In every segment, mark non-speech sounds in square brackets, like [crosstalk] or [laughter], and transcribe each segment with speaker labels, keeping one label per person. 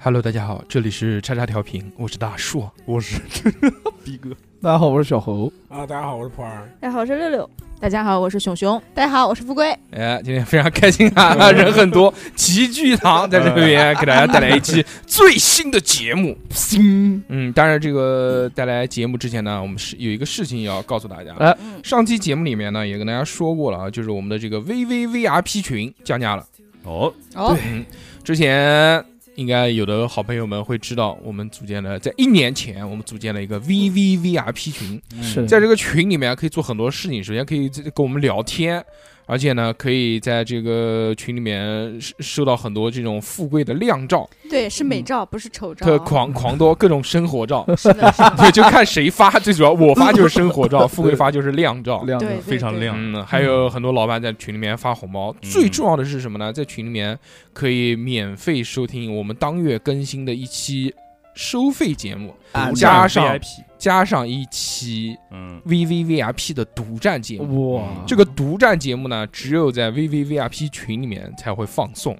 Speaker 1: Hello，大家好，这里是叉叉调频，我是大硕，
Speaker 2: 我是逼哥
Speaker 3: 大家好，我是小侯。
Speaker 2: 啊，大家好，我是普洱。
Speaker 4: 大家好，我是六六。
Speaker 5: 大家好，我是熊熊。
Speaker 4: 大家好，我是富贵。
Speaker 1: 哎，今天非常开心啊，人很多，齐聚一堂，在这边给大家带来一期最新的节目。嗯，当然，这个带来节目之前呢，我们是有一个事情要告诉大家。
Speaker 3: 哎
Speaker 4: 嗯
Speaker 1: 上期节目里面呢，也跟大家说过了啊，就是我们的这个 VVVRP 群降价了。
Speaker 2: 哦，
Speaker 4: 哦，
Speaker 1: 嗯，之前应该有的好朋友们会知道，我们组建了，在一年前我们组建了一个 VVVRP 群，
Speaker 3: 是
Speaker 1: 在这个群里面可以做很多事情，首先可以跟我们聊天。而且呢，可以在这个群里面收收到很多这种富贵的靓照，
Speaker 4: 对，是美照，不是丑照。，
Speaker 1: 特狂狂多各种生活照
Speaker 4: 是的，
Speaker 5: [laughs]
Speaker 4: 是的
Speaker 1: 对，就看谁发，最主要我发就是生活照，富贵发就是靓照，
Speaker 3: 亮
Speaker 4: 对，对
Speaker 3: 的，
Speaker 2: 非常
Speaker 4: 对
Speaker 2: 亮
Speaker 1: 嗯，还有很多老板在群里面发红包。
Speaker 2: 嗯
Speaker 1: 最重要的是什么呢？在群里面可以免费收听我们当月更新的一期收费节目，
Speaker 3: 啊
Speaker 1: 加上
Speaker 2: VIP，
Speaker 1: 加上一期
Speaker 2: 嗯，
Speaker 1: VVVIP 的独占节目。
Speaker 3: 哇，
Speaker 1: 这个独占节目呢，只有在 VVVIP 群里面才会放送，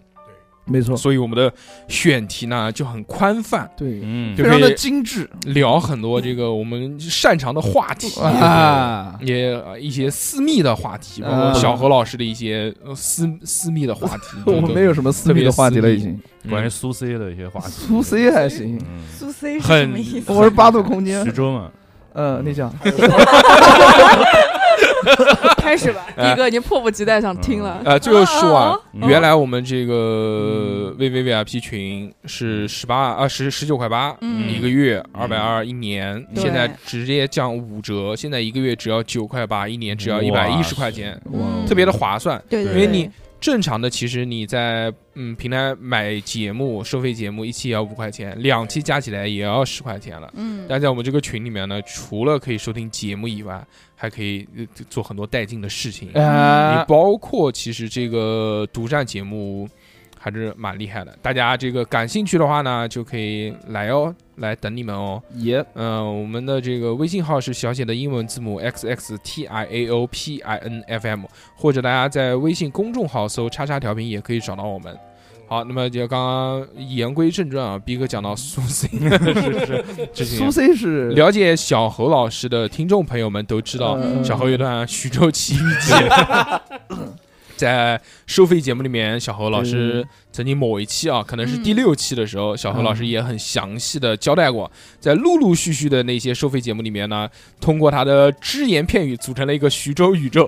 Speaker 3: 没错，
Speaker 1: 所以我们的选题呢就很宽泛，
Speaker 3: 对，
Speaker 2: 嗯
Speaker 1: 就
Speaker 3: 非常
Speaker 1: 可
Speaker 3: 的
Speaker 1: 以
Speaker 3: 精致
Speaker 1: 聊很多这个我们擅长的话题。
Speaker 3: [laughs] 啊！
Speaker 1: 也呃一些私密的话题，包括
Speaker 3: 啊。
Speaker 1: 小何老师的一些呃私私密的话题
Speaker 3: [laughs] 我
Speaker 1: 对
Speaker 3: 没有什么私密的话题了，已经。
Speaker 1: 嗯
Speaker 2: 关于苏 C 的一些话题，
Speaker 3: 苏 C 还行，
Speaker 2: 嗯，
Speaker 4: 苏 C 是
Speaker 1: 很
Speaker 4: 什么意思？
Speaker 3: 我是八度空间
Speaker 2: 徐。州嘛，
Speaker 3: 嗯，你讲，
Speaker 4: 开始吧。
Speaker 1: 哎
Speaker 5: 一哥已经迫不及待想听了。
Speaker 1: [laughs] 呃，最后说啊
Speaker 4: 哦，
Speaker 2: 哦
Speaker 1: 原来我们这个 VVVIP 群是十八啊十十九块八
Speaker 4: 嗯
Speaker 1: 一个月，二百二一年，
Speaker 2: 对
Speaker 1: 现在直接降五折，现在一个月只要九块八，一年只要一百一
Speaker 2: 哇
Speaker 1: 十块钱，
Speaker 4: 嗯
Speaker 1: 特别的划算。
Speaker 4: 对对
Speaker 1: 因为
Speaker 4: 对，
Speaker 1: 你正常的，其实你在嗯平台买节目，收费节目一期也要五块钱，两期加起来也要十块钱了。
Speaker 4: 嗯，
Speaker 1: 但在我们这个群里面呢，除了可以收听节目以外，还可以呃做很多带劲的事情。你
Speaker 3: 啊，
Speaker 1: 包括其实这个独占节目还是蛮厉害的，大家这个感兴趣的话呢，就可以来哦，来等你们哦。
Speaker 3: 也
Speaker 1: 嗯、我们的这个微信号是小写的英文字母 x x t i a o p i n f m，或者大家在微信公众号搜“叉叉调频”也可以找到我们。好，那么就刚刚言归正传啊，逼哥讲到苏 C 是是之前
Speaker 3: 苏 C 是
Speaker 1: 了解小侯老师的听众朋友们都知道，
Speaker 3: 嗯
Speaker 1: 小侯有段徐州奇遇记，在收费节目里面，小侯老师曾经某一期啊，可能是第六期的时候，小侯老师也很详细的交代过，在陆陆续续的那些收费节目里面呢，通过他的只言片语组成了一个徐州宇宙，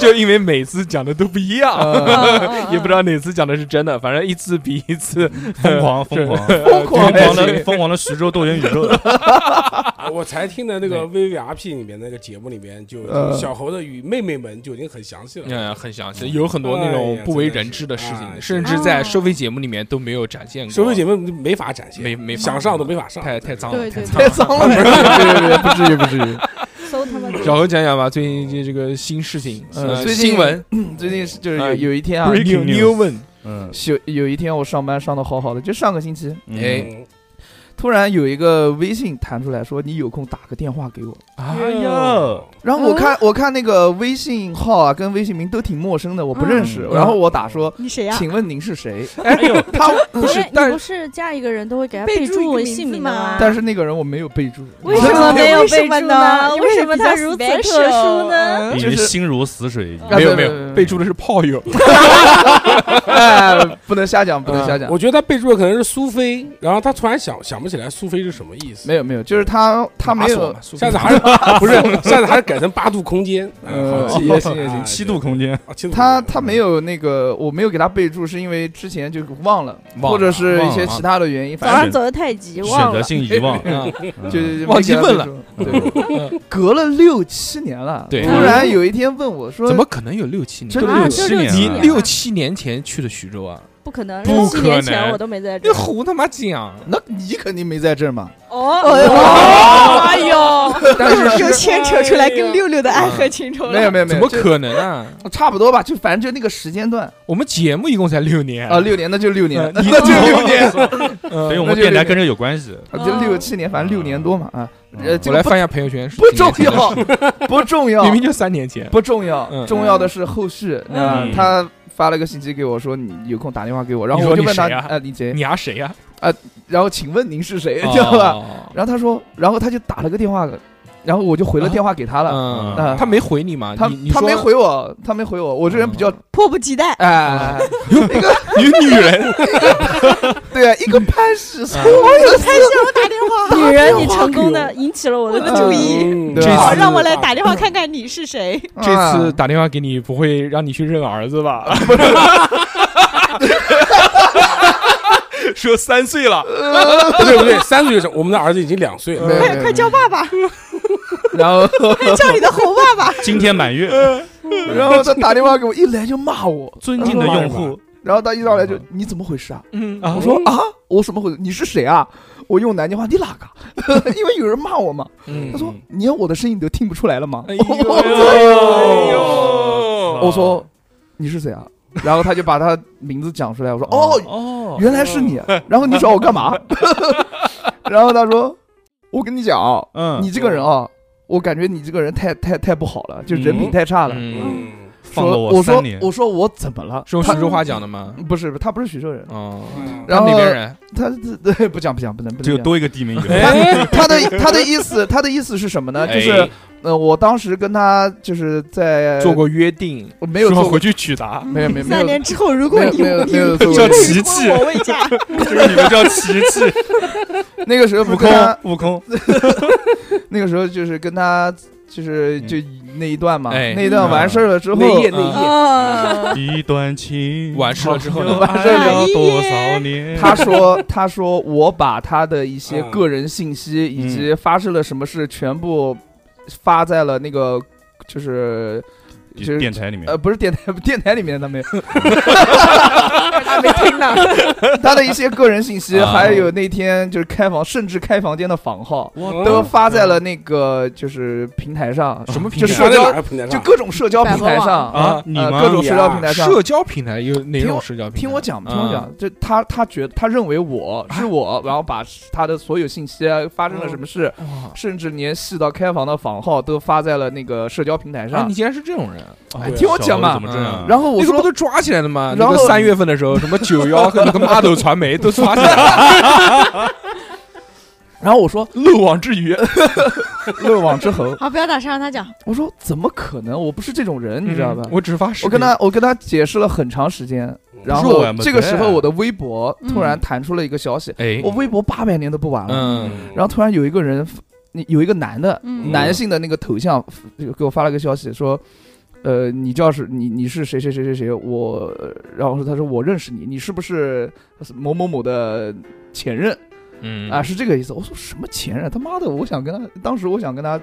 Speaker 1: 就因为每次讲的都不一样。
Speaker 3: 呃
Speaker 1: [laughs] 也不知道哪次讲的是真的，反正一次比一次
Speaker 2: 疯狂疯狂
Speaker 3: 疯狂
Speaker 2: 疯狂
Speaker 3: 的
Speaker 2: 的疯狂的徐州斗元宇宙，
Speaker 6: 啊 [laughs] 我才听的那个 VVRP 里面那个节目里面，就
Speaker 3: 呃
Speaker 6: 小猴的与妹妹们就已经很详细了。
Speaker 1: 嗯，很详细，有很多那种不为人知的事
Speaker 6: 哎
Speaker 1: 情，
Speaker 6: 呀
Speaker 1: 甚
Speaker 6: 真
Speaker 4: 的是
Speaker 1: 至在
Speaker 4: 啊
Speaker 1: 收费节目里面都没有展现过。
Speaker 6: 收费节目没法展现，
Speaker 1: 没没法
Speaker 6: 想上都没法上，
Speaker 1: 太太脏了，
Speaker 4: 对
Speaker 1: 太
Speaker 4: 对
Speaker 1: 脏
Speaker 3: 太
Speaker 1: 了。[laughs]
Speaker 3: 脏了，不至于不至于不至于。
Speaker 4: 搜他们。
Speaker 1: 小何讲讲吧，最近这这个新事情，
Speaker 3: 嗯
Speaker 1: 呃
Speaker 3: 最近
Speaker 1: 新闻
Speaker 3: 最近是就是有
Speaker 1: 哎
Speaker 3: 有一天啊，
Speaker 2: Breaking
Speaker 1: new
Speaker 2: news
Speaker 1: 闻，
Speaker 2: 嗯，
Speaker 3: 有有一天我上班上的好好的，就上个星期，
Speaker 1: 哎
Speaker 6: 嗯。
Speaker 3: 突然有一个微信弹出来说你有空打个电话给我。
Speaker 2: 哎呦，
Speaker 3: 然后我
Speaker 7: 啊
Speaker 3: 看、我看那个微信号啊，跟微信名都挺陌生的，我不认识。
Speaker 1: 嗯
Speaker 3: 然后我打说，
Speaker 4: 你谁呀？
Speaker 3: 请问您是谁？
Speaker 2: 哎呦，
Speaker 3: [laughs] 他
Speaker 1: 不是
Speaker 7: 哦哎，
Speaker 1: 但
Speaker 7: 你不是加一个人都会给他
Speaker 4: 备
Speaker 7: 备
Speaker 4: 注一
Speaker 7: 注
Speaker 4: 个
Speaker 7: 为
Speaker 4: 名
Speaker 7: 姓
Speaker 4: 字
Speaker 7: 名
Speaker 4: 吗
Speaker 7: 的吗？
Speaker 3: 但是那个人我没有备注，
Speaker 7: 为什么没有备注呢？
Speaker 4: 为
Speaker 7: 为
Speaker 4: 什
Speaker 7: 什
Speaker 4: 么
Speaker 7: 么
Speaker 4: 呢
Speaker 7: 他如此特殊呢？
Speaker 2: 已
Speaker 1: 就
Speaker 2: 经
Speaker 1: 是
Speaker 2: 心如死水，
Speaker 3: 啊
Speaker 1: 没有
Speaker 3: 对
Speaker 1: 没
Speaker 3: 对对
Speaker 1: 有
Speaker 3: 对
Speaker 1: 备注的是炮友，
Speaker 3: 哎，不能瞎讲，不能瞎讲。
Speaker 6: 嗯我觉得他备注的可能是苏菲，然后他突然想想不起来苏菲是什么意思。
Speaker 3: 没有没有，就是他他没
Speaker 1: 麻索
Speaker 3: 有
Speaker 1: 嘛，苏菲
Speaker 6: 下次还是不是，下次还是改成八度空间，
Speaker 3: 呃 [laughs]
Speaker 6: 嗯，好记
Speaker 3: 也行也行
Speaker 6: 啊
Speaker 2: 七度空间，
Speaker 6: 啊七度空间
Speaker 3: 他他没有那个我没有给他备注，是因为之前就忘了，
Speaker 1: 忘了
Speaker 3: 或者是一些其他的原因，
Speaker 7: 早
Speaker 3: 反
Speaker 7: 上走的太急，
Speaker 2: 选
Speaker 7: 忘
Speaker 2: 择
Speaker 7: 了。
Speaker 2: 性遗
Speaker 1: [laughs]
Speaker 2: 忘，
Speaker 1: [laughs] 啊
Speaker 3: 正就就
Speaker 1: 忘记问了。嗯
Speaker 3: 没给他备注对， [laughs] 隔了六七年了，
Speaker 1: 对
Speaker 3: 突然有一天问我说，
Speaker 1: 怎么可能有六七
Speaker 3: 真
Speaker 1: 年？
Speaker 3: 的
Speaker 7: 啊，
Speaker 3: 有
Speaker 7: 就
Speaker 2: 七
Speaker 7: 六
Speaker 2: 年
Speaker 7: 七
Speaker 1: 你
Speaker 2: 了
Speaker 7: 年，
Speaker 1: 六七年前去的徐州啊？
Speaker 7: 不可能，
Speaker 1: 不
Speaker 7: 六七年
Speaker 1: 可能
Speaker 7: 前我都没在这
Speaker 1: 你
Speaker 7: 儿。
Speaker 1: 胡他妈讲！
Speaker 3: 那你肯定没在这儿嘛？
Speaker 7: 哦，哎呦，
Speaker 1: [laughs]
Speaker 3: 但是
Speaker 4: 又牵扯出
Speaker 5: 哎
Speaker 4: 来跟六六的爱恨情仇了。
Speaker 3: [laughs] 没有没
Speaker 1: [laughs]
Speaker 3: 有没
Speaker 1: 怎
Speaker 3: 有，
Speaker 1: 么
Speaker 3: 就
Speaker 1: 可能啊？
Speaker 3: 差不多吧，就反正就那个时间段
Speaker 1: [laughs] 我们节目一共才六年
Speaker 3: 啊，，六年那就六年，
Speaker 1: 哎嗯 [laughs]
Speaker 3: [laughs] 那
Speaker 1: 你
Speaker 3: 就六年，
Speaker 2: 所以
Speaker 1: 嗯
Speaker 2: 我们电台跟这有关系，
Speaker 3: 啊就六七年，反正六年多嘛啊，呃，
Speaker 1: 嗯我
Speaker 3: 这个
Speaker 1: 来
Speaker 3: 不
Speaker 1: 翻一下朋友圈，
Speaker 3: 不
Speaker 1: 几
Speaker 3: 重
Speaker 1: 年前的
Speaker 3: 要，不重要
Speaker 1: [laughs] 啊明，明就三年前。
Speaker 3: 不重
Speaker 1: 嗯
Speaker 3: 要，重要的是后续，
Speaker 1: 嗯
Speaker 3: 啊，他发了个信息给我说你有空打电话给我，然后
Speaker 1: 你说
Speaker 3: 我就
Speaker 1: 你
Speaker 3: 问他
Speaker 1: 谁啊
Speaker 3: 呃，你谁？
Speaker 1: 你丫谁呀？
Speaker 3: 然后请问您是
Speaker 1: [laughs]
Speaker 3: 谁，
Speaker 1: 哦
Speaker 3: 知道吧？？然后他说，然后他就打了个电话，然后我就回了电话给他了。
Speaker 1: 嗯，
Speaker 3: 嗯
Speaker 1: 他没回你嘛？
Speaker 3: 他
Speaker 1: 你你
Speaker 3: 他
Speaker 1: 说嗯
Speaker 3: 没回我，他没回我，我这人比较
Speaker 4: 迫不及待。
Speaker 3: 哎，
Speaker 2: 你女人，
Speaker 3: 对啊，一
Speaker 1: 嗯
Speaker 3: 个哎潘石松，
Speaker 7: 女人，你成功的引起了我的注意。
Speaker 6: 嗯
Speaker 3: 对吧
Speaker 4: 好，让我来打电话看看你是谁。
Speaker 1: [laughs] 这次
Speaker 3: 啊
Speaker 1: 打电话给你，不会让你去认儿子吧？ [laughs] 说三岁了，
Speaker 6: 不对不对，三岁的时候，我们的儿子已经两岁了。
Speaker 3: 对
Speaker 4: 快快叫爸爸，
Speaker 1: [laughs]
Speaker 3: 然后 [laughs]
Speaker 4: 叫你的猴爸爸。
Speaker 2: 今天满月，
Speaker 1: 嗯
Speaker 3: 然后他打电话给我，一来就骂我，
Speaker 2: 尊敬的用户，
Speaker 3: 然后他一上来就你怎么回事啊？
Speaker 1: 嗯
Speaker 2: 啊
Speaker 3: 我说啊，我什么回事？你是谁啊？我用南京话，你哪个？ [laughs] 因为有人骂我嘛。
Speaker 1: 嗯
Speaker 3: 他说，连我的声音你都听不出来了吗？
Speaker 1: 哎呦，
Speaker 2: 哎呦
Speaker 3: [laughs] 我说你是谁啊？然后他就把他名字讲出来，我说哦，
Speaker 2: 哦，
Speaker 3: 原来是你。然后你找我干嘛？然后他说，我跟你讲啊，
Speaker 2: 嗯，
Speaker 3: 你这个人啊，我感觉你这个人太太太不好了，就人品
Speaker 6: 嗯
Speaker 3: 太差了。
Speaker 1: 嗯，
Speaker 6: 嗯，
Speaker 2: 放了
Speaker 3: 说我说
Speaker 2: 三年，
Speaker 3: 我说我怎么了？
Speaker 1: 是用
Speaker 3: 他
Speaker 1: 徐州话讲的吗？
Speaker 3: 不是他不是徐州人，
Speaker 1: 哦，
Speaker 3: 然后
Speaker 1: 他哪边人？
Speaker 3: 他他他不讲不讲不能不能
Speaker 2: 这个
Speaker 3: 讲
Speaker 2: 多一个地名
Speaker 6: 哎
Speaker 2: [laughs] 梗，
Speaker 3: 他的他的意思，他的意思是什么呢？就是、
Speaker 1: 哎
Speaker 3: 呃，我当时跟他就是在
Speaker 1: 做过约定，
Speaker 3: 没有
Speaker 1: 说
Speaker 3: 做过
Speaker 1: 回，去娶她。
Speaker 3: 没有没有没
Speaker 4: 三
Speaker 3: 有
Speaker 4: 年之后，如果你
Speaker 3: 没有没有没有做
Speaker 2: 叫
Speaker 3: 过。
Speaker 2: 琪琪，
Speaker 4: 我未嫁，
Speaker 2: 这个女的叫琪琪，
Speaker 3: 那个时候不
Speaker 2: 悟
Speaker 3: 跟
Speaker 2: 空
Speaker 3: 他，，
Speaker 2: 悟空，
Speaker 3: 那个时候就是跟他就是
Speaker 2: 嗯
Speaker 3: 就那一段嘛，
Speaker 1: 哎
Speaker 3: 那一段完事儿了之后，
Speaker 6: 内页内页，
Speaker 5: 哦
Speaker 4: 嗯，
Speaker 2: 一段情，
Speaker 1: 完事了之后呢
Speaker 2: 爱了多少年？
Speaker 3: 他说他说我把他的一些
Speaker 6: 嗯
Speaker 3: 个人信息
Speaker 2: 嗯
Speaker 3: 以及发生了什么事全部发在了那个就是。就是
Speaker 2: 电台里面
Speaker 3: 呃，不是电台，电台里面他没有，
Speaker 7: 他没听到，
Speaker 3: [laughs] 他的一些个人信息，
Speaker 1: 啊
Speaker 3: 还有那天就是开房，甚至开房间的房号，
Speaker 6: 我
Speaker 3: 都发在
Speaker 2: 嗯
Speaker 3: 了那个就是平台上，
Speaker 2: 哦
Speaker 1: 什么平
Speaker 3: 就
Speaker 1: 台
Speaker 3: 社交，
Speaker 6: 平台
Speaker 3: 就
Speaker 6: 上，
Speaker 3: 各种社交平台上，
Speaker 1: 网
Speaker 2: 啊，你
Speaker 3: 呃
Speaker 2: 吗？
Speaker 3: 各种社交平台上。
Speaker 1: 社交平台有哪种啊社交平台？
Speaker 3: 听我讲，
Speaker 1: 嗯啊
Speaker 3: 听我讲，就他他觉得他认为我是我，然后把他的所有信息啊，发生了什么事，
Speaker 1: 哇
Speaker 3: 甚至连细到开房的房号都发在了那个社交平台
Speaker 1: 啊，
Speaker 3: 上
Speaker 1: 你。竟然是这种人！
Speaker 2: 哎
Speaker 3: 哎听我讲嘛
Speaker 2: 小的怎么这样？
Speaker 3: 然后我
Speaker 1: 那时候不
Speaker 3: 说，
Speaker 1: 都抓起来了吗？
Speaker 3: 然后
Speaker 1: 那个三月份的时候，什么九幺和那个妈斗传媒都抓起来了，
Speaker 3: 然后我说
Speaker 1: 漏网之
Speaker 3: [laughs]
Speaker 1: 鱼。
Speaker 3: 漏网之猴，
Speaker 4: 好，不要打伤，让他讲。
Speaker 3: 我说怎么可能？我不是这种人，你知道吧
Speaker 1: 嗯？我只发视频
Speaker 3: 我跟他我跟他解释了很长时间，
Speaker 1: 啊
Speaker 3: 然
Speaker 2: 不是我
Speaker 3: 后
Speaker 2: 呀没
Speaker 3: 这个
Speaker 2: 得
Speaker 3: 时候我的微博
Speaker 4: 嗯
Speaker 3: 突然弹出了一个消息，
Speaker 1: 哎
Speaker 3: 我微博八百年都不玩了，
Speaker 1: 嗯
Speaker 3: 然后突然有一个人，那有一个男的，
Speaker 4: 嗯
Speaker 3: 男性的那个头像就给我发了个消息说。呃，你叫是，你你是谁谁谁谁谁？我，然后他说我认识你，你是不是某某某的前任
Speaker 1: 嗯
Speaker 3: 啊？是这个意思。我说什么前任？他妈的，我想跟他，当时我想跟他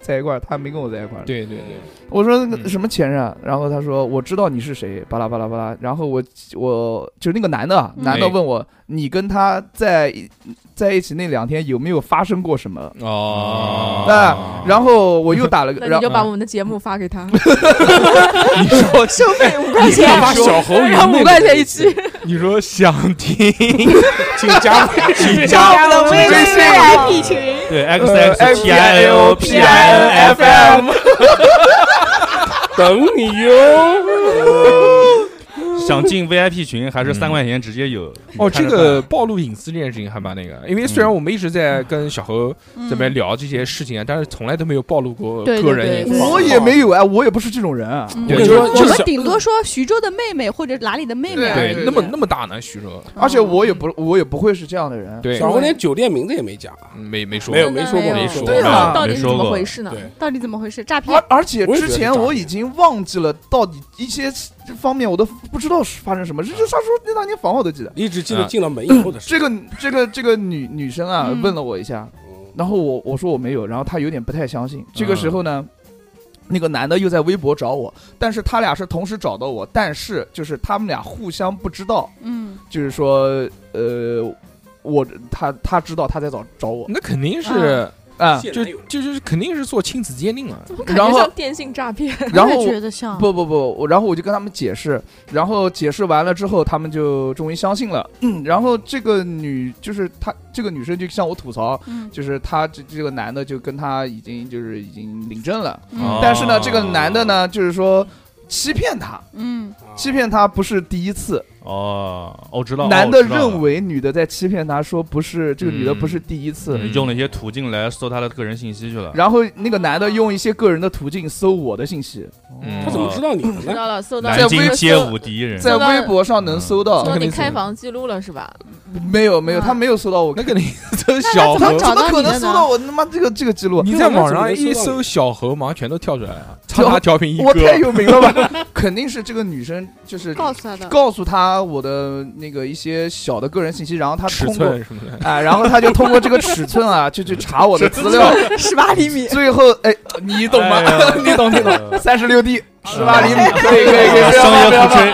Speaker 3: 在一块儿，他没跟我在一块儿。
Speaker 1: 对对对，
Speaker 3: 我说那
Speaker 1: 嗯
Speaker 3: 个什么前任啊，然后他说我知道你是谁，巴拉巴拉巴拉。然后我我就是那个男的啊，
Speaker 4: 嗯
Speaker 3: 男的问我，你跟他在一在一起那两天有没有发生过什么？
Speaker 1: 哦，
Speaker 3: 那然后我又打了个，
Speaker 5: 那
Speaker 3: 然
Speaker 5: 你就
Speaker 3: 后
Speaker 5: 把我们的节目发给他，
Speaker 4: 收费五块
Speaker 6: 你
Speaker 4: 钱，
Speaker 6: 要把小猴鱼
Speaker 5: 然后
Speaker 6: 那
Speaker 5: 五
Speaker 6: 个
Speaker 5: 块钱一期，
Speaker 1: 你说想听
Speaker 6: 请加微信，
Speaker 1: [laughs]
Speaker 7: 加我的微信号
Speaker 4: VIP 群，
Speaker 2: 对，X
Speaker 3: 呃
Speaker 2: X T I O P I N F M，
Speaker 6: 等你哟。
Speaker 2: 想进 VIP 群还是三块钱直接有？
Speaker 1: 哦，这个暴露隐私这件事情还蛮那个，因为虽然我们一直在跟小何这边聊这些事情啊，但是从来都没有暴露过
Speaker 5: 对对
Speaker 1: 个人
Speaker 5: 对
Speaker 1: 隐私。
Speaker 3: 我也没有啊，我也不是这种人
Speaker 5: 嗯
Speaker 3: 啊。
Speaker 1: 对
Speaker 6: 我跟你
Speaker 1: 就是
Speaker 6: 说，
Speaker 4: 我
Speaker 6: 就是
Speaker 4: 们
Speaker 6: 小
Speaker 4: 顶多说徐州的妹妹或者哪里的妹妹而已。
Speaker 1: 对，那么那么大呢，徐州，
Speaker 3: 而且我也不，我也不会是这样的人。
Speaker 5: 嗯
Speaker 1: 对，
Speaker 6: 小猴连酒店名字也没讲，啊
Speaker 1: 嗯没没说
Speaker 6: 没有
Speaker 1: 过
Speaker 6: 没说过，
Speaker 5: 没
Speaker 1: 说
Speaker 5: 对
Speaker 3: 对啊
Speaker 5: 啊，到底是怎么回事呢？
Speaker 6: 对，
Speaker 4: 到底怎么回事？诈
Speaker 3: 而
Speaker 4: 骗？
Speaker 3: 而且
Speaker 6: 我也
Speaker 3: 之
Speaker 6: 觉得是
Speaker 3: 前
Speaker 6: 诈骗
Speaker 3: 我已经忘记了到底一些方面我都不知道是发生什么，这是他说那当年房号都记得。
Speaker 6: 一直记得
Speaker 1: 嗯
Speaker 6: 进了门以后的事。
Speaker 3: 这个这个这个女女生啊
Speaker 4: 嗯
Speaker 3: 问了我一下，
Speaker 6: 嗯
Speaker 3: 然后我我说我没有，然后他有点不太相信。这个时候
Speaker 5: 嗯
Speaker 3: 呢，那个男的又在微博找我，但是他俩是同时找到我，但是就是他们俩互相不知道，
Speaker 4: 嗯，
Speaker 3: 就是说呃，我他他知道他在找找
Speaker 4: 嗯
Speaker 3: 我
Speaker 1: 那肯定是
Speaker 3: 啊、
Speaker 6: 现
Speaker 1: 就
Speaker 6: 在有
Speaker 1: 就就是肯定是做亲子鉴定了。
Speaker 5: 怎么感
Speaker 3: 感觉
Speaker 5: 觉
Speaker 3: 然后
Speaker 5: 像
Speaker 3: 像
Speaker 5: 电信诈骗？
Speaker 3: 然
Speaker 4: 我
Speaker 3: 后
Speaker 4: 也觉得像
Speaker 3: 不不不，我然后我就跟他们解释，然后解释完了之后，他们就终于相信了。嗯，然后这个女就是她这个女生就向我吐槽，
Speaker 4: 嗯
Speaker 3: 就是她这这个男的就跟她已经就是已经领证了。
Speaker 4: 嗯
Speaker 2: 哦
Speaker 3: 但是呢，这个男的呢，就是说欺骗他，
Speaker 4: 嗯，
Speaker 3: 欺骗他不是第一次，
Speaker 2: 哦，我知道，
Speaker 3: 男的
Speaker 2: 哦我知道
Speaker 3: 认为女的在欺骗他，说不是这个女的不是第一次，
Speaker 2: 嗯用了一些途径来搜他的个人信息去了。
Speaker 3: 然后那个男的用一些个人的途径搜我的信息，
Speaker 2: 嗯
Speaker 6: 他怎么知道你的
Speaker 5: 知
Speaker 6: 呢？
Speaker 5: 道了，搜到
Speaker 2: 南
Speaker 5: 了
Speaker 2: 京街舞第一人，
Speaker 3: 在微博上能搜
Speaker 5: 搜
Speaker 3: 到
Speaker 4: 嗯
Speaker 5: 到，你
Speaker 1: 肯定是
Speaker 5: 开房记录了是吧？
Speaker 3: 没有没有，
Speaker 5: 啊
Speaker 3: 他没有搜到我，
Speaker 1: 那肯定
Speaker 3: [laughs]
Speaker 1: 这小
Speaker 4: 那他怎嗯
Speaker 1: 何
Speaker 4: 么，找
Speaker 3: 怎么
Speaker 4: 到
Speaker 3: 可
Speaker 4: 你的
Speaker 3: 能
Speaker 4: 呢
Speaker 3: 搜到我他妈这个这个记录？
Speaker 1: 你在网上一搜小何，马上全都跳出来了，叉叉调频一
Speaker 3: 我太
Speaker 1: 哥，
Speaker 3: 有名了吧？ [laughs] 肯定是这个女生就是
Speaker 4: 告诉他的，
Speaker 3: 告诉他我的那个一些小的个人信息，然后他
Speaker 1: 尺
Speaker 3: 通过
Speaker 1: 寸什么
Speaker 3: [laughs]
Speaker 1: 的，
Speaker 3: 啊，然后他就通过这个尺寸 [laughs] 啊，就去查我的资料，
Speaker 5: 十八厘米，
Speaker 3: 最后哎， [laughs] 哎你懂吗？
Speaker 1: 你懂你懂，
Speaker 3: 三十六 D，十八厘米，
Speaker 1: 啊
Speaker 2: 嗯
Speaker 3: 可以可
Speaker 1: [laughs]
Speaker 3: 以可以，不要
Speaker 2: 商
Speaker 3: 骂不
Speaker 2: 业
Speaker 3: 要
Speaker 2: 互
Speaker 3: 骂
Speaker 2: 吹，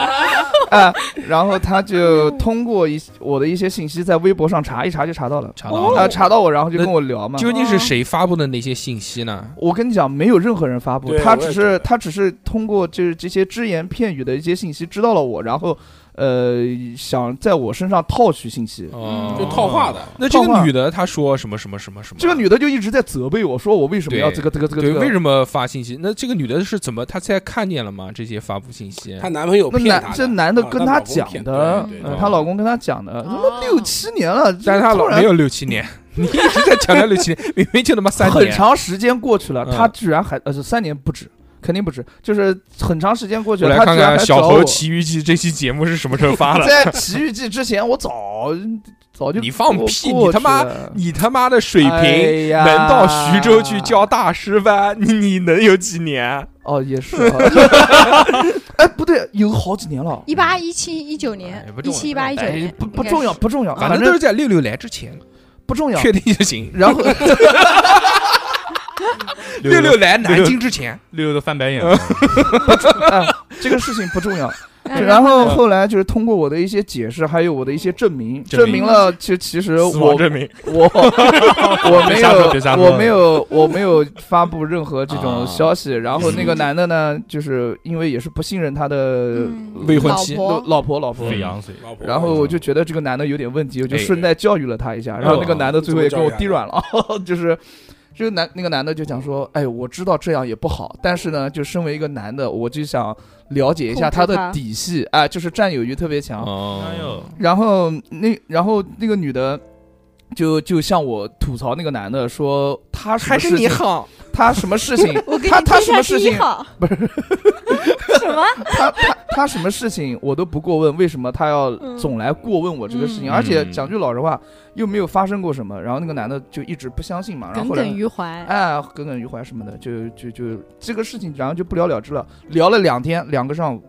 Speaker 3: 啊，然后他就通过一我的一些信息，在微博上查一查就查到了，
Speaker 1: 查到了
Speaker 3: 啊，查到我，然后就跟我聊嘛。
Speaker 1: 究竟是谁发布的那些信息呢？
Speaker 3: 我跟你讲，没有任何人发布，
Speaker 6: 对
Speaker 3: 他
Speaker 6: 我也
Speaker 3: 只
Speaker 6: 觉
Speaker 3: 是
Speaker 6: 得
Speaker 3: 他只是通过就是这些只言片语的一些信息知道了我，然后呃想在我身上套取信息。
Speaker 1: 哦，
Speaker 6: 就套话。的，
Speaker 1: 那这
Speaker 3: 套话
Speaker 1: 个女的她说什么什么什么什么？
Speaker 3: 这个女的就一直在责备我说我为什么要这个这个这个
Speaker 1: 对
Speaker 3: 这个，
Speaker 1: 为什么发信息？那这个女的是怎么？她在看见了吗？这些发布信息？
Speaker 6: 她男朋友
Speaker 3: 那
Speaker 6: 骗她
Speaker 3: 男
Speaker 6: 的，
Speaker 3: 这男的
Speaker 6: 啊
Speaker 3: 跟
Speaker 6: 她
Speaker 3: 她
Speaker 6: 老公
Speaker 3: 讲
Speaker 6: 骗
Speaker 3: 的
Speaker 6: 对，对
Speaker 3: 呃
Speaker 1: 嗯
Speaker 3: 她老公跟她讲的，他妈
Speaker 5: 哦
Speaker 3: 六七年了，
Speaker 1: 但是她
Speaker 3: 突
Speaker 1: 老
Speaker 3: 然
Speaker 1: 没有六七年， [laughs] 你一直在强调六七年， [laughs] 明明就他妈三
Speaker 3: 很
Speaker 1: 年。
Speaker 3: 长时间过去了，
Speaker 1: 嗯
Speaker 3: 他居然还呃是三年不止，肯定不止，就是很长时间过去
Speaker 1: 我
Speaker 3: 了，
Speaker 1: 来
Speaker 3: 他
Speaker 1: 看
Speaker 3: 居然
Speaker 1: 看
Speaker 3: 还
Speaker 1: 《小
Speaker 3: 找
Speaker 1: 猴
Speaker 3: 我。 [laughs]
Speaker 1: 奇遇记》这期节目是什么时候发的？
Speaker 3: 在《奇遇记》之前，我早早就
Speaker 1: 你放
Speaker 3: 过
Speaker 1: 屁
Speaker 3: 过
Speaker 1: 你他妈
Speaker 3: 去了
Speaker 1: 你他妈的水平
Speaker 3: 哎呀
Speaker 1: 能到徐州去教大师班，你你能有几年？
Speaker 3: 哦，
Speaker 1: [laughs]
Speaker 3: 也是 [laughs] 啊。哎，不对，有好几年了，
Speaker 4: 一八一七一九年
Speaker 1: 哎不，
Speaker 4: 一
Speaker 1: 重要
Speaker 4: 七一八一九
Speaker 3: 哎
Speaker 4: 年，
Speaker 3: 不不重要，不重要，
Speaker 1: 反
Speaker 3: 反
Speaker 1: 正都
Speaker 3: 正
Speaker 1: 是在六六来之前，
Speaker 3: 不重要。
Speaker 1: 确定就行。
Speaker 3: [laughs] 然后
Speaker 1: 六六来
Speaker 2: 六六
Speaker 1: 南京之前，
Speaker 2: 六六都翻白眼，
Speaker 3: 啊这个事情不重要，
Speaker 4: 哎
Speaker 3: 然后后来就是通过我的一些解释，还有我的一些证明，
Speaker 2: 证
Speaker 3: 证
Speaker 2: 明
Speaker 3: 明了其其实
Speaker 1: 死亡
Speaker 3: 我
Speaker 1: 证明。
Speaker 2: [laughs]
Speaker 3: 我我没
Speaker 2: 别瞎说别瞎
Speaker 3: 有
Speaker 2: 说啊
Speaker 3: 我没有我没有发布任何这种消息。然后
Speaker 2: 嗯
Speaker 3: 那个男的呢，就是因为也是不信任他的
Speaker 4: 嗯
Speaker 1: 未婚妻
Speaker 4: 老婆
Speaker 3: 老婆老
Speaker 1: 嗯
Speaker 3: 婆
Speaker 2: 飞，扬嘴，
Speaker 6: 老婆
Speaker 3: 然后我就觉得这个男的有点问题，我就
Speaker 1: 哎
Speaker 3: 顺带教育了他一下。然后那
Speaker 2: 哦
Speaker 3: 个男的最后也跟我低软了， [laughs] 就是。这个男那个男的就讲说，哎，我知道这样也不好，但是呢，就身为一个男的，我就想了解一下他
Speaker 7: 控
Speaker 3: 的
Speaker 7: 制他
Speaker 3: 底细，哎，就是占有欲特别强。
Speaker 1: 哦
Speaker 2: 哎呦，
Speaker 3: 然后那然后那个女的就就向我吐槽那个男的说，他什么事情，
Speaker 1: 好，
Speaker 3: [laughs] 他什么事情，
Speaker 7: 我给你
Speaker 3: 他他
Speaker 7: 推
Speaker 3: 什
Speaker 7: 下
Speaker 3: 么事
Speaker 7: 第一
Speaker 3: 情，
Speaker 7: 号，
Speaker 3: 不
Speaker 7: 是什么？
Speaker 3: 他他他什么事情我都不过问，为什么他要总来过问我这个事情？
Speaker 1: 嗯
Speaker 3: 而且讲句老实话，又没有发生过什么。然后那个男的就一直不相信嘛，然后
Speaker 4: 耿
Speaker 3: 后来
Speaker 4: 耿于怀。
Speaker 3: 哎耿耿于怀什么的，就就就这个事情，然后就不了了之了。聊了两天，两个上午，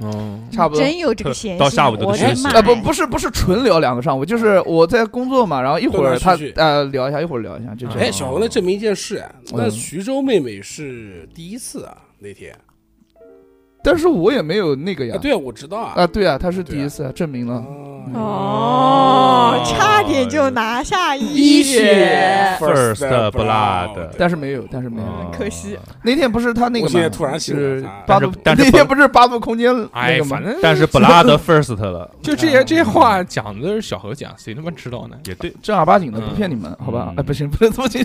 Speaker 1: 嗯，
Speaker 3: 差不多。
Speaker 4: 真有这个闲心，
Speaker 2: 到下午都
Speaker 4: 我
Speaker 2: 休
Speaker 4: 的
Speaker 2: 息
Speaker 4: 妈呀！
Speaker 3: 呃，不，不是，不是纯聊两个上午，就是我在工作嘛，然后一会儿他
Speaker 6: 断断续续
Speaker 3: 呃聊一下，一会儿聊一下，就这
Speaker 6: 哎，
Speaker 3: 样。
Speaker 6: 小红，那证明一件事啊，那
Speaker 3: 嗯
Speaker 6: 徐州妹妹是第一次啊，那天
Speaker 3: 但是我也没有那个呀
Speaker 6: 啊，，对啊，我知道啊
Speaker 3: 啊，，嗯对啊，他是第一次，证明了。
Speaker 6: 哦
Speaker 5: 哦，差点就拿下一血，
Speaker 2: First blood
Speaker 3: 但是没有，但是没有。
Speaker 2: 嗯
Speaker 5: 可惜。
Speaker 3: 那天不是他那个
Speaker 6: 啊我
Speaker 3: 嘛，
Speaker 6: 现在突然醒
Speaker 3: 是
Speaker 6: 了啊
Speaker 3: 八
Speaker 2: 但
Speaker 3: 度
Speaker 2: 是，但是
Speaker 3: 那天
Speaker 2: 本
Speaker 3: 不是八度空间那
Speaker 1: 哎，
Speaker 3: 个吗
Speaker 1: 反？正
Speaker 2: 但是
Speaker 1: [laughs]
Speaker 2: blood first 了，哎
Speaker 1: 就这些这些话讲的是小何讲，谁他妈知道呢？
Speaker 2: 也对，
Speaker 3: 正儿八经的，
Speaker 1: 嗯
Speaker 3: 不骗你们，好吧
Speaker 2: 嗯？
Speaker 3: 哎，不行， [laughs] 不能这么讲，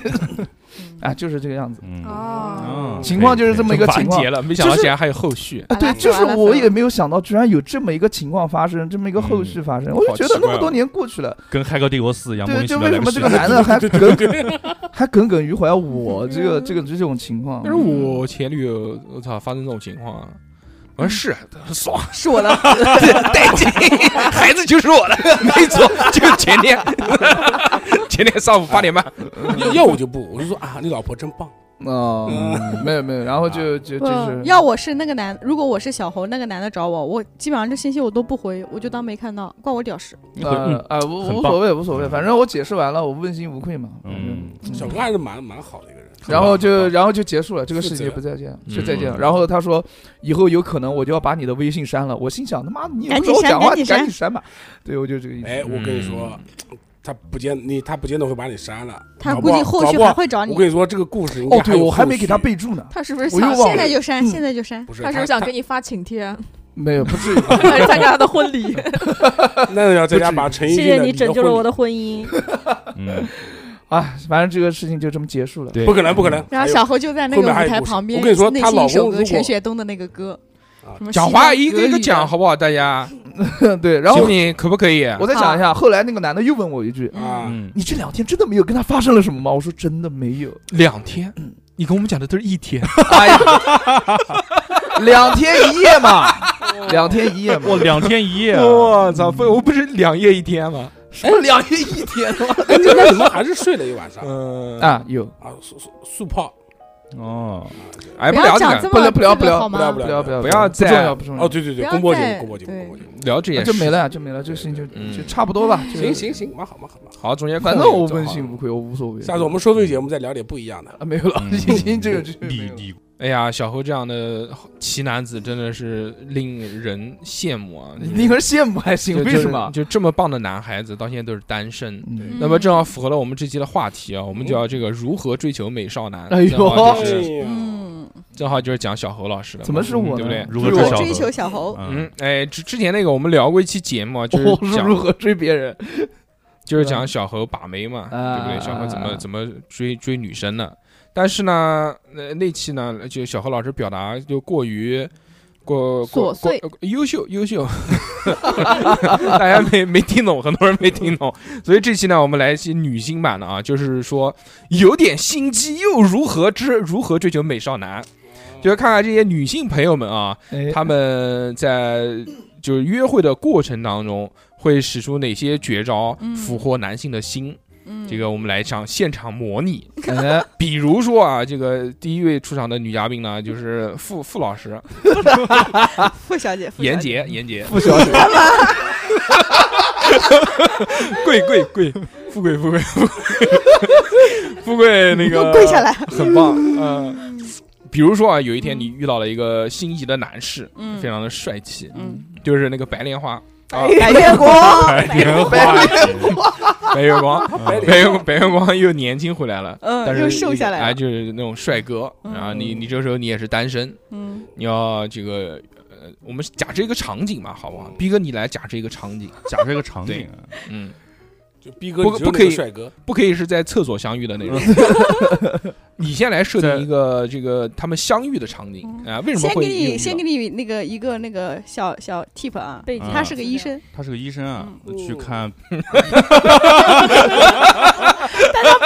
Speaker 3: 啊，就是这个样子。
Speaker 2: 嗯，
Speaker 5: 哦
Speaker 2: 嗯
Speaker 3: 情况就是这么一个
Speaker 1: 就完
Speaker 3: 情况
Speaker 1: 结了，没想到
Speaker 3: 就是
Speaker 1: 竟然还有后续。
Speaker 3: 啊，对，
Speaker 5: 完了
Speaker 3: 就是
Speaker 5: 完了
Speaker 3: 我也没有想到，居然有这么一个情况发生，这么一个后
Speaker 2: 嗯
Speaker 3: 续发生，我就觉得那么多年过去了，
Speaker 2: 跟《骇客帝国四》一啊样，莫
Speaker 3: 对，
Speaker 2: 名其
Speaker 3: 就
Speaker 2: 妙
Speaker 3: 为
Speaker 2: 来
Speaker 3: 什么
Speaker 2: 个
Speaker 3: 这
Speaker 2: 续
Speaker 3: 个
Speaker 2: 集
Speaker 3: 男的还耿耿
Speaker 2: [laughs]
Speaker 3: [laughs] 还耿耿于怀我这个这个这种情况啊
Speaker 1: 但？是我前女友，我操，发生这种情况啊，我
Speaker 3: 嗯
Speaker 1: 说是爽，
Speaker 5: 是我的，
Speaker 4: [laughs]
Speaker 1: 带劲， [laughs] 孩子就是我的， [laughs] 没错，就前天， [laughs] 前天上午八点半，
Speaker 6: 要要我就不，我就说啊，你老婆真棒，
Speaker 3: 哦，
Speaker 2: 嗯
Speaker 3: 没有没有，然后就就就是
Speaker 4: 不，要我是那个男，如果我是小猴，那个男的找我，我基本上这信息我都不回，我就当没看到，关我屌事。
Speaker 3: 呃啊，无
Speaker 2: 嗯很
Speaker 3: 无
Speaker 2: 棒
Speaker 3: 所谓无所谓，反正我解释完了，我问心无愧嘛。
Speaker 2: 嗯
Speaker 3: 嗯
Speaker 6: 小哥还是蛮蛮好的一个人，
Speaker 3: 然后就
Speaker 2: 很
Speaker 3: 然后就结束了，这个事
Speaker 6: 负
Speaker 3: 情
Speaker 6: 责
Speaker 3: 就不再见，就再见了。
Speaker 2: 嗯
Speaker 3: 然后他说，以后有可能我就要把你的微信删了。我心想，他妈你也
Speaker 7: 赶
Speaker 3: 不
Speaker 7: 紧
Speaker 3: 跟我
Speaker 7: 删
Speaker 3: 讲话，
Speaker 7: 赶
Speaker 3: 你
Speaker 7: 紧
Speaker 3: 赶
Speaker 7: 删
Speaker 3: 紧删吧。对，我就这个意思。
Speaker 6: 哎，我跟你说，
Speaker 3: 嗯
Speaker 6: 他不见你，他不见得会把你删了，
Speaker 4: 他
Speaker 6: 搞
Speaker 4: 估
Speaker 6: 啊不好
Speaker 4: 计后续
Speaker 6: 搞不好
Speaker 4: 还会找你
Speaker 6: 我。跟你说，这个故事应该
Speaker 3: 哦，对，
Speaker 6: 有
Speaker 3: 我还
Speaker 6: 后
Speaker 3: 没给他
Speaker 6: 续
Speaker 3: 备注
Speaker 7: [laughs]
Speaker 3: 呢。
Speaker 5: 他是不是
Speaker 3: 我又
Speaker 5: 想
Speaker 3: 忘
Speaker 4: 现
Speaker 3: 了
Speaker 4: 在就删，现在就删。
Speaker 6: 嗯不是
Speaker 5: 他是不是想给你发请
Speaker 6: [laughs]
Speaker 5: 帖，
Speaker 3: 没有，不至于。
Speaker 5: 来参加他的婚礼？
Speaker 6: 那要在家把陈奕
Speaker 7: 谢
Speaker 6: 迅
Speaker 7: 谢
Speaker 6: 的
Speaker 7: 你拯救了我
Speaker 6: 的
Speaker 7: 的婚姻。
Speaker 2: 嗯，
Speaker 3: 啊，反正这个事情就这么结束了。
Speaker 2: 对，
Speaker 6: 离婚，不可能，不可能。
Speaker 4: 然后小猴就在那
Speaker 6: 后
Speaker 4: 个
Speaker 6: 面还有
Speaker 4: 舞台
Speaker 6: 故事
Speaker 4: 旁边，
Speaker 6: 我跟你说
Speaker 4: 内
Speaker 6: 她
Speaker 4: 心
Speaker 6: 老
Speaker 4: 一首
Speaker 6: 公如
Speaker 4: 歌
Speaker 6: 果
Speaker 4: 陈雪东的那个歌，
Speaker 6: 啊
Speaker 4: 什么
Speaker 1: 讲
Speaker 4: 西
Speaker 1: 话
Speaker 4: 装
Speaker 1: 一个一
Speaker 4: 革
Speaker 1: 个
Speaker 4: 履
Speaker 1: 讲，
Speaker 4: 的
Speaker 1: 好不好？大家
Speaker 3: 对，然
Speaker 1: 行
Speaker 3: 后
Speaker 1: 不行？可不可以？
Speaker 3: 我再讲一下，后来那个男的又问我一句
Speaker 6: 啊，
Speaker 2: 嗯：“，
Speaker 3: 你这两天真的没有跟他发生了什么吗？”我说：“真的没有。
Speaker 1: 两天，你跟我们讲的都是一天，”
Speaker 3: 哎呀， [laughs] 两天一夜嘛，两天一夜嘛，
Speaker 2: [laughs] 哇，两天一夜
Speaker 1: [laughs]
Speaker 2: 啊，
Speaker 1: 我操！不，我不是两夜一天吗？
Speaker 3: 什么两天一天吗？
Speaker 6: 哎，你们怎么还是睡了一晚上
Speaker 1: 嗯，
Speaker 3: 啊，有
Speaker 6: 啊？速速速泡，
Speaker 2: 哦，
Speaker 1: 哎，不
Speaker 4: 不要
Speaker 1: 聊这
Speaker 4: 讲
Speaker 1: 个
Speaker 4: 这，么
Speaker 3: 不聊不
Speaker 4: 这个
Speaker 3: 聊不聊
Speaker 4: 好吗
Speaker 6: 不聊不
Speaker 3: 不要不要
Speaker 1: 不要
Speaker 3: 不重
Speaker 1: 再
Speaker 3: 要不重要
Speaker 6: 哦，对对对，
Speaker 4: 不要
Speaker 6: 宫波节
Speaker 4: 再
Speaker 6: 目，宫波节
Speaker 4: 对
Speaker 6: 目，宫波节目，
Speaker 1: 聊这
Speaker 3: 啊
Speaker 1: 件
Speaker 3: 就
Speaker 1: 事
Speaker 3: 没了呀，就没了，这个事情就
Speaker 1: 嗯
Speaker 3: 就差不多吧。就
Speaker 6: 行，行行，蛮好蛮好蛮好。
Speaker 1: 好，中间
Speaker 3: 反
Speaker 1: 空
Speaker 3: 正
Speaker 1: 了
Speaker 3: 我
Speaker 1: 就
Speaker 3: 问
Speaker 1: 好
Speaker 3: 心无愧，我无所谓。
Speaker 6: 下次我们收费节目再聊点不一样的。
Speaker 3: 啊没有了， [laughs] 已经这个这个没
Speaker 2: 李
Speaker 3: 有了
Speaker 2: 李
Speaker 1: 哎呀，小侯这样的奇男子真的是令人羡慕
Speaker 3: [laughs]
Speaker 1: 啊！
Speaker 3: 你令人羡慕还行，
Speaker 1: 就
Speaker 3: 为
Speaker 1: 就
Speaker 3: 什么？
Speaker 1: 就这么棒的男孩子，到现在都是单身。
Speaker 3: 嗯
Speaker 1: 那么正好符合了我们这期的话题啊，我们就要这个如何追求美少男。
Speaker 3: 哎呦
Speaker 1: 正好就是
Speaker 6: 呀
Speaker 4: 嗯，
Speaker 1: 正好就是讲小侯老师的嘛。
Speaker 3: 怎么是我
Speaker 1: 对
Speaker 3: 呢？
Speaker 1: 不对
Speaker 2: 如何
Speaker 3: 就
Speaker 4: 追
Speaker 3: 是我
Speaker 2: 追小猴
Speaker 4: 求小
Speaker 2: 啊
Speaker 4: 猴，
Speaker 1: 嗯，哎，之之前那个我们聊过一期节目啊，就是
Speaker 3: 我哦是
Speaker 1: 讲
Speaker 3: 如何追别人？
Speaker 1: 就是讲小何把妹嘛，
Speaker 3: 啊
Speaker 1: 对不对？小何怎
Speaker 3: 啊
Speaker 1: 么
Speaker 3: 啊
Speaker 1: 怎么追追女生呢？但是呢，呃，那期呢，就小何老师表达就过于过过
Speaker 4: 琐碎
Speaker 1: 过优秀优秀， [laughs] 大家没没听懂，很多人没听懂，所以这期呢，我们来一期女性版的啊，就是说有点心机又如何之如何追求美少
Speaker 3: 哦
Speaker 1: 男，就是看看这些女性朋友们啊，
Speaker 3: 哎
Speaker 1: 他们在就是约会的过程当中会使出哪些绝招
Speaker 4: 嗯
Speaker 1: 俘获男性的心？
Speaker 4: 嗯，
Speaker 1: 这个我们来场现场模
Speaker 4: [laughs]
Speaker 1: 拟。
Speaker 3: 哎
Speaker 1: 比如说啊，这个第一位出场的女嘉宾呢，就是傅傅老师，
Speaker 4: 傅小嗯姐，傅嗯
Speaker 1: 严
Speaker 4: 小姐，
Speaker 1: 杰，严杰，
Speaker 3: 不小姐，
Speaker 1: [laughs] 贵贵贵，富贵富贵，富贵那
Speaker 4: 给我
Speaker 1: 个
Speaker 4: [laughs] 跪下，来，
Speaker 1: 很棒，嗯。比如说啊，有一天你遇到了一个心仪的男士，
Speaker 4: 嗯
Speaker 1: 非常的帅气，
Speaker 4: 嗯，
Speaker 1: 就是那个白莲花，啊，
Speaker 4: 白月光，
Speaker 2: 白莲花节，
Speaker 1: 白月光，
Speaker 6: 白
Speaker 1: 白
Speaker 6: 脸
Speaker 1: 月白月光又年轻回来了，但
Speaker 4: 嗯，
Speaker 1: 是
Speaker 4: 又瘦下
Speaker 1: 哎，
Speaker 4: 来了，
Speaker 1: 就是那种帅哥。然后你你这时候你也是单身，
Speaker 4: 嗯，
Speaker 1: 你要这个呃，我们假设一个场景嘛，好不好？逼哥，你来假设一个场景，
Speaker 4: [laughs]
Speaker 2: 假设一个场景啊，
Speaker 1: 嗯，
Speaker 6: 就逼哥
Speaker 1: 不
Speaker 6: 你就是
Speaker 1: 不可以
Speaker 6: 那个帅哥，
Speaker 1: 不可以是在厕所相遇的那种。
Speaker 4: [laughs]
Speaker 1: 你先来设定一个这个他们相遇的场景啊，为什么
Speaker 4: 嗯先
Speaker 1: 会
Speaker 4: 给
Speaker 1: 有遇
Speaker 4: 你
Speaker 1: 到
Speaker 4: 先给你那个一个那个小小 tip 啊，
Speaker 7: 背景
Speaker 2: 啊
Speaker 4: 他是个医
Speaker 7: [laughs]
Speaker 4: 生，
Speaker 2: 他是个医生啊，
Speaker 1: 嗯
Speaker 2: 去
Speaker 1: 哦
Speaker 2: 看
Speaker 4: 不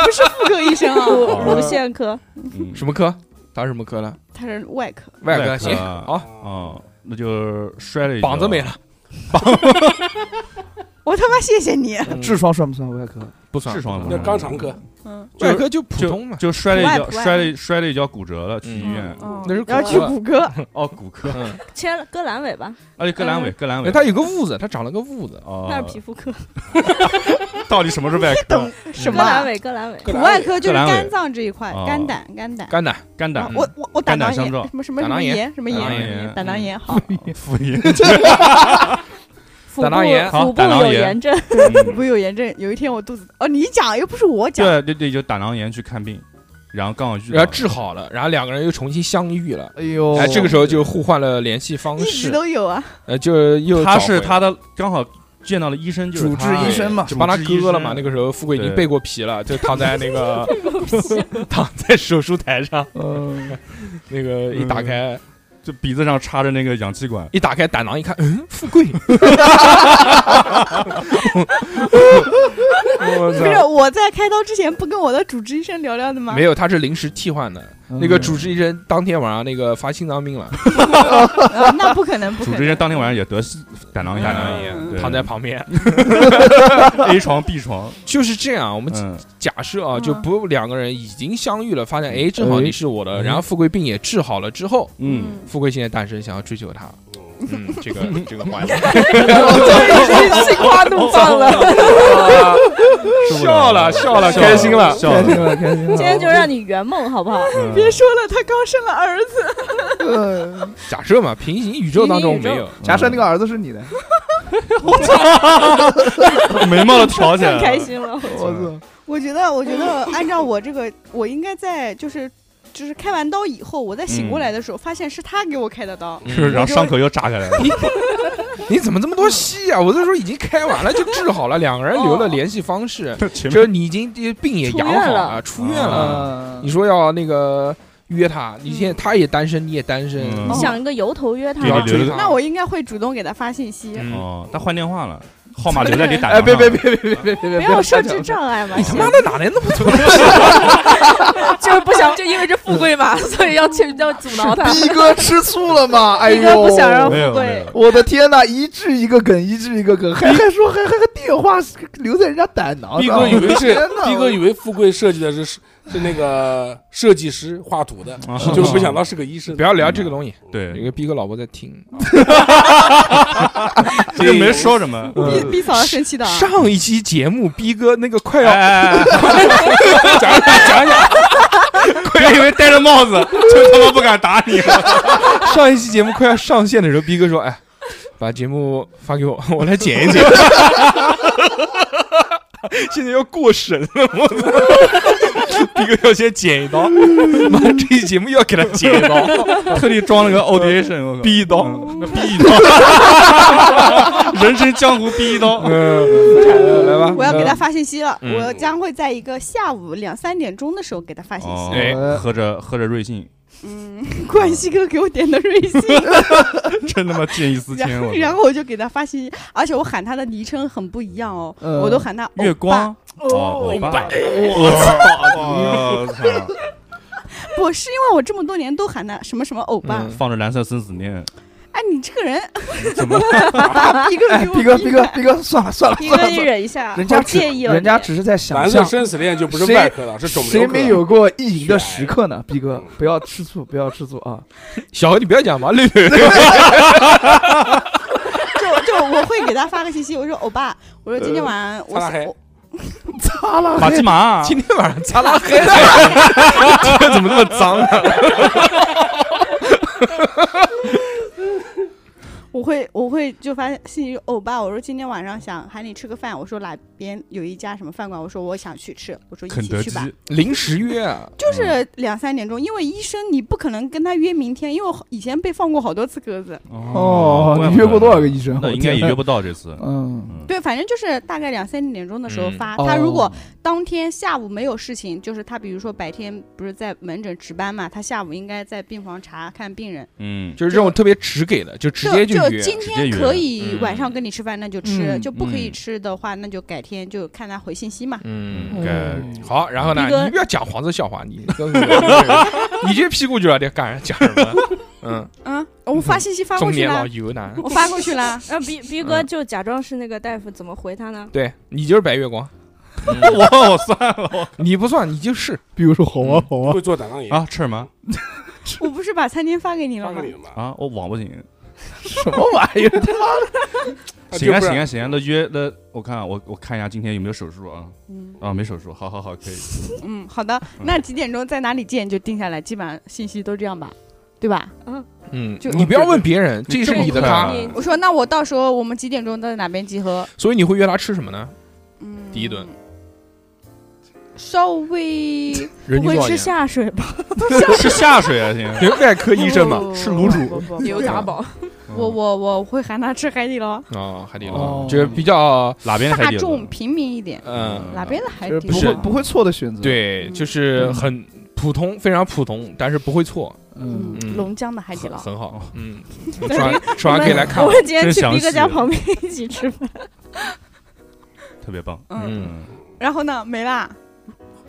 Speaker 4: 是妇科医生 [laughs] 啊，
Speaker 7: 乳
Speaker 2: 哦
Speaker 7: 乳腺科，
Speaker 2: 嗯
Speaker 1: 什么科？ [laughs] 他是什么科了？
Speaker 4: 他是外科，
Speaker 1: 外科
Speaker 2: 科
Speaker 1: 行，
Speaker 2: 啊
Speaker 1: 好，
Speaker 2: 哦，那就摔了一跤
Speaker 1: 膀子没，了，
Speaker 4: 我他妈谢谢你，
Speaker 3: 痔疮算不算外科？
Speaker 1: 不算
Speaker 2: 痔疮
Speaker 6: 那
Speaker 2: 嗯
Speaker 6: 肛肠科，
Speaker 4: 嗯，
Speaker 1: 外科就普通嘛，
Speaker 2: 就摔了一
Speaker 4: 不外不
Speaker 2: 跤，
Speaker 4: 外
Speaker 2: 摔了一摔了一跤骨折了，去医
Speaker 1: 嗯
Speaker 2: 院。
Speaker 7: 嗯
Speaker 1: 那是
Speaker 4: 哦然后去
Speaker 1: 骨
Speaker 4: 骨
Speaker 1: 科
Speaker 4: 科，
Speaker 2: 哦，骨科，
Speaker 1: 嗯，
Speaker 7: 切了割阑尾吧，
Speaker 2: 而啊且割阑尾，割阑
Speaker 1: 因
Speaker 2: 尾
Speaker 1: 为，他有个痦子，他长了个痦子，
Speaker 2: 哦，
Speaker 7: 那是皮肤科，
Speaker 2: 到底什么是外科？
Speaker 3: 嗯
Speaker 4: 什
Speaker 7: 割
Speaker 4: 么
Speaker 7: 阑
Speaker 4: 啊？
Speaker 7: 尾，割阑尾，
Speaker 6: 各
Speaker 4: 骨
Speaker 6: 种
Speaker 4: 外科就是
Speaker 2: 各阑尾
Speaker 4: 肝脏这一块
Speaker 2: 哦，
Speaker 4: 肝胆肝胆。
Speaker 1: 肝胆
Speaker 2: 肝胆
Speaker 4: 啊我我我胆囊
Speaker 2: 肝胆相
Speaker 4: 炎，
Speaker 2: 照
Speaker 4: 什么什么什
Speaker 1: 胆
Speaker 4: 么
Speaker 1: 囊炎
Speaker 4: 炎，什么
Speaker 2: 胆囊
Speaker 4: 炎，
Speaker 2: 炎嗯
Speaker 4: 胆囊炎好，
Speaker 2: 腹炎，
Speaker 7: 腹
Speaker 1: 胆囊炎
Speaker 7: 部
Speaker 2: 好
Speaker 7: 腹部
Speaker 2: 胆囊
Speaker 7: 有
Speaker 2: 炎
Speaker 7: 炎症，
Speaker 4: [laughs]
Speaker 2: 嗯
Speaker 4: 我有炎症。有一天我肚子，哦，你讲又不是我讲，
Speaker 2: 对对对，就胆囊炎去看病，然后刚好遇到
Speaker 1: 然后治好了，然后两个人又重新相遇了。
Speaker 3: 哎呦，
Speaker 1: 哎，这个时候就互换了联系方
Speaker 4: 哦一直
Speaker 1: 式，
Speaker 4: 都有啊。
Speaker 1: 呃，就又
Speaker 2: 他
Speaker 1: 找
Speaker 2: 是
Speaker 1: 回
Speaker 2: 他的刚好见到了医生，就是
Speaker 3: 主治
Speaker 2: 他
Speaker 3: 医生嘛
Speaker 1: 就帮他割了嘛。那
Speaker 2: 个
Speaker 1: 个时候富贵已经
Speaker 2: 对
Speaker 1: 背过皮了，就躺在那个躺在手术台上，
Speaker 3: 嗯，
Speaker 1: [laughs] 那个一打开
Speaker 2: 就鼻子上插着那个氧气管，
Speaker 1: 一打开胆囊一看，嗯，富贵，我
Speaker 4: 不是我在开刀之前不跟我的主治医生聊聊的吗？
Speaker 1: 没有，他是临时替换的。
Speaker 2: 嗯
Speaker 1: 那个主治医生当天晚上那个发心脏病了，
Speaker 4: 啊那不可能，不可
Speaker 2: 主
Speaker 4: 能。
Speaker 2: 治医生当天晚上也得胆囊
Speaker 1: 胆囊
Speaker 2: 炎，
Speaker 4: 炎
Speaker 2: 嗯对
Speaker 1: 躺在旁边，
Speaker 2: A 床 B [laughs] 床，
Speaker 1: 就是这样。我们
Speaker 2: [laughs] 嗯，
Speaker 1: 假设啊，就
Speaker 4: 嗯
Speaker 1: 不两个人已经相遇了，发现哎，正好
Speaker 3: 哎
Speaker 1: 你是我的，
Speaker 2: 嗯
Speaker 1: 然后富贵病也治好了之后，
Speaker 2: 嗯，
Speaker 1: 富贵现在单身，想要追求她。嗯，这个这个环节
Speaker 7: 心花
Speaker 4: [laughs]
Speaker 7: 怒放了。
Speaker 1: 笑了笑了，开心了。
Speaker 2: 笑
Speaker 3: 开
Speaker 2: 了
Speaker 3: 心了，开心了。
Speaker 7: 今天就让你圆梦好不好？
Speaker 2: 嗯
Speaker 4: 别说了，他刚生了儿子，
Speaker 3: 呃
Speaker 1: 假设嘛，平行宇宙当中没有，
Speaker 3: [laughs] 假设那个儿子是你的，
Speaker 2: [laughs] 眉毛都挑起来
Speaker 7: 太
Speaker 2: 了，
Speaker 7: 开心了，
Speaker 3: 我操，
Speaker 4: 我觉得，我觉得按照我这个，我应该在就是就是开完刀以后，我再醒过来
Speaker 2: 嗯
Speaker 4: 的时候，发现是他给我开的刀。
Speaker 2: 是，然后伤口又炸开来了，
Speaker 1: 你怎么这么多戏啊？我都说已经开完了，就治好了，两个人留了联系方式，
Speaker 2: 前
Speaker 1: 就
Speaker 2: 面
Speaker 1: 是你已经病也养好了，出院了。
Speaker 2: 啊
Speaker 3: 嗯
Speaker 1: 你说要那个约他，你现在他也单身，你也单身，
Speaker 2: 嗯
Speaker 7: 你
Speaker 5: 哦
Speaker 7: 想一个由头约他
Speaker 1: 不，要
Speaker 2: 对对
Speaker 1: 追
Speaker 2: 对
Speaker 1: 他。
Speaker 5: 那我应该会主动给他发信息，
Speaker 1: 嗯
Speaker 2: 哦，他换电话了，号码留在你打。
Speaker 3: 哎，别别别，别别别别别！
Speaker 7: 没有设置障碍嘛
Speaker 1: 你，他妈的哪来那么
Speaker 7: [laughs]
Speaker 1: 多东西？
Speaker 8: 就是不想，就因为这富贵嘛，所以要去要阻挠他。
Speaker 3: 逼哥吃醋了
Speaker 7: [laughs]
Speaker 3: 吗？哎
Speaker 7: 逼哥
Speaker 3: 呦，
Speaker 7: 不想让
Speaker 2: 没有
Speaker 7: 富贵
Speaker 2: 没有
Speaker 3: 我的天呐，一句一个
Speaker 7: [laughs]
Speaker 3: 梗，一句一个梗，还还说还还还电话留在人家胆囊上。
Speaker 6: 逼哥以为是
Speaker 3: 天呐
Speaker 6: 逼哥以为富贵设计的是是那个设计师画图的，
Speaker 2: 啊
Speaker 6: 就没想到是个医生
Speaker 1: 不。要聊这个东西，有
Speaker 2: 对，
Speaker 1: 个逼哥老婆在听。啊
Speaker 2: 这个没说什么。
Speaker 5: 逼逼嫂要生气的啊。
Speaker 1: 上一期节目逼哥那个快
Speaker 2: 哎
Speaker 1: 要
Speaker 2: 哎哎哎，
Speaker 1: [laughs] 讲一讲讲一讲，
Speaker 2: [laughs] 别以为戴着帽子就他妈不敢打你了。
Speaker 1: 上一期节目快要上线的时候，逼哥说：“哎，把节目发给我，我来剪
Speaker 2: [laughs]
Speaker 1: 一剪。” [laughs] 现在要过审了，我操！逼哥要先剪一刀，妈， [laughs] 这期节目又要 [laughs] 给他剪一刀，
Speaker 2: 特地装了个 audition，我靠
Speaker 1: 逼一刀
Speaker 2: 嗯呃逼一刀， [laughs] 人生江湖逼一刀。
Speaker 1: 嗯，来吧，
Speaker 5: 我要给他发信息了，
Speaker 1: 嗯
Speaker 5: 我将会在一个下午两三点钟的时候给他发信息。
Speaker 1: 哎
Speaker 2: 哦，喝着喝着瑞幸，
Speaker 5: 嗯，冠希哥给我点的瑞幸，
Speaker 2: 真他妈见异思
Speaker 5: 然
Speaker 2: 迁，
Speaker 5: 后
Speaker 2: 我
Speaker 5: 然
Speaker 2: 操。
Speaker 5: 后我就给他发信息，而且我喊他的昵称很不一样哦，
Speaker 3: 嗯
Speaker 5: 我都喊他欧巴
Speaker 2: 月光，哦，欧巴，我
Speaker 5: 哦
Speaker 2: 哦操，我操，
Speaker 5: 不是因为我这么多年都喊他什么什么欧巴 [laughs]
Speaker 1: 嗯，
Speaker 2: 放着蓝色生死恋，
Speaker 5: 哎，你这个人
Speaker 2: 怎么？
Speaker 5: 一个
Speaker 3: 哎，
Speaker 5: 人
Speaker 3: 逼哥逼哥逼哥，算了算了
Speaker 7: 逼
Speaker 3: 算
Speaker 7: 哥
Speaker 3: 了
Speaker 7: 你
Speaker 3: 算了，
Speaker 7: 忍一下，
Speaker 3: 人家
Speaker 7: 好
Speaker 3: 只
Speaker 7: 介意了你，
Speaker 3: 人家只是在想
Speaker 6: 蓝色
Speaker 3: 象，
Speaker 6: 生死恋就不是
Speaker 3: 谁
Speaker 6: 外科了，是肿瘤
Speaker 3: 谁
Speaker 6: 科。
Speaker 3: 没有过意淫的时刻呢？逼哥，不要吃醋，不要吃醋啊！
Speaker 1: 小何，你不要讲嘛，六六
Speaker 5: 就就我会给他发个信息，我说欧巴，我说今
Speaker 1: 呃
Speaker 5: 天晚上我想
Speaker 6: 擦黑
Speaker 5: 我
Speaker 6: 嗯
Speaker 3: 擦了
Speaker 2: 马吉玛，
Speaker 1: 今天晚上擦拉黑的，今天怎么那么脏呢？
Speaker 5: 我会我会就发信息欧巴，我说今天晚上想喊你吃个饭，我说哪边有一家什么饭馆，我说我想去吃，我说一
Speaker 2: 肯
Speaker 5: 起
Speaker 2: 德
Speaker 5: 去
Speaker 2: 基嗯
Speaker 5: 吧。，
Speaker 1: [laughs] 临时约啊，
Speaker 5: 就是两三点钟，因为医生你不可能跟他约明天，因为我以前被放过好多次鸽子。
Speaker 6: 嗯
Speaker 3: 哦，
Speaker 2: 怪不
Speaker 3: 你
Speaker 2: 得
Speaker 3: 约过多少个医生？
Speaker 2: 那
Speaker 3: 我
Speaker 2: 应该也
Speaker 3: 天
Speaker 2: 约不到这次。
Speaker 3: 嗯，
Speaker 2: 嗯，
Speaker 5: 对，反正就是大概两三点钟的时候
Speaker 1: 嗯
Speaker 5: 发。
Speaker 7: 啊
Speaker 3: 哦
Speaker 5: 他如果当天下午没有事情，就是他比如说白天不是在门诊值班嘛，他下午应该在病房查看病人。
Speaker 2: 嗯，
Speaker 1: 就是这种特别直给的，就直接
Speaker 5: 就
Speaker 1: 约。
Speaker 5: 今
Speaker 2: 直接
Speaker 5: 天
Speaker 2: 约
Speaker 5: 可以
Speaker 1: 嗯
Speaker 5: 晚上跟你吃饭，那就吃；
Speaker 3: 嗯
Speaker 5: 就不可以
Speaker 2: 嗯
Speaker 5: 吃的话，那就改天就看他回信息嘛。
Speaker 1: 嗯
Speaker 2: 嗯，该
Speaker 1: 好，然后呢
Speaker 7: 逼，哥
Speaker 1: 你不要讲黄色笑话，你 [laughs] 你这屁股就要得干讲什么？ [laughs] 嗯，
Speaker 5: 嗯，我发信息发过
Speaker 1: 中
Speaker 5: 去
Speaker 1: 年老
Speaker 5: 了，
Speaker 1: 油男，
Speaker 5: 我发过去了。
Speaker 7: 呃
Speaker 8: 然后逼逼哥就假装是那个大夫，怎么回他呢？
Speaker 1: 对你就是白月光，
Speaker 2: 我我算了
Speaker 1: 你不算，你就是
Speaker 3: 比如说好啊好
Speaker 7: [laughs]
Speaker 3: 啊，
Speaker 6: 会做胆囊炎
Speaker 2: 我，啊，吃什么
Speaker 5: 我不是把餐厅发给你了
Speaker 6: 发
Speaker 5: 吗
Speaker 6: 给？你了吗？
Speaker 2: 啊？我网不行，
Speaker 3: 什么玩意儿？
Speaker 6: 啊
Speaker 2: 行啊
Speaker 6: 就不
Speaker 2: 行
Speaker 6: 然
Speaker 2: 啊行啊，那约那我看啊，我我看一下今天有没有手术啊？
Speaker 5: 嗯
Speaker 2: 啊，没手术，好好好，可以。
Speaker 5: 嗯，好的。那几点钟在哪里见就定下来，基本上信息都这样吧，对吧？
Speaker 1: 嗯
Speaker 5: 就，
Speaker 1: 你不要问别人，这是你的
Speaker 2: 这么快
Speaker 1: 咖
Speaker 2: 啊，
Speaker 8: 你
Speaker 5: 我说那我到时候我们几点钟在哪边集合？
Speaker 1: 所以你会约他吃什么呢？
Speaker 5: 嗯，
Speaker 1: 第一顿
Speaker 5: 稍微
Speaker 1: 人
Speaker 7: 不
Speaker 1: 均
Speaker 7: 会
Speaker 1: 多少
Speaker 7: 吃
Speaker 1: 钱？
Speaker 7: 下水吧？
Speaker 2: 吃下水啊，行。
Speaker 1: 人外科医生嘛，
Speaker 8: 吃卤煮，不不
Speaker 5: 牛
Speaker 8: 牛
Speaker 5: 杂
Speaker 8: 杂煲，
Speaker 5: 我我我会喊他吃海底捞，
Speaker 1: 啊，海底
Speaker 3: 哦
Speaker 1: 捞就是比较
Speaker 2: 嗯哪边的海
Speaker 5: 大
Speaker 2: 底捞
Speaker 5: 众平民一点，
Speaker 1: 嗯，
Speaker 5: 哪边的海
Speaker 3: 就是
Speaker 5: 底
Speaker 3: 不
Speaker 1: 是
Speaker 3: 会
Speaker 5: 捞？
Speaker 3: 不会错的选择。，
Speaker 1: 对，就是很普通，非常普通，但是不会错，
Speaker 3: 嗯，
Speaker 1: 嗯
Speaker 5: 龙江的海底
Speaker 1: 很
Speaker 5: 捞。
Speaker 1: 很好，嗯，吃完 [laughs] 吃完可以来看
Speaker 7: 我
Speaker 1: 我，
Speaker 7: 们今天
Speaker 2: 真
Speaker 7: 去
Speaker 2: 详
Speaker 7: 逼哥
Speaker 2: 细
Speaker 7: 家旁边一起吃饭，
Speaker 2: 特别棒。
Speaker 5: 嗯，
Speaker 1: 嗯，
Speaker 2: 嗯，
Speaker 5: 然后呢？没啦。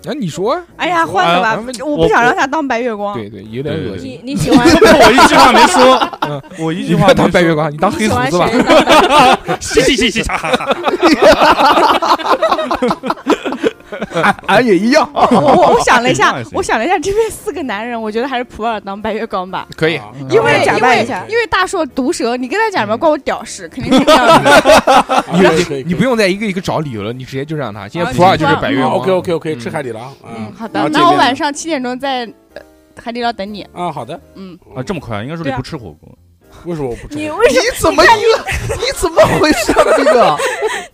Speaker 1: 那你说啊，
Speaker 5: 哎呀，换个吧
Speaker 1: 我啊，
Speaker 5: 我不想让他当白月光。
Speaker 1: 对对，有点
Speaker 2: 对对
Speaker 1: 恶
Speaker 2: 对
Speaker 1: 心
Speaker 7: 你。你喜欢
Speaker 2: 我一句话没说，嗯我一
Speaker 1: 你
Speaker 2: 句
Speaker 1: 不要
Speaker 2: 话没
Speaker 1: 当
Speaker 2: 说
Speaker 1: 白月。光，你当黑
Speaker 7: 你喜
Speaker 1: 胡
Speaker 7: 欢
Speaker 1: 子
Speaker 7: 谁
Speaker 1: 吧。
Speaker 7: 呢？ [laughs]
Speaker 2: 嘻嘻嘻嘻，哈哈哈。
Speaker 3: 俺俺也一样。
Speaker 5: 我我我想了一
Speaker 2: 那
Speaker 5: 下
Speaker 2: 也，行
Speaker 5: 我想了一下，这边四个男人，我觉得还是普洱当白月光吧。
Speaker 1: 可以，
Speaker 6: 啊
Speaker 3: 嗯
Speaker 5: 因为
Speaker 7: 假
Speaker 5: 因
Speaker 7: 扮
Speaker 5: 为
Speaker 7: 一下
Speaker 5: 因为大硕毒舌，你跟他讲什么关我屌事，肯定是这样的。
Speaker 6: 啊
Speaker 1: 你
Speaker 6: 可以可以
Speaker 1: 你不用再一个一个找理由了，你直接就让他。今
Speaker 5: 啊
Speaker 1: 天普洱
Speaker 5: 你
Speaker 1: 就是
Speaker 5: 不
Speaker 1: 白
Speaker 5: 要
Speaker 1: 月
Speaker 6: 啊
Speaker 1: 光。
Speaker 6: ，OK OK OK，
Speaker 1: 嗯
Speaker 6: 吃海底捞啊
Speaker 5: 嗯，好的，
Speaker 6: 然后
Speaker 5: 那
Speaker 6: 见
Speaker 5: 我
Speaker 6: 面
Speaker 5: 晚上七点钟在呃海底捞等你。
Speaker 6: 啊，好的，
Speaker 5: 嗯，
Speaker 2: 啊，这么快？应该说你不吃火锅，
Speaker 6: 为什么我不
Speaker 7: 你
Speaker 6: 吃？
Speaker 7: 为什
Speaker 3: 你怎么一个？你怎么回事啊，逼哥？
Speaker 7: 么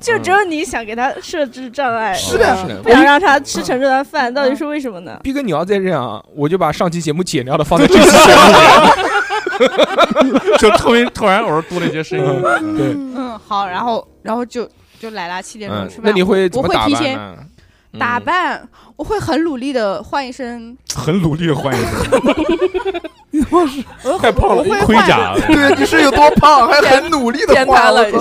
Speaker 7: 就只有你想给他设置障碍？
Speaker 1: 嗯
Speaker 3: 是的
Speaker 1: 是的
Speaker 7: 不。想让他吃成这顿饭，到底是为什
Speaker 1: [laughs]
Speaker 7: 么呢？
Speaker 1: 逼哥，你要再这样，我就把上期节目剪掉的放在这期节目里。
Speaker 2: 就突然突然偶尔多了一些声音。
Speaker 1: 对，
Speaker 5: 嗯，好，然后然后就就来啦，七点钟
Speaker 1: 嗯
Speaker 5: 吃，
Speaker 1: 那
Speaker 5: 饭
Speaker 1: 你。会怎
Speaker 5: 我
Speaker 1: 么
Speaker 5: 会
Speaker 1: 打
Speaker 5: 提
Speaker 1: 扮
Speaker 5: 前
Speaker 1: 呢？嗯
Speaker 5: 打扮，我会很努力的换一身，
Speaker 2: 很努力的换一身
Speaker 5: 我会
Speaker 6: 太胖了
Speaker 5: 我会
Speaker 2: 盔
Speaker 5: 换，
Speaker 2: 甲，啊
Speaker 3: 对，你是有多胖，还很努力的
Speaker 9: 偏
Speaker 3: 画
Speaker 9: 袒了，
Speaker 3: 我操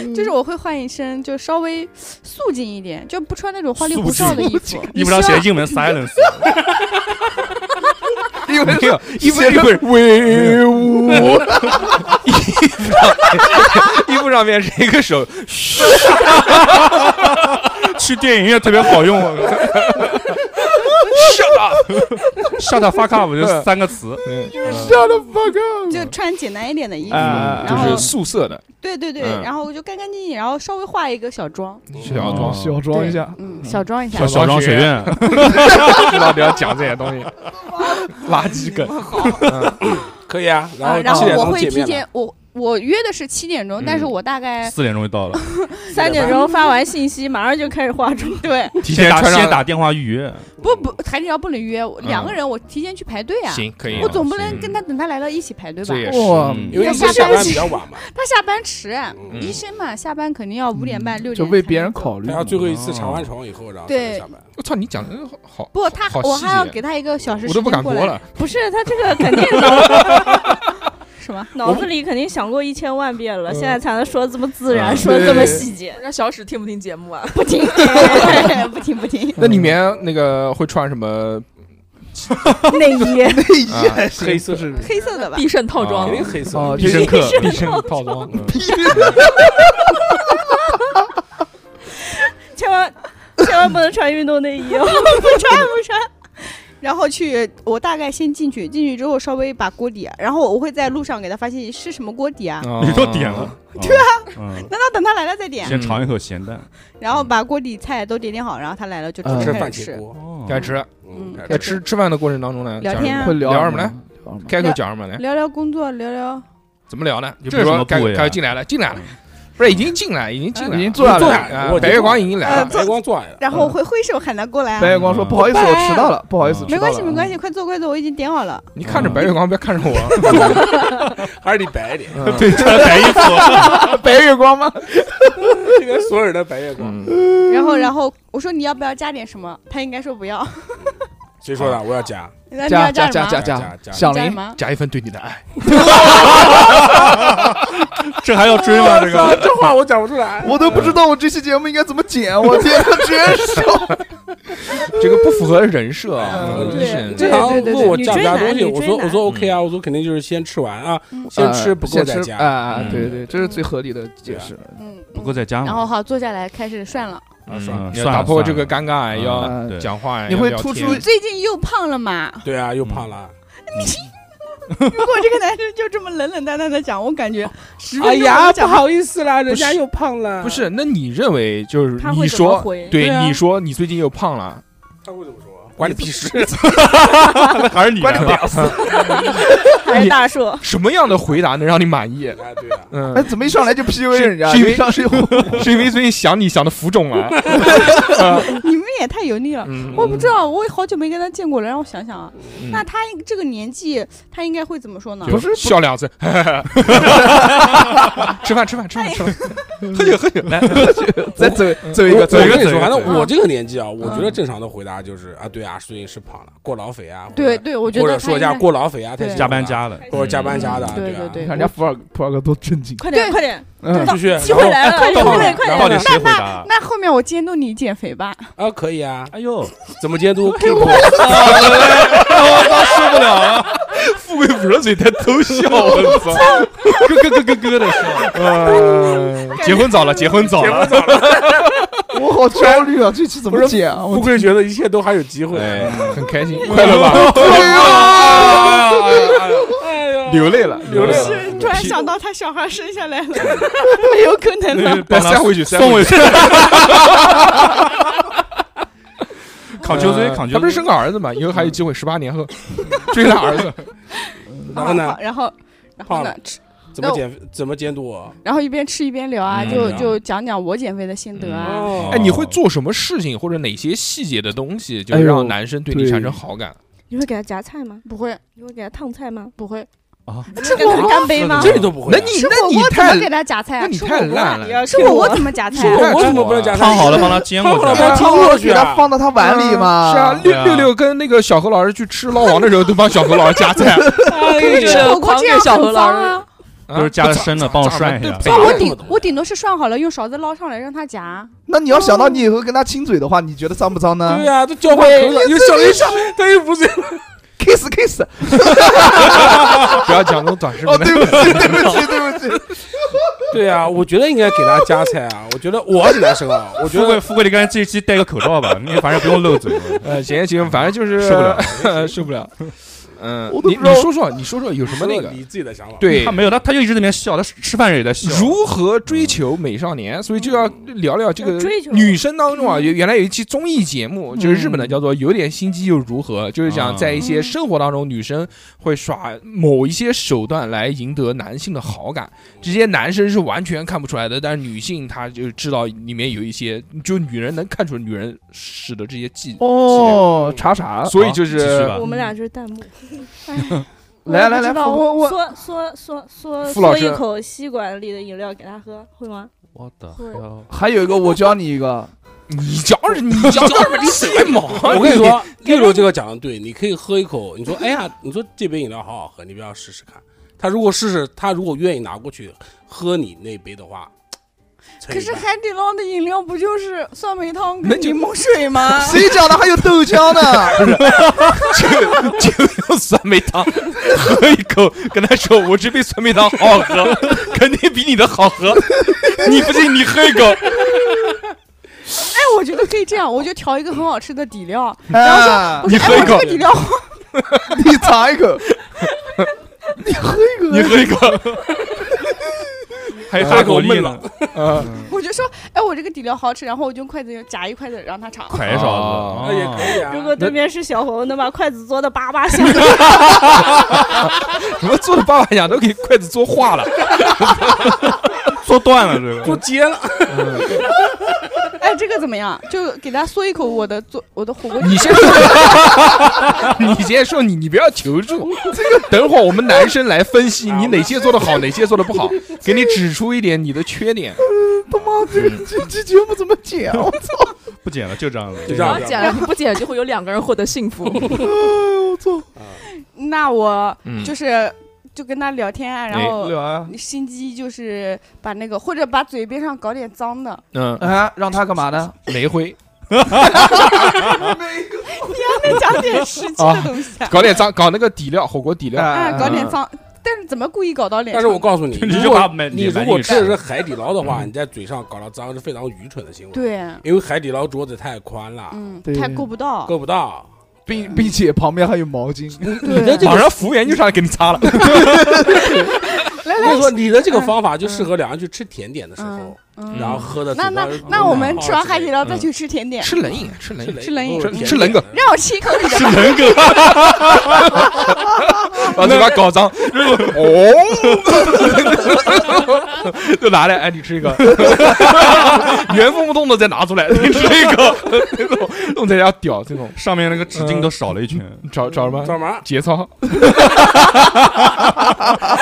Speaker 3: 嗯
Speaker 5: 就是我会换一身就稍微素净一点，就不穿那种花里
Speaker 2: 素
Speaker 5: 胡哨的
Speaker 2: 净
Speaker 5: 衣服。
Speaker 2: 衣服上写英文 silence，
Speaker 3: 因 [laughs] 为
Speaker 2: 没 [laughs] 有，衣服
Speaker 3: 写
Speaker 2: 上
Speaker 3: 着威武，
Speaker 1: 衣服上面是一个手，
Speaker 2: 去电影院特别好用啊，shut up，shut up fuck up 就三个词，
Speaker 5: 就穿简单一点的衣服，
Speaker 3: 啊
Speaker 1: 嗯就
Speaker 5: 然
Speaker 1: 是
Speaker 5: 后
Speaker 1: 素色的
Speaker 5: 对对对，
Speaker 2: 嗯
Speaker 5: 然后我就干干净净，然后稍微化一个小妆，
Speaker 1: 小装。
Speaker 3: 小装一下，
Speaker 5: 嗯，
Speaker 7: 小装一下
Speaker 2: 小，小庄学院，
Speaker 1: 不知道你要讲这些东
Speaker 5: [laughs]
Speaker 1: 西，垃圾梗。
Speaker 6: 可以啊。
Speaker 5: 啊，
Speaker 6: 然
Speaker 5: 然
Speaker 6: 后
Speaker 5: 后
Speaker 6: 七点
Speaker 5: 我
Speaker 6: 钟
Speaker 5: 会
Speaker 6: 见
Speaker 5: 提
Speaker 6: 面了。
Speaker 5: 前我。我约的是七点钟，但是
Speaker 1: 嗯
Speaker 5: 我大概
Speaker 2: 四点钟就到了，
Speaker 7: 三点钟发完信息，马上就开始化妆。
Speaker 5: [laughs] 对
Speaker 2: 提前打
Speaker 1: 先穿上
Speaker 2: 先打电话预约，
Speaker 5: 不不，还是要不能约，我
Speaker 1: 嗯
Speaker 5: 两个人我提前去排队啊。
Speaker 1: 行，可以
Speaker 5: 我
Speaker 1: 了。
Speaker 5: 总不能
Speaker 1: 行
Speaker 5: 跟他等他来了一起排队吧
Speaker 1: 这？也是，
Speaker 3: 哇
Speaker 2: 嗯
Speaker 6: 因为
Speaker 5: 要
Speaker 6: 医
Speaker 5: 下
Speaker 6: 生下
Speaker 5: 班
Speaker 6: 班
Speaker 5: 去
Speaker 6: 比较晚嘛，
Speaker 5: 他下班迟，
Speaker 6: 嗯
Speaker 5: 医生嘛，下班肯定要五点半六
Speaker 3: 就
Speaker 5: 点。
Speaker 3: 为别人。考虑
Speaker 6: 然。后最后一次查完床以后，然后才能下班。
Speaker 1: 我操，你讲的好，
Speaker 5: 不，他
Speaker 1: 好
Speaker 5: 我
Speaker 1: 细
Speaker 5: 还要
Speaker 1: 节
Speaker 5: 给他一个小时
Speaker 1: 我都
Speaker 5: 时间
Speaker 1: 不敢播
Speaker 5: 过来。
Speaker 1: 了。
Speaker 7: 不是他这个肯定
Speaker 5: 什么？
Speaker 7: 脑子里肯定想过一千万遍了，
Speaker 1: 嗯
Speaker 7: 现在才能说得这么自然，
Speaker 2: 嗯
Speaker 7: 说得这么细节。
Speaker 9: 人家小史听不听节目啊？
Speaker 5: 不听， [laughs] 哎不听，不听。
Speaker 1: 那里面那个会穿什么？
Speaker 7: 内
Speaker 5: [laughs]
Speaker 7: 衣
Speaker 1: 啊
Speaker 6: 黑色是
Speaker 5: 黑色的吧？
Speaker 9: 必胜套装
Speaker 6: 肯，定黑色
Speaker 3: 哦
Speaker 6: 的，
Speaker 1: 必
Speaker 2: 必
Speaker 1: 胜
Speaker 2: 胜客，
Speaker 1: 必胜套装，嗯
Speaker 7: 千万 [laughs] 千万不能穿运动内衣哦。
Speaker 5: 然后去，我大概先进去，进去之后稍微把锅底，然后我会在路上给他发信息是什么锅底啊？
Speaker 1: 你
Speaker 2: 你都点
Speaker 1: 哦
Speaker 2: 了，，
Speaker 5: 对
Speaker 2: 啊，嗯，
Speaker 5: 难道等他来了再点？
Speaker 2: 先尝一口咸蛋，
Speaker 5: [laughs] 然后把锅底菜都点点好，然后他来了就
Speaker 3: 嗯
Speaker 6: 吃
Speaker 5: 开始
Speaker 6: 番
Speaker 5: 吃
Speaker 6: 茄。锅，
Speaker 2: 哦
Speaker 1: 该吃了。
Speaker 6: 嗯，
Speaker 1: 在
Speaker 6: 该吃
Speaker 1: 吃吃饭的过程当中呢，
Speaker 5: 聊
Speaker 1: 讲什
Speaker 5: 天
Speaker 1: 么
Speaker 5: 啊
Speaker 3: 会聊
Speaker 1: 聊什
Speaker 3: 什
Speaker 1: 么呢？
Speaker 3: 嗯聊什么？
Speaker 1: 开口讲什么呢？
Speaker 5: 聊聊工作，聊
Speaker 1: 嗯
Speaker 5: 聊
Speaker 1: 怎么聊呢？就比
Speaker 2: 这
Speaker 1: 如
Speaker 2: 是什
Speaker 1: 说
Speaker 2: 么
Speaker 1: 该
Speaker 2: 部位啊
Speaker 1: 该进来了，进来了，不是已经进来，嗯已经进来了，
Speaker 3: 已经坐下来了
Speaker 1: 啊
Speaker 6: 我
Speaker 1: 白月光已经来
Speaker 5: 呃
Speaker 1: 了，
Speaker 6: 白光做来
Speaker 5: [laughs]
Speaker 6: 了，
Speaker 5: 然后我会挥手喊他过来
Speaker 3: 白
Speaker 5: 啊。
Speaker 3: 月光说：“不好意思，我迟到了，不好意思，
Speaker 5: 没关系，没关 [laughs]
Speaker 3: 系。
Speaker 1: 嗯
Speaker 5: 系，快坐，快坐，我已经点好了。
Speaker 1: 你看着白月光，不要看着 [laughs] 我。
Speaker 6: 还是得白一点，
Speaker 1: 嗯
Speaker 2: 对，穿白衣服，
Speaker 3: [laughs] 白月光吗？
Speaker 6: 这边所有人的白月光。
Speaker 1: 嗯
Speaker 5: 然后，然后我说你要不要加点什么？他应该说不要。 [laughs]
Speaker 6: 谁说的？我要加
Speaker 5: 那你
Speaker 3: 加
Speaker 5: 要
Speaker 3: 加
Speaker 5: 什
Speaker 3: 加
Speaker 5: 么？
Speaker 3: 加
Speaker 6: 加加
Speaker 3: 响
Speaker 5: 加什
Speaker 3: 铃，
Speaker 5: 么？
Speaker 1: 加一份对你的爱，
Speaker 2: 这还要追 [laughs] 吗？这个
Speaker 6: 这话我讲不出来。
Speaker 3: 我都不知道我这期节目应该怎么剪，我天，真是
Speaker 1: 这个不符合人设啊
Speaker 3: 嗯！
Speaker 1: 我真
Speaker 7: 对
Speaker 1: 是
Speaker 6: 正常问我
Speaker 7: 对对对
Speaker 6: 加不加东西，我说
Speaker 7: 女追男女追男
Speaker 6: 我说 OK 啊，我说肯定就是先吃完啊，
Speaker 5: 嗯
Speaker 6: 先吃不够
Speaker 3: 呃先
Speaker 6: 再
Speaker 3: 吃
Speaker 6: 加。
Speaker 3: 啊，
Speaker 1: 嗯
Speaker 3: 对对，这是最合理的解释。
Speaker 5: 嗯，
Speaker 2: 不够再加
Speaker 5: 然后
Speaker 2: 吗？
Speaker 5: 好，坐下来开始涮了。
Speaker 1: 嗯
Speaker 2: 算了
Speaker 1: 你要
Speaker 2: 算了
Speaker 1: 打破
Speaker 2: 算了
Speaker 1: 这个尴尬，要
Speaker 3: 嗯
Speaker 2: 对
Speaker 1: 讲话，
Speaker 3: 你
Speaker 1: 要
Speaker 3: 会
Speaker 1: 哎聊
Speaker 3: 突
Speaker 1: 天
Speaker 3: 出
Speaker 5: 最近又胖了
Speaker 6: [laughs]
Speaker 5: 嘛？
Speaker 6: 对啊，又胖了。
Speaker 5: 如果这个男生就这么冷冷淡淡的讲，我感觉十
Speaker 6: 哎
Speaker 5: 分钟
Speaker 6: 呀，
Speaker 5: 都
Speaker 6: 不
Speaker 5: 讲
Speaker 6: 好意思啦，人
Speaker 1: 人家
Speaker 6: 家又胖了。
Speaker 1: 不，是？那你认为就是
Speaker 7: 他
Speaker 1: 你
Speaker 7: 会怎么
Speaker 1: 说
Speaker 7: 回？
Speaker 1: 对
Speaker 6: 对啊
Speaker 1: 你说你最近又胖了，
Speaker 6: 他会怎么说？管你屁事！ [laughs]
Speaker 2: 还是你
Speaker 3: 关你
Speaker 2: 来吧
Speaker 7: 还是大硕，
Speaker 1: 什么样的回答能让你满
Speaker 7: [laughs]
Speaker 1: 意？
Speaker 6: 啊，对啊，
Speaker 1: 嗯
Speaker 3: 哎，，怎么一上来就 PUA
Speaker 1: 是
Speaker 3: 人家？
Speaker 1: 是因为
Speaker 3: 一上是
Speaker 1: 哎是因为最近想你想的浮肿了。
Speaker 7: [laughs]
Speaker 5: 你们也太油腻了。
Speaker 1: 嗯
Speaker 5: 我不知道，我也好久没跟他见过了。让我想想啊，
Speaker 1: 嗯
Speaker 5: 那他这个年纪，他应该会怎么说呢？
Speaker 1: 就笑两声， [laughs] 吃饭吃饭吃饭吃饭，喝 [laughs] 酒喝酒来，
Speaker 3: 再走走一
Speaker 6: 我
Speaker 3: 个，走
Speaker 6: 我
Speaker 3: 一
Speaker 6: 跟
Speaker 3: 个
Speaker 6: 你说，反
Speaker 1: 走一个
Speaker 6: 正我这个年纪啊，我觉得正常的回答就是啊，对啊，最近是胖了，过劳肥啊，或者
Speaker 5: 对对，我觉
Speaker 6: 或
Speaker 5: 得
Speaker 6: 者
Speaker 5: 他
Speaker 6: 说一下
Speaker 5: 应该
Speaker 6: 过劳肥啊，太辛苦
Speaker 2: 加班
Speaker 6: 了，
Speaker 2: 加的，
Speaker 6: 或者加班加的，
Speaker 5: 嗯对
Speaker 6: 啊
Speaker 5: 对
Speaker 3: 你
Speaker 5: 对
Speaker 3: 看人家普尔普尔哥多正经，
Speaker 7: 快点
Speaker 5: 对
Speaker 7: 快点，
Speaker 3: 嗯，
Speaker 6: 继续，
Speaker 7: 机
Speaker 6: 然
Speaker 7: 会
Speaker 6: 后
Speaker 7: 来了，快
Speaker 6: 到
Speaker 7: 点快
Speaker 6: 底
Speaker 7: 点快
Speaker 6: 然
Speaker 2: 到
Speaker 6: 后
Speaker 7: 点！
Speaker 2: 底谁回答？啊
Speaker 5: 那后面我监督你减肥吧。
Speaker 6: 啊，可以啊，
Speaker 2: 哎呦，
Speaker 6: 怎么监督？
Speaker 2: 受不了啊！
Speaker 1: 富贵捂着嘴在偷笑，我操，咯咯咯咯咯的笑。结婚早了，结婚早了，
Speaker 3: 我好焦虑啊，这期怎么剪啊？
Speaker 6: 富
Speaker 3: 我
Speaker 6: 贵觉得一切都还有机会。啊
Speaker 1: 哎，很开心，快乐吧？流泪了，
Speaker 6: 流泪了
Speaker 5: 是 [laughs] 突然想到他小孩生下来了， [laughs] 没有可能了。
Speaker 1: 把塞回去，塞
Speaker 2: 送回
Speaker 1: 去。
Speaker 2: 去。扛秋追，扛秋
Speaker 1: 他不是生个儿子嘛？以后还有机会，十八年后追他儿子。
Speaker 6: 然后呢
Speaker 5: 好？然后，然后
Speaker 6: 胖
Speaker 5: 呢
Speaker 6: 了？
Speaker 5: 吃
Speaker 6: 怎么监怎么监督我？
Speaker 5: 然后一边吃一边聊啊，
Speaker 1: 嗯
Speaker 5: 就
Speaker 6: 嗯
Speaker 5: 就讲讲我减肥的心得啊。
Speaker 6: 哦
Speaker 1: 哎，你会做什么事情或者哪些细节的东西，就
Speaker 3: 哎
Speaker 1: 是
Speaker 3: 呦
Speaker 1: 让男生对你
Speaker 3: 对
Speaker 1: 产生好感？
Speaker 7: 你会给他夹菜吗？
Speaker 5: 不会，
Speaker 7: 你会给他烫菜吗？
Speaker 5: 不会，
Speaker 2: 啊，
Speaker 7: 吃火锅干杯吗？
Speaker 6: 这都不会
Speaker 1: 那
Speaker 6: 啊。
Speaker 1: 你
Speaker 5: 吃
Speaker 1: 那
Speaker 5: 火
Speaker 1: 你
Speaker 5: 锅怎么
Speaker 1: 太
Speaker 5: 给他夹菜
Speaker 1: 那
Speaker 5: 啊？
Speaker 1: 你
Speaker 5: 吃
Speaker 1: 太
Speaker 5: 火锅
Speaker 1: 烂
Speaker 5: 啊
Speaker 1: 了
Speaker 6: 你要
Speaker 7: 吃火锅怎么夹菜
Speaker 6: 吃
Speaker 7: 啊？
Speaker 6: 火锅怎么不能加菜？
Speaker 2: 烫好了帮他煎过
Speaker 6: 烫好了帮
Speaker 2: 去
Speaker 6: 他
Speaker 3: 然
Speaker 6: 煎
Speaker 3: 后
Speaker 6: 过
Speaker 3: 我
Speaker 6: 去
Speaker 3: 给它
Speaker 6: 啊。
Speaker 3: 放到他碗里嘛。
Speaker 1: 是啊，
Speaker 2: 对
Speaker 1: 六
Speaker 2: 啊
Speaker 1: 六六跟那个小何老师去吃捞王的时候，都帮小何老师夹菜，
Speaker 7: 吃火锅这样很脏啊！
Speaker 1: 啊
Speaker 2: 都是夹的生的帮我涮一下
Speaker 1: 不咋
Speaker 4: 那
Speaker 1: 咋
Speaker 4: 我
Speaker 1: 咋
Speaker 4: 顶我顶多是涮好了，用勺子捞上来让他夹。
Speaker 3: 那你要想到你以后跟他亲嘴的话，你觉得脏不脏呢
Speaker 6: 对啊呀，都交换口水，有小人吃，他又不是
Speaker 3: ？kiss kiss。
Speaker 1: 不要讲这种短视频
Speaker 3: 哦，
Speaker 1: 了。
Speaker 3: 对不起，对不起，对不起。
Speaker 6: 对呀，我觉得应该给他加菜啊。我觉得我很难受啊，我觉
Speaker 2: 富
Speaker 6: 得
Speaker 2: 贵，富贵，你干脆这一期戴个口罩吧，你反正不用露嘴了，
Speaker 1: 呃，行行，反正就是
Speaker 2: 受不了。
Speaker 1: 受不了。嗯
Speaker 3: 我，都
Speaker 1: 你
Speaker 3: 不知道
Speaker 1: 你说说，你说说有什么那个？
Speaker 6: 你自己的想法。
Speaker 1: 对
Speaker 2: 他，没有，他他就一直在那边笑，他吃饭时候也在笑。嗯
Speaker 1: 如何追求美少年？所以就要聊聊这个
Speaker 7: 追求
Speaker 1: 女生当中啊，有原来有一期综艺节目，就是日本的，
Speaker 3: 嗯
Speaker 1: 叫做《有点心机又如何》，就是讲
Speaker 2: 啊
Speaker 1: 在一些生活当中，女生会耍某一些手段来赢得男性的好感，这些男生是完全看不出来的，但是女性她就知道里面有一些，就女人能看出女人使的这些技，
Speaker 3: 哦，查查。
Speaker 1: 所以就
Speaker 2: 继续
Speaker 1: 是
Speaker 2: 吧
Speaker 7: 我们俩就是弹幕。
Speaker 3: 嗯来来来，
Speaker 7: 知道
Speaker 3: 富
Speaker 7: 我我缩缩缩缩
Speaker 1: 傅老
Speaker 7: 缩
Speaker 1: 师
Speaker 7: 一口吸管里的饮料给他喝，会吗？
Speaker 2: 我的
Speaker 7: 会
Speaker 3: 还有一个，我教你一个，
Speaker 1: 你讲什你讲什
Speaker 2: [laughs]
Speaker 1: 么？你什么？
Speaker 6: 我跟你，说，六六这个讲的对，你可以喝一口，你说哎呀，你说这杯饮料好好喝，你不要试试看。他如果试试，他如果愿意拿过去喝你那杯的话，
Speaker 5: 可是
Speaker 6: 撑一下
Speaker 5: 海底捞的饮料不就是酸梅汤
Speaker 1: 那
Speaker 5: 跟
Speaker 1: 就
Speaker 5: 柠檬水吗？
Speaker 3: [laughs] 谁讲的还有豆浆呢？
Speaker 2: 用酸梅汤喝一口，跟他说我这杯酸梅汤好好喝，肯定比你的好喝。你不信你喝一口，
Speaker 5: 哎，我觉得可以这样，我就调一个很好吃的底料，哎
Speaker 3: 啊，
Speaker 2: 你喝一口
Speaker 5: 这，个底料
Speaker 3: [laughs] 你尝一口。
Speaker 2: 你喝一口，还有哈口力呢，
Speaker 1: 呃，
Speaker 5: [laughs] 我就说，哎，我这个底料好吃，然后我就用筷子夹一筷子让他尝。
Speaker 2: 快
Speaker 1: 啊
Speaker 2: 勺
Speaker 6: 那
Speaker 2: 子
Speaker 6: 也可以啊。
Speaker 5: 哦
Speaker 7: 如果对面是小红，能把筷子嘬的叭叭
Speaker 10: [laughs]
Speaker 7: 响，
Speaker 1: 我做的爸爸讲都给筷子做化了。
Speaker 2: 做断了这
Speaker 6: 不
Speaker 2: 个。
Speaker 6: 接了，
Speaker 5: [laughs] 哎，这个怎么样？就给他嗦一口我的做我的火锅底
Speaker 1: 你
Speaker 5: 料。
Speaker 1: 先说， [laughs] 你先说你，你不要求助。这个等会儿我们男生来分析你哪些做的好，哪些做的不 [laughs] 好，给你指出一点你的缺点。
Speaker 3: 他妈，这个这这节目怎么剪？我操！
Speaker 2: 不剪了，就这样子。
Speaker 6: 就这
Speaker 10: 然
Speaker 6: 样
Speaker 10: 后剪了不剪就会有两个人获得幸福。
Speaker 3: 我操！
Speaker 5: 那我
Speaker 1: 嗯哎
Speaker 5: 就是就跟他聊天啊，然后
Speaker 3: 聊啊
Speaker 5: 心机就是把那个或者把嘴边上搞点脏的，
Speaker 1: 嗯，
Speaker 3: 啊，让他干嘛呢？
Speaker 1: 煤灰，
Speaker 5: 再讲点实际的东西啊， [laughs]
Speaker 1: 搞点脏，搞那个底料，火锅底料。
Speaker 3: 啊
Speaker 5: 哎，搞点
Speaker 1: 嗯
Speaker 5: 脏。但是怎么故意搞到脸上？
Speaker 6: 但是我告诉你，
Speaker 2: 你
Speaker 6: 如
Speaker 2: 就把
Speaker 6: 果
Speaker 2: 美
Speaker 6: 你
Speaker 2: 美
Speaker 6: 如
Speaker 2: 男
Speaker 6: 果
Speaker 2: 女
Speaker 6: 吃的是
Speaker 2: 吃，
Speaker 6: 海底捞的话，你在嘴上搞到脏是非常愚蠢的行为，
Speaker 5: 对，
Speaker 6: 因为海底捞桌子太宽了，
Speaker 5: 嗯
Speaker 3: 对，
Speaker 5: 太够不到。
Speaker 6: 够不到。
Speaker 3: 并并且旁边还有毛巾。
Speaker 6: 你的这
Speaker 1: 马
Speaker 6: 个，
Speaker 1: 上服务员就上来给你擦了。
Speaker 5: 来来
Speaker 6: 我跟你，说，你的这个方法就适合两人去吃甜点的时候，
Speaker 5: 嗯
Speaker 6: 然后喝的。
Speaker 5: 那那那我
Speaker 6: 哦
Speaker 5: 们吃完海底捞再去吃甜点，
Speaker 1: 吃冷饮，吃冷饮。
Speaker 6: 吃
Speaker 5: 吃冷饮
Speaker 6: 不是甜
Speaker 1: 吃冷
Speaker 6: 点
Speaker 1: 梗
Speaker 5: 让我吃一口你的吧。
Speaker 1: 把嘴巴搞脏， [laughs] 哦， [laughs] 就拿来，哎，你吃一 [laughs] 个，原封不动的再拿出来，你吃一个， [laughs] 这种这种才叫屌，这种
Speaker 2: 上面那个纸巾都少了一圈。
Speaker 6: 嗯
Speaker 1: 找找什么？
Speaker 6: 干嘛？
Speaker 1: 节操，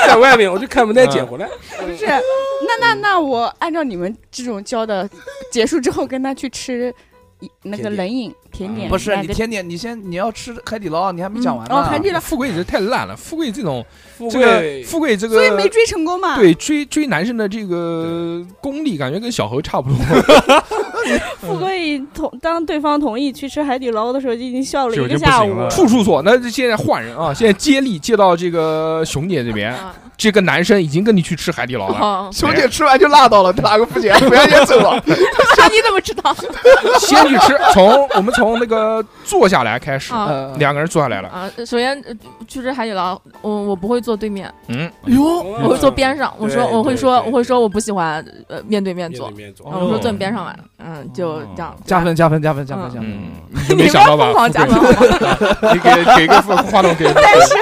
Speaker 6: 在外面我就看不
Speaker 1: 嗯
Speaker 6: 耐捡回来。
Speaker 5: 不是，那那那我按照你们这种教的，结束之后跟他去吃一那个
Speaker 6: 甜点
Speaker 5: 冷饮甜点，
Speaker 3: 啊不是
Speaker 5: 两
Speaker 3: 你
Speaker 5: 个
Speaker 3: 甜点，你先你要吃海底捞，你还没讲完呢。
Speaker 5: 嗯哦海底捞
Speaker 1: 富贵这太烂了，富贵这种
Speaker 6: 富
Speaker 1: 这个
Speaker 6: 贵
Speaker 1: 富贵这
Speaker 5: 所
Speaker 3: 呃
Speaker 5: 以没
Speaker 1: 个。
Speaker 5: 追成功嘛。
Speaker 1: 对追追男生的这个功力，感觉跟小猴差不多，
Speaker 7: [laughs] 富贵同当对方同意去吃海底捞的时候，就已经笑了
Speaker 2: 就
Speaker 7: 一
Speaker 2: 已经
Speaker 7: 个
Speaker 2: 不
Speaker 7: 下
Speaker 2: 行
Speaker 7: 午
Speaker 2: 了。
Speaker 1: 处处错。那现在换人啊，现在接力接到这个熊姐这边，
Speaker 10: 啊
Speaker 1: 这个男生已经跟你去吃海底捞了，
Speaker 10: 哦，
Speaker 3: 熊姐吃完就辣到了，拿个付钱，服务员也走 [laughs] 了。
Speaker 10: 你怎么知道？
Speaker 1: [laughs] 先去吃。从我们从那个坐下来开始，嗯
Speaker 10: 啊
Speaker 3: 呃
Speaker 1: 两个人坐下来了，
Speaker 10: 啊！首先呃去吃海底捞，我我不会坐对面，
Speaker 1: 嗯，
Speaker 3: 哟，
Speaker 10: 我会坐边上。我说
Speaker 6: 对
Speaker 10: 我会说
Speaker 6: 对对
Speaker 10: 我会说我不喜欢呃面对
Speaker 1: 嗯
Speaker 10: 面
Speaker 6: 面
Speaker 10: 坐
Speaker 6: 对，面坐
Speaker 10: 啊，我说坐你边上来，嗯，就这样。
Speaker 3: 加分加分加分加分
Speaker 10: 嗯
Speaker 3: 加分！
Speaker 1: 嗯，你就没想到吧？
Speaker 10: 疯狂加分好吗？
Speaker 1: 你给给个话筒给，
Speaker 5: 但是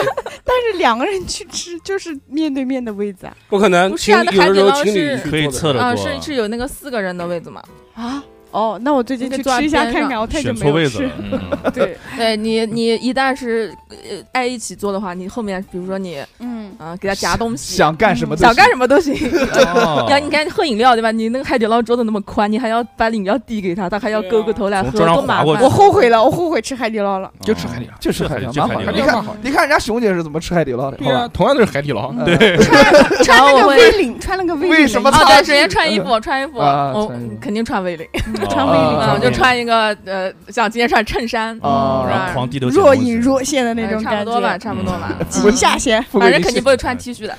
Speaker 5: 但是两个人去吃就是面对面的位置啊。
Speaker 6: 不可能，
Speaker 10: 不是
Speaker 6: 情
Speaker 10: 啊
Speaker 6: 侣
Speaker 10: 那
Speaker 6: 有的时候
Speaker 10: 海底捞
Speaker 6: 情侣
Speaker 10: 是
Speaker 6: 去
Speaker 2: 可以
Speaker 6: 坐的
Speaker 2: 侧着
Speaker 10: 啊，
Speaker 2: 坐
Speaker 10: 是是有那个四个人的位子嘛？
Speaker 5: 啊，哦，那我最近
Speaker 10: 你得
Speaker 5: 去
Speaker 10: 坐在
Speaker 5: 吃一下
Speaker 10: 边
Speaker 5: 看看，
Speaker 10: 上
Speaker 5: 我太久
Speaker 2: 选
Speaker 5: 没
Speaker 2: 错
Speaker 5: 有
Speaker 2: 位
Speaker 5: 吃
Speaker 2: 子了，嗯
Speaker 5: 对，
Speaker 10: [laughs] 对你，你一旦是呃爱一起做的话，你后面比如说你
Speaker 5: 嗯，
Speaker 10: 啊、给他夹东西，
Speaker 3: 想干什么都
Speaker 10: 想干
Speaker 3: 行
Speaker 10: 什么都行。
Speaker 5: [laughs]
Speaker 2: 哦
Speaker 10: 然后 [laughs] 你看喝饮料对吧？你那个海底捞桌子那么宽，你还要把饮料递给他，他还要
Speaker 6: 对啊
Speaker 10: 勾个头来
Speaker 2: 从
Speaker 10: 喝，
Speaker 2: 桌上
Speaker 10: 多麻
Speaker 2: 划过
Speaker 10: 烦。啊
Speaker 2: 去
Speaker 5: 我后悔了，我后悔吃海底捞了。
Speaker 1: 就吃海底捞。
Speaker 3: 嗯就是
Speaker 2: 海
Speaker 3: 海
Speaker 2: 底
Speaker 3: 底
Speaker 2: 捞
Speaker 3: 捞，蛮好
Speaker 2: 海
Speaker 3: 的。
Speaker 1: 底
Speaker 3: 你
Speaker 1: 捞
Speaker 3: 看，你看人家熊姐是怎么吃海底捞的，
Speaker 1: 对
Speaker 3: 好
Speaker 1: 啊，
Speaker 3: 吧？
Speaker 1: 同样都是海底捞，
Speaker 3: 嗯
Speaker 2: 对，
Speaker 5: 穿了
Speaker 10: [laughs] 然
Speaker 5: 个
Speaker 10: 后我
Speaker 5: 微领，穿了个微领的衣服，
Speaker 3: 为什么
Speaker 10: 哦，
Speaker 3: 他
Speaker 10: 对，直接穿衣服，穿衣服，
Speaker 3: 啊
Speaker 10: 我
Speaker 3: 穿衣服
Speaker 10: 肯定穿 V 领，
Speaker 5: 穿
Speaker 3: 卫衣
Speaker 10: 嗯，
Speaker 3: 啊
Speaker 10: 就穿一个呃，像今天穿衬衫，
Speaker 3: 哦
Speaker 2: 然后狂低头
Speaker 5: 若隐若现的那种
Speaker 10: 哎差
Speaker 5: 感
Speaker 10: 不多吧，
Speaker 5: 觉，嗯
Speaker 10: 差不多吧，嗯
Speaker 5: 挤一下先。
Speaker 3: 富贵
Speaker 10: 反正
Speaker 3: 你
Speaker 10: 肯定不会穿 T 恤的，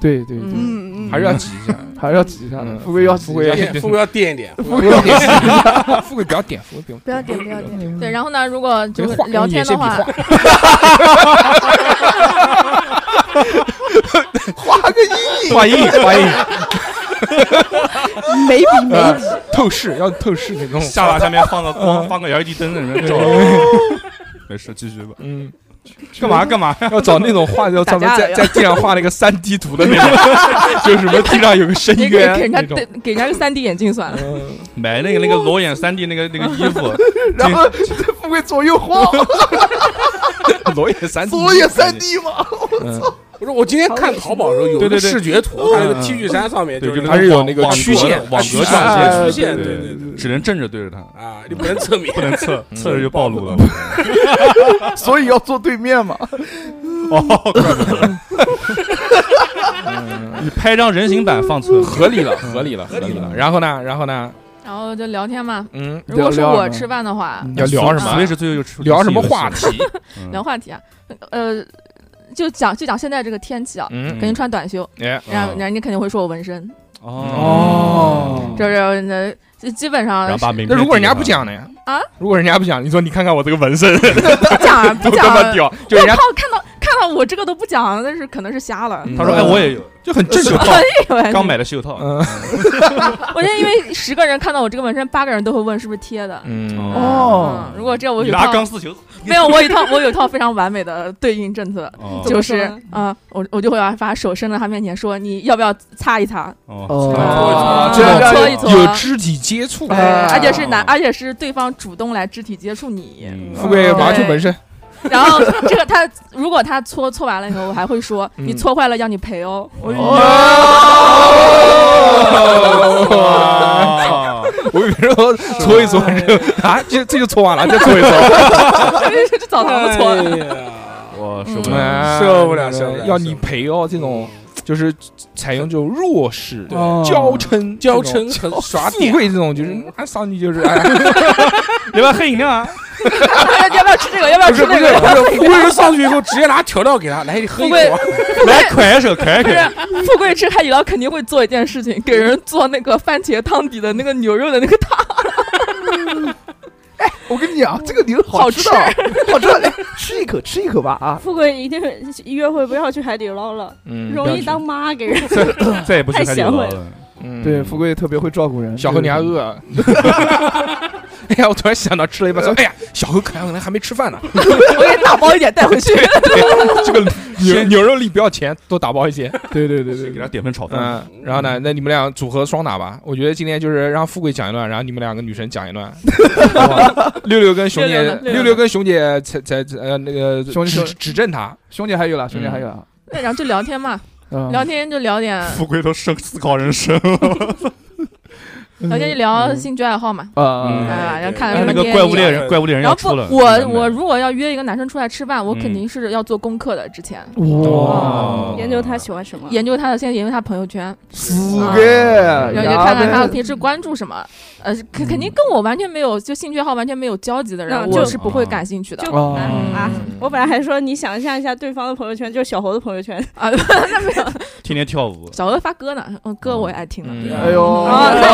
Speaker 3: 对对，对
Speaker 10: 嗯，
Speaker 5: 嗯嗯，
Speaker 1: 还是要挤一下，
Speaker 3: 还是要挤一下的。
Speaker 1: 嗯
Speaker 3: 富贵要挤
Speaker 1: 富贵
Speaker 3: 一下
Speaker 1: 要，
Speaker 6: 富贵要垫一点，
Speaker 1: 富贵不要点，富贵不要点，富贵不用
Speaker 5: 不要点，不要点。
Speaker 10: 对。然后呢，如果就
Speaker 1: 别
Speaker 10: 是
Speaker 1: 画
Speaker 10: 聊天的话
Speaker 1: 你，
Speaker 2: 画印画印，
Speaker 5: 眉
Speaker 1: [laughs]
Speaker 5: 笔眉笔，
Speaker 1: 呃透视要透视那种。
Speaker 2: [laughs] 下巴下面放个
Speaker 5: 嗯
Speaker 2: 光，放个 LED 灯在里面照。
Speaker 5: [laughs]
Speaker 2: 没事，继续吧。
Speaker 1: 嗯，
Speaker 2: 干嘛干嘛？
Speaker 1: 要找那种画，要专门
Speaker 10: 打架
Speaker 1: 在
Speaker 10: 了
Speaker 1: 在地上画那个三 D 图的那种，就是什么地上有个深
Speaker 10: [laughs] 你给
Speaker 1: 渊
Speaker 10: 给人家
Speaker 1: 那种
Speaker 10: 戴。给人家个三 D 眼镜算了，
Speaker 1: 嗯，
Speaker 2: [laughs] 买那个那个裸眼三 D 那个那个衣服，
Speaker 3: 然后富贵左
Speaker 1: [laughs]
Speaker 3: 右晃，
Speaker 1: 裸眼三 D，
Speaker 3: 左眼三 D 嘛。
Speaker 1: 嗯，
Speaker 6: 不是我今天看淘宝的时候有
Speaker 2: 对
Speaker 6: 个
Speaker 2: 对对
Speaker 6: 视觉图，它那个 T 恤衫上面
Speaker 2: [laughs] 对，
Speaker 6: 是
Speaker 2: 就
Speaker 1: 它嗯是有那个
Speaker 2: 网
Speaker 1: 曲线
Speaker 2: 网
Speaker 6: 曲
Speaker 2: 格
Speaker 6: 线
Speaker 2: 状
Speaker 6: 曲
Speaker 2: 线，
Speaker 6: 线，对对对，
Speaker 2: 只能正着对着嗯它，
Speaker 6: 啊，你不能侧面
Speaker 2: 不，能侧，侧着就暴露 [laughs] 了。
Speaker 3: 所以要坐对面嘛。
Speaker 2: 哦，怪不 [laughs] 得你拍张人形版放出来，
Speaker 1: 合理了，合理了，合理了。然后呢，然后呢，
Speaker 10: 然后就聊天嘛。
Speaker 1: 嗯，
Speaker 10: 如果是
Speaker 3: 聊聊
Speaker 10: 我
Speaker 3: 什么
Speaker 10: 吃饭的话，
Speaker 1: 要聊什么
Speaker 2: 所以是最后又出
Speaker 1: 聊什么话？题？
Speaker 2: 嗯
Speaker 10: 聊话题啊，呃，就讲就讲现在这个天气啊，
Speaker 1: 嗯
Speaker 10: 肯，定穿短袖，
Speaker 1: 哎，哦
Speaker 10: 然后
Speaker 2: 哦
Speaker 10: 然后你肯定会说我纹身，
Speaker 2: 哦，
Speaker 10: 就是那就基本上
Speaker 2: 然后把名片
Speaker 1: 那如果人家
Speaker 2: 递给
Speaker 1: 不
Speaker 2: 他
Speaker 1: 讲呢？
Speaker 10: 啊，
Speaker 1: 如果人家不讲，你说你看看我这个纹身
Speaker 10: 不讲不
Speaker 1: 多他妈
Speaker 10: 讲，
Speaker 1: 屌，就
Speaker 10: [laughs] 我
Speaker 1: 人家
Speaker 10: 靠，看到看到我这个都不讲，但是可能是瞎了。哎
Speaker 1: 嗯
Speaker 2: 他说：“哎，我也有，
Speaker 1: 就很正
Speaker 2: 手
Speaker 1: 常。
Speaker 2: 套，
Speaker 10: 对
Speaker 2: 刚，买的袖套。
Speaker 1: 嗯
Speaker 10: [laughs] 我觉得因为十个人看到我这个纹身，八个人都会问是不是贴的。
Speaker 1: 嗯，
Speaker 3: 哦
Speaker 10: 嗯，如果这我
Speaker 2: 你
Speaker 10: 有一
Speaker 2: 拉
Speaker 10: 套
Speaker 2: 钢丝球，
Speaker 10: 没有，我有一套我有一套非常完美的对应政策，
Speaker 2: 哦
Speaker 10: 就是
Speaker 7: 怎么
Speaker 10: 啊，我我就会把把手伸到他面前说，你要不要擦一擦，
Speaker 3: 哦
Speaker 1: 这
Speaker 10: 嗯
Speaker 1: 个
Speaker 10: 搓一搓，
Speaker 1: 有肢体接触，
Speaker 10: 对，
Speaker 3: 哎
Speaker 10: 而且
Speaker 2: 哦
Speaker 10: 是男，而且是对方主动来肢体接触
Speaker 2: 嗯
Speaker 10: 你，
Speaker 2: 哦
Speaker 10: [laughs]
Speaker 1: 富贵马上去
Speaker 10: 对
Speaker 1: 纹身。
Speaker 10: 然后这个他 [laughs] 如果他搓搓完了以后，我还会说
Speaker 1: 嗯
Speaker 10: 你搓坏了要你赔哦。
Speaker 3: 哦
Speaker 10: 嗯
Speaker 2: 哦，
Speaker 1: [laughs] 我以为说搓一搓，啊，这这就搓完了，再搓一搓。
Speaker 10: 这
Speaker 6: 哎
Speaker 10: 这澡堂不搓了，
Speaker 2: 哦我受不了，
Speaker 1: 哎
Speaker 6: 受不了受不了
Speaker 1: 要你赔哦！ [laughs] 这种
Speaker 6: 嗯
Speaker 1: 就是采用这种弱势、
Speaker 3: 哦
Speaker 1: 娇嗔、
Speaker 6: 娇嗔很耍
Speaker 1: 富
Speaker 6: 点，
Speaker 1: 贵这种，就是啊，上去就是 [laughs] 哎，
Speaker 2: 要不要喝饮料啊？
Speaker 10: 要不要吃这个？要不要
Speaker 6: 不是
Speaker 10: 吃
Speaker 6: 不
Speaker 10: 那
Speaker 6: 是
Speaker 10: 个？
Speaker 6: 不是，富贵是上去以后直接拿调料给他，来你喝一口啊，
Speaker 2: 来，快手，快
Speaker 10: 不
Speaker 2: 手，
Speaker 10: 是，富贵吃海底捞肯定会做一件事情，给人做那个番茄汤底的那个牛肉的那个汤，
Speaker 3: 我跟你讲，这个牛肉好吃的，好吃的，哎吃一口，吃一口吧啊！
Speaker 7: 富贵一定是约会不要去海底捞了，
Speaker 1: 嗯，
Speaker 7: 容易当妈给人。
Speaker 2: 再再也不去海底捞
Speaker 7: 太
Speaker 2: 了。
Speaker 1: 嗯
Speaker 3: 对，富贵特别会照顾人。
Speaker 1: 小何你还饿？啊哎呀，我突然想到吃了一半，说哎呀，小何可能还没吃饭呢，
Speaker 10: 我给你打包一点带回去。
Speaker 1: 这个牛牛肉粒不要钱，多打包一 [laughs] 些。
Speaker 3: 对？对对对
Speaker 2: 先给
Speaker 3: 对
Speaker 2: 他
Speaker 3: 对，
Speaker 2: 点份炒饭。
Speaker 1: 嗯，然后呢，那你们俩组合双打吧。我觉得今天就是让富贵讲一段，然后你们两个女神讲一 [laughs] 段。好不好六六跟熊姐，
Speaker 10: 六六呢
Speaker 1: 六六跟熊姐才才才呃那个
Speaker 3: 熊
Speaker 1: 指
Speaker 3: 熊
Speaker 1: 指正他，
Speaker 3: 兄弟还有了，兄弟还有了。
Speaker 10: 对，然后就聊天嘛，
Speaker 3: 嗯
Speaker 10: 聊天就聊点，
Speaker 2: 富贵都生思考人生了，
Speaker 7: 嗯
Speaker 10: 聊天就聊兴趣爱好嘛，
Speaker 3: 啊
Speaker 10: 对吧？然后看了
Speaker 2: 哎
Speaker 10: 什
Speaker 2: [laughs] 那
Speaker 10: 么
Speaker 2: 个
Speaker 10: 电
Speaker 2: 怪物猎
Speaker 10: 影。
Speaker 2: 人，怪物猎人要
Speaker 10: 然后不
Speaker 2: 出了。，
Speaker 10: 我我如果要约一个男生出来吃饭，我
Speaker 2: 嗯
Speaker 10: 肯定是要做功课的。之前
Speaker 3: 嗯
Speaker 2: 哇哦
Speaker 3: 哇，
Speaker 7: 研究他喜欢什么，
Speaker 10: 研究他的，先研究他朋友圈，
Speaker 3: 富
Speaker 10: 啊
Speaker 3: 贵，
Speaker 10: 然后就看看他平时关注什么。呃，
Speaker 2: 嗯
Speaker 10: 肯肯定跟我完全没有就兴趣爱好完全没有交集的人，
Speaker 7: 那
Speaker 10: 我
Speaker 7: 就是
Speaker 10: 不会感兴趣的
Speaker 7: 就
Speaker 3: 哦
Speaker 7: 啊！我本来还说你想象一下对方的朋友圈，就是小猴的朋友圈，
Speaker 10: 啊。 [laughs] 那没有，
Speaker 2: 天天跳舞，
Speaker 10: 小鹅发歌呢，嗯，歌我也爱听
Speaker 1: 嗯
Speaker 10: 的。
Speaker 3: 哎呦，哎
Speaker 10: 哎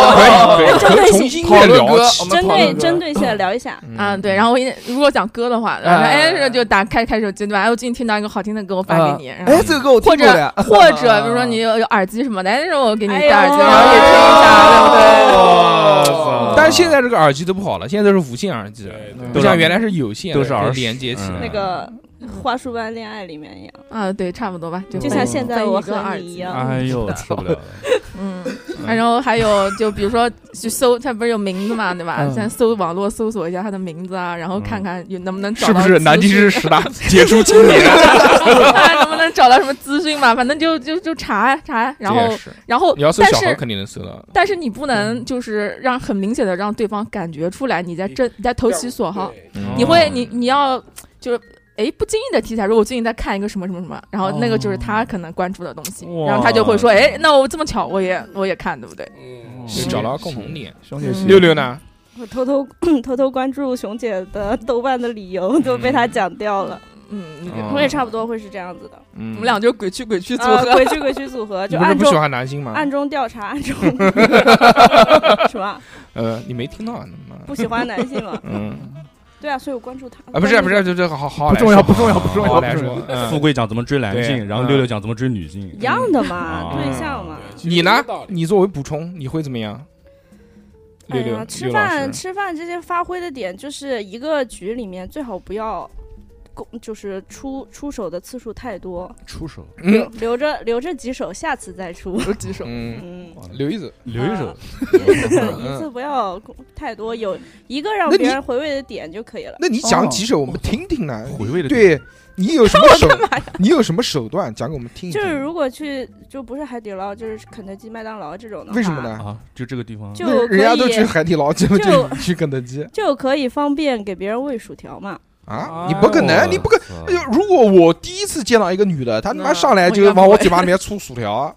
Speaker 1: 可以可以，
Speaker 7: 针对
Speaker 1: 可以从
Speaker 7: 性
Speaker 1: 音
Speaker 3: 讨
Speaker 1: 乐
Speaker 3: 论
Speaker 1: 聊
Speaker 3: 歌
Speaker 1: 起
Speaker 3: 我。们讨
Speaker 7: 针对
Speaker 2: 啊
Speaker 3: 论歌
Speaker 7: 针对性的聊一下。
Speaker 2: 嗯
Speaker 1: 嗯
Speaker 10: 啊，对，然后我一如果讲歌的话，
Speaker 2: 啊
Speaker 10: 然后哎，这就打开开手机对吧？哎，我最近听到一个好听的歌，我
Speaker 2: 啊
Speaker 10: 发给你。然后
Speaker 3: 哎，这个歌我听过
Speaker 10: 或者
Speaker 3: 的。
Speaker 10: 或者比如说你有有耳机什么的，哎，那我给你戴耳机，
Speaker 7: 哎呦
Speaker 10: 然后也听一下，对不对？
Speaker 2: 哦
Speaker 1: 但是现在这个耳机都不好了，现在都是无线耳机了，
Speaker 6: 对
Speaker 3: 嗯
Speaker 1: 不像原来是有线的，
Speaker 2: 都是耳
Speaker 1: 可以连接起来。
Speaker 2: 嗯
Speaker 7: 那个花束般恋爱里面一样，
Speaker 10: 啊，对，差不多吧，就
Speaker 7: 就
Speaker 10: 翻
Speaker 7: 像
Speaker 10: 译
Speaker 7: 现在
Speaker 10: 翻译
Speaker 7: 我
Speaker 10: 一个耳
Speaker 7: 和你
Speaker 10: 机
Speaker 7: 一样，
Speaker 2: 哎呦，受不了了！
Speaker 10: 嗯，然后还有就比如说去搜，它不是有名字嘛，对吧？
Speaker 3: 嗯
Speaker 10: 咱搜网络搜索一下它的名字啊，然后看看有能不能
Speaker 1: 嗯
Speaker 10: 找
Speaker 1: 是
Speaker 10: 到
Speaker 1: 不是
Speaker 10: 资
Speaker 1: 南京
Speaker 10: 讯
Speaker 1: 市
Speaker 10: [laughs]
Speaker 1: 十大杰出青年？啊
Speaker 10: 看能不能找到什么资讯嘛，反正就就就查查，然
Speaker 1: 这也
Speaker 10: 后
Speaker 1: 是
Speaker 10: 然后
Speaker 1: 你要搜
Speaker 10: 但
Speaker 1: 小何
Speaker 10: 是
Speaker 1: 肯定能搜到。
Speaker 10: 但是你不能就是让很明显的让对方感觉出来你在真你在投其所好，
Speaker 6: 对
Speaker 1: 嗯
Speaker 10: 你会哎你你要就是。哎，不经意的题材，如果我最近在看一个什么什么什么，然后那个就是他可能关注的东西，
Speaker 1: 哦哇
Speaker 10: 然后他就会说，哎，那我这么巧，我也我也看，对不对？
Speaker 6: 嗯
Speaker 1: 你找到共同点。
Speaker 3: 熊姐
Speaker 10: 嗯
Speaker 3: 是
Speaker 1: 六六呢？
Speaker 7: 我偷偷 [coughs] 偷偷关注熊姐的豆瓣的理由都被她讲掉了，
Speaker 10: 嗯，你
Speaker 1: 嗯
Speaker 7: 我也差不多会是这样子的。
Speaker 1: 嗯
Speaker 10: 我们俩就是鬼去鬼去组
Speaker 7: 啊，
Speaker 10: 合，
Speaker 7: 鬼去鬼去组
Speaker 1: [laughs]
Speaker 7: 合，
Speaker 1: 你
Speaker 7: 就
Speaker 1: 不是
Speaker 7: 暗
Speaker 1: 不喜
Speaker 7: 中
Speaker 1: 欢啊男星吗？
Speaker 7: 暗中调查，
Speaker 1: [laughs]
Speaker 7: 暗中什么
Speaker 1: 呃，你没听到啊你妈？
Speaker 7: 不喜欢男性嘛？
Speaker 1: 嗯
Speaker 7: 对啊，所以我关注他
Speaker 1: 啊，不是不是，这这好好好
Speaker 3: 不
Speaker 1: 来
Speaker 3: 重要，
Speaker 1: 说
Speaker 3: 不重要，不重
Speaker 1: 好
Speaker 3: 要，
Speaker 1: 好
Speaker 3: 不
Speaker 1: 来
Speaker 3: 重
Speaker 1: 说
Speaker 3: 要。。
Speaker 1: 嗯
Speaker 2: 富贵讲怎么追男
Speaker 1: 对
Speaker 2: 性，然后
Speaker 1: 嗯
Speaker 2: 六六讲怎么追女性
Speaker 7: 一，样的嘛
Speaker 2: 啊，
Speaker 7: [laughs] 对象嘛。
Speaker 6: 对其实
Speaker 1: 你呢
Speaker 6: 这个道？理
Speaker 1: 你作为补充，你会怎么样？
Speaker 7: 哎
Speaker 1: 六六
Speaker 7: 呀，，吃
Speaker 1: 六老
Speaker 7: 饭
Speaker 1: 师
Speaker 7: 吃饭这些发挥的点，就是一个局里面最好不要共，就是出出手的次数太多，
Speaker 2: 出手
Speaker 7: 留
Speaker 1: 嗯
Speaker 7: 留着留着几手，下次再出。
Speaker 10: 有几首，
Speaker 1: 嗯，
Speaker 7: 嗯，
Speaker 1: 留一手。
Speaker 2: 留一手，
Speaker 10: 嗯
Speaker 7: 一次不要共太多，有一个让
Speaker 1: 嗯那
Speaker 7: 别
Speaker 1: 你
Speaker 7: 人回味的点就可以了。
Speaker 1: 那你讲几首我们听听呢？
Speaker 2: 回味的
Speaker 1: 对你有什么手？你有什么手段讲给我们听一听
Speaker 7: 就？是如果去就不是海底捞，就是肯德基、麦当劳这种的话，
Speaker 1: 为什么？呢？
Speaker 2: 啊，就这个地方
Speaker 7: 就
Speaker 1: 那
Speaker 7: 可
Speaker 1: 人家都去
Speaker 7: 以
Speaker 1: 海底捞，结果就
Speaker 7: 就
Speaker 1: 你去肯德基
Speaker 7: 就可以方便给别人喂薯条嘛。
Speaker 1: 啊？你不可能，你不可。
Speaker 2: 能
Speaker 1: 哎呦如果我第一次见到一个女的，她他妈
Speaker 10: 那
Speaker 1: 上来就
Speaker 10: 我应该
Speaker 1: 往
Speaker 10: 不
Speaker 1: 我
Speaker 10: 会
Speaker 1: 嘴巴里面吐薯条啊，哎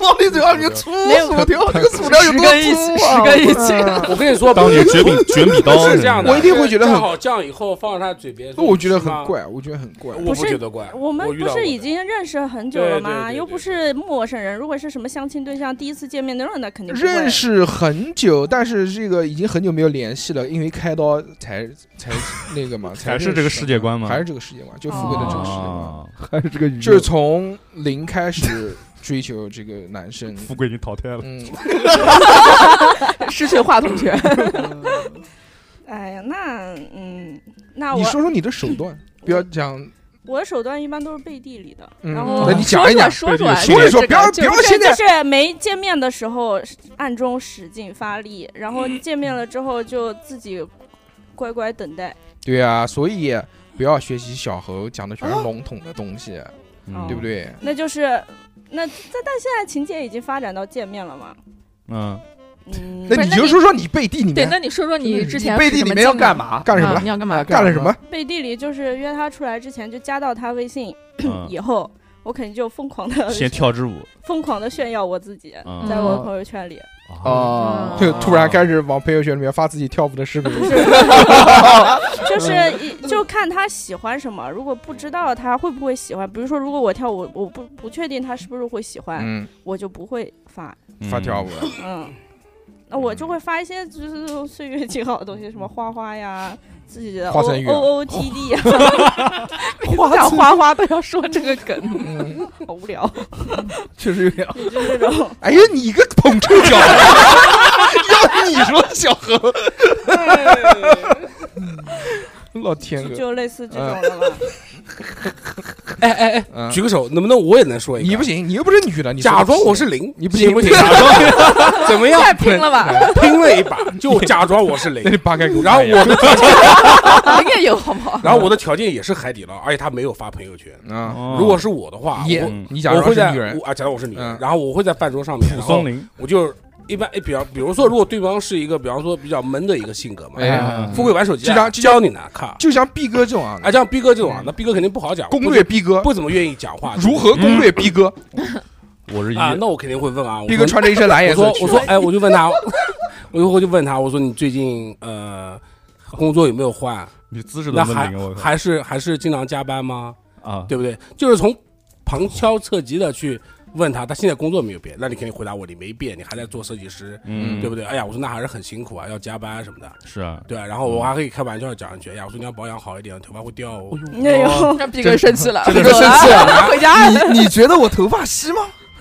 Speaker 1: 往你嘴巴里面吐薯条，这个薯条有
Speaker 10: 十
Speaker 1: 多
Speaker 10: 根一起，
Speaker 1: 粗啊
Speaker 10: 十？根一起，
Speaker 6: 我跟你说，
Speaker 2: 当你卷笔卷笔刀，
Speaker 6: 是这样的，
Speaker 1: 我一定会觉得很
Speaker 6: 蘸好酱以后放到他嘴边，
Speaker 1: 那
Speaker 6: 说
Speaker 1: 我觉得
Speaker 6: 吃吗
Speaker 1: 很，怪，我觉得很怪。
Speaker 6: 我
Speaker 7: 不是
Speaker 6: 觉得怪。
Speaker 7: 我们
Speaker 6: 遇
Speaker 7: 不
Speaker 6: 到过
Speaker 7: 是已
Speaker 6: 的
Speaker 7: 经认识很久了
Speaker 6: 对对对
Speaker 7: 吗？
Speaker 6: 对
Speaker 7: 又不是陌生人。如果是什么相亲对象，第一次见面那种，那肯定不会
Speaker 1: 认。识很久，但是这个已经很久没有联系了，因为开刀才 [laughs] 才那个嘛，
Speaker 2: 还
Speaker 1: 才哦
Speaker 2: 是这个世界观吗？
Speaker 1: 还是这个世界观，就富贵的这个世界观，
Speaker 2: 啊
Speaker 3: 还是这个宇
Speaker 1: 就
Speaker 3: 宙
Speaker 1: 是，从零开始追求这个男 [laughs] 生。
Speaker 2: 富贵已经淘汰了，
Speaker 1: 嗯，
Speaker 10: 嗯失去话筒权。
Speaker 7: 哎呀，那嗯，那
Speaker 1: 你
Speaker 7: 我
Speaker 1: 说说你的手段，不要讲，
Speaker 7: 我的手段一般都是背地里的，
Speaker 1: 嗯
Speaker 7: 然
Speaker 1: 那
Speaker 7: 后
Speaker 1: 你。讲一讲
Speaker 10: 说出
Speaker 2: 对
Speaker 10: 来，
Speaker 2: 对
Speaker 1: 说一
Speaker 10: 这
Speaker 1: 说，
Speaker 10: 个
Speaker 1: 不要
Speaker 10: 这
Speaker 1: 不
Speaker 10: 个
Speaker 1: 要
Speaker 7: 对，
Speaker 1: 现在
Speaker 7: 就。是没见面的时候暗中使劲发力，然后见面了之后就自己乖乖等待。
Speaker 1: 对啊，所以不要学习小猴讲的全是笼统的东西，
Speaker 2: 嗯
Speaker 1: 对不？对？
Speaker 7: 那就是那但但现在情节已经发展到见面了嘛，
Speaker 2: 嗯，
Speaker 7: 嗯，
Speaker 1: 那你就说说你背地里
Speaker 10: 对，
Speaker 1: 面嗯
Speaker 10: 那你说说你之前
Speaker 3: 背地里面要干？嘛？
Speaker 1: 干什么
Speaker 10: 啊
Speaker 1: 了
Speaker 10: 你，要干嘛？
Speaker 1: 干了什么？
Speaker 7: 背地里就是约他出来之前就加到他微信，
Speaker 2: 嗯
Speaker 7: 以后我肯定就疯狂的
Speaker 2: 先跳支舞，
Speaker 7: 疯狂的炫耀我自己，
Speaker 2: 嗯
Speaker 7: 在我朋友圈里，
Speaker 3: 哦
Speaker 10: 嗯
Speaker 1: 就突然开始往朋友圈里面发自己跳舞的视频。
Speaker 7: [laughs] 就是一就看他喜欢什么。如果不知道他会不会喜欢，比如说如果我跳舞，我不不确定他是不是会喜欢，
Speaker 1: 嗯，
Speaker 7: 我就不会发，
Speaker 1: 发跳舞了。
Speaker 7: 嗯。那我就会发一些就是这种岁月静好的东西，什么花花呀，自己的
Speaker 1: 花
Speaker 7: O
Speaker 1: 生玉
Speaker 7: O O T
Speaker 1: [laughs]
Speaker 7: D 呀，
Speaker 10: 花讲花花都要说这个梗，
Speaker 1: 嗯，
Speaker 7: 好无 [laughs] 聊，
Speaker 3: 确实有点。
Speaker 7: 就这种。
Speaker 1: 哎呀，你个捧臭脚！要你说小
Speaker 7: [laughs]
Speaker 1: 何，老天
Speaker 7: 就
Speaker 1: 鹅，
Speaker 7: 就类似这种的吧。
Speaker 6: 哎哎哎，
Speaker 1: 嗯
Speaker 6: 举个手，能不能我也能说一个？
Speaker 1: 你不行，你又不是女的，你说
Speaker 6: 假装我
Speaker 1: 不行
Speaker 6: 是零，
Speaker 1: 你不
Speaker 6: 行
Speaker 1: 行
Speaker 6: 不
Speaker 1: 不
Speaker 6: 行？
Speaker 1: 行
Speaker 6: 假装怎么样？
Speaker 10: 太拼了吧！
Speaker 6: 拼了一把， [laughs] 就假装我是零
Speaker 1: 那。你扒开给我
Speaker 6: 然后
Speaker 2: 哎
Speaker 1: 看一眼。
Speaker 6: 我的条件，
Speaker 10: 啊也有好不好？
Speaker 6: 然后我的条件也是海底捞，而且他没有发朋友圈。
Speaker 2: [laughs]
Speaker 1: 啊，
Speaker 2: 哦
Speaker 6: 如果是我的话，
Speaker 1: 你
Speaker 6: 我
Speaker 1: 你假
Speaker 6: 我
Speaker 1: 装
Speaker 6: 会
Speaker 1: 是
Speaker 6: 在
Speaker 1: 女人
Speaker 6: 我，啊，假如我是女人
Speaker 1: 嗯，
Speaker 6: 然后我会在饭桌上面，
Speaker 2: 蒲
Speaker 6: 然
Speaker 2: 松
Speaker 6: 后
Speaker 2: 龄，
Speaker 6: 我就一般，哎，比方比如说，如果对方是一个比方说比较闷的一个性格嘛，
Speaker 1: 哎呀，
Speaker 6: 富贵玩手机
Speaker 1: 就
Speaker 6: 啊，
Speaker 1: 像就像
Speaker 6: 教你呢，咔，
Speaker 1: 就像逼哥这种啊，
Speaker 6: 啊，像逼哥这种啊，那逼哥肯定不好讲，
Speaker 1: 攻
Speaker 6: 不
Speaker 1: 略逼哥
Speaker 6: 不怎么愿意讲话，
Speaker 1: 如何攻略逼哥？
Speaker 3: 嗯
Speaker 2: 我是一，
Speaker 6: 啊？那我肯定会问啊，我
Speaker 1: 逼哥
Speaker 6: 说
Speaker 1: 穿着一身蓝
Speaker 6: 我
Speaker 1: 颜色
Speaker 6: 说
Speaker 1: 去，
Speaker 6: 我说哎，我就问他， [laughs] 我就我就问他，我说你最近呃工作有没有换？
Speaker 2: 你姿势
Speaker 6: 那
Speaker 2: 都不
Speaker 6: 还
Speaker 2: 灵，我靠
Speaker 6: 还是还是经常加班吗？
Speaker 2: 啊，
Speaker 6: 对不对？就是从旁敲侧击的去问他，他现在工作没有变？那你肯定回答我，你没变，你还在做设计师，
Speaker 2: 嗯，
Speaker 6: 对不对？哎呀，我说那还是很辛苦啊，要加班什么的，
Speaker 2: 对？是啊，
Speaker 6: 对啊。然后我还可以开玩笑讲一句，哎呀，我说你要保养好一点，头发会掉哦。
Speaker 7: 那
Speaker 1: 啊
Speaker 7: 有
Speaker 10: 让逼哥生气了，
Speaker 1: 真的
Speaker 10: 走
Speaker 1: 生气
Speaker 10: 了，回家了。
Speaker 3: 啊
Speaker 10: 嗯
Speaker 3: 你你觉得我头发稀吗？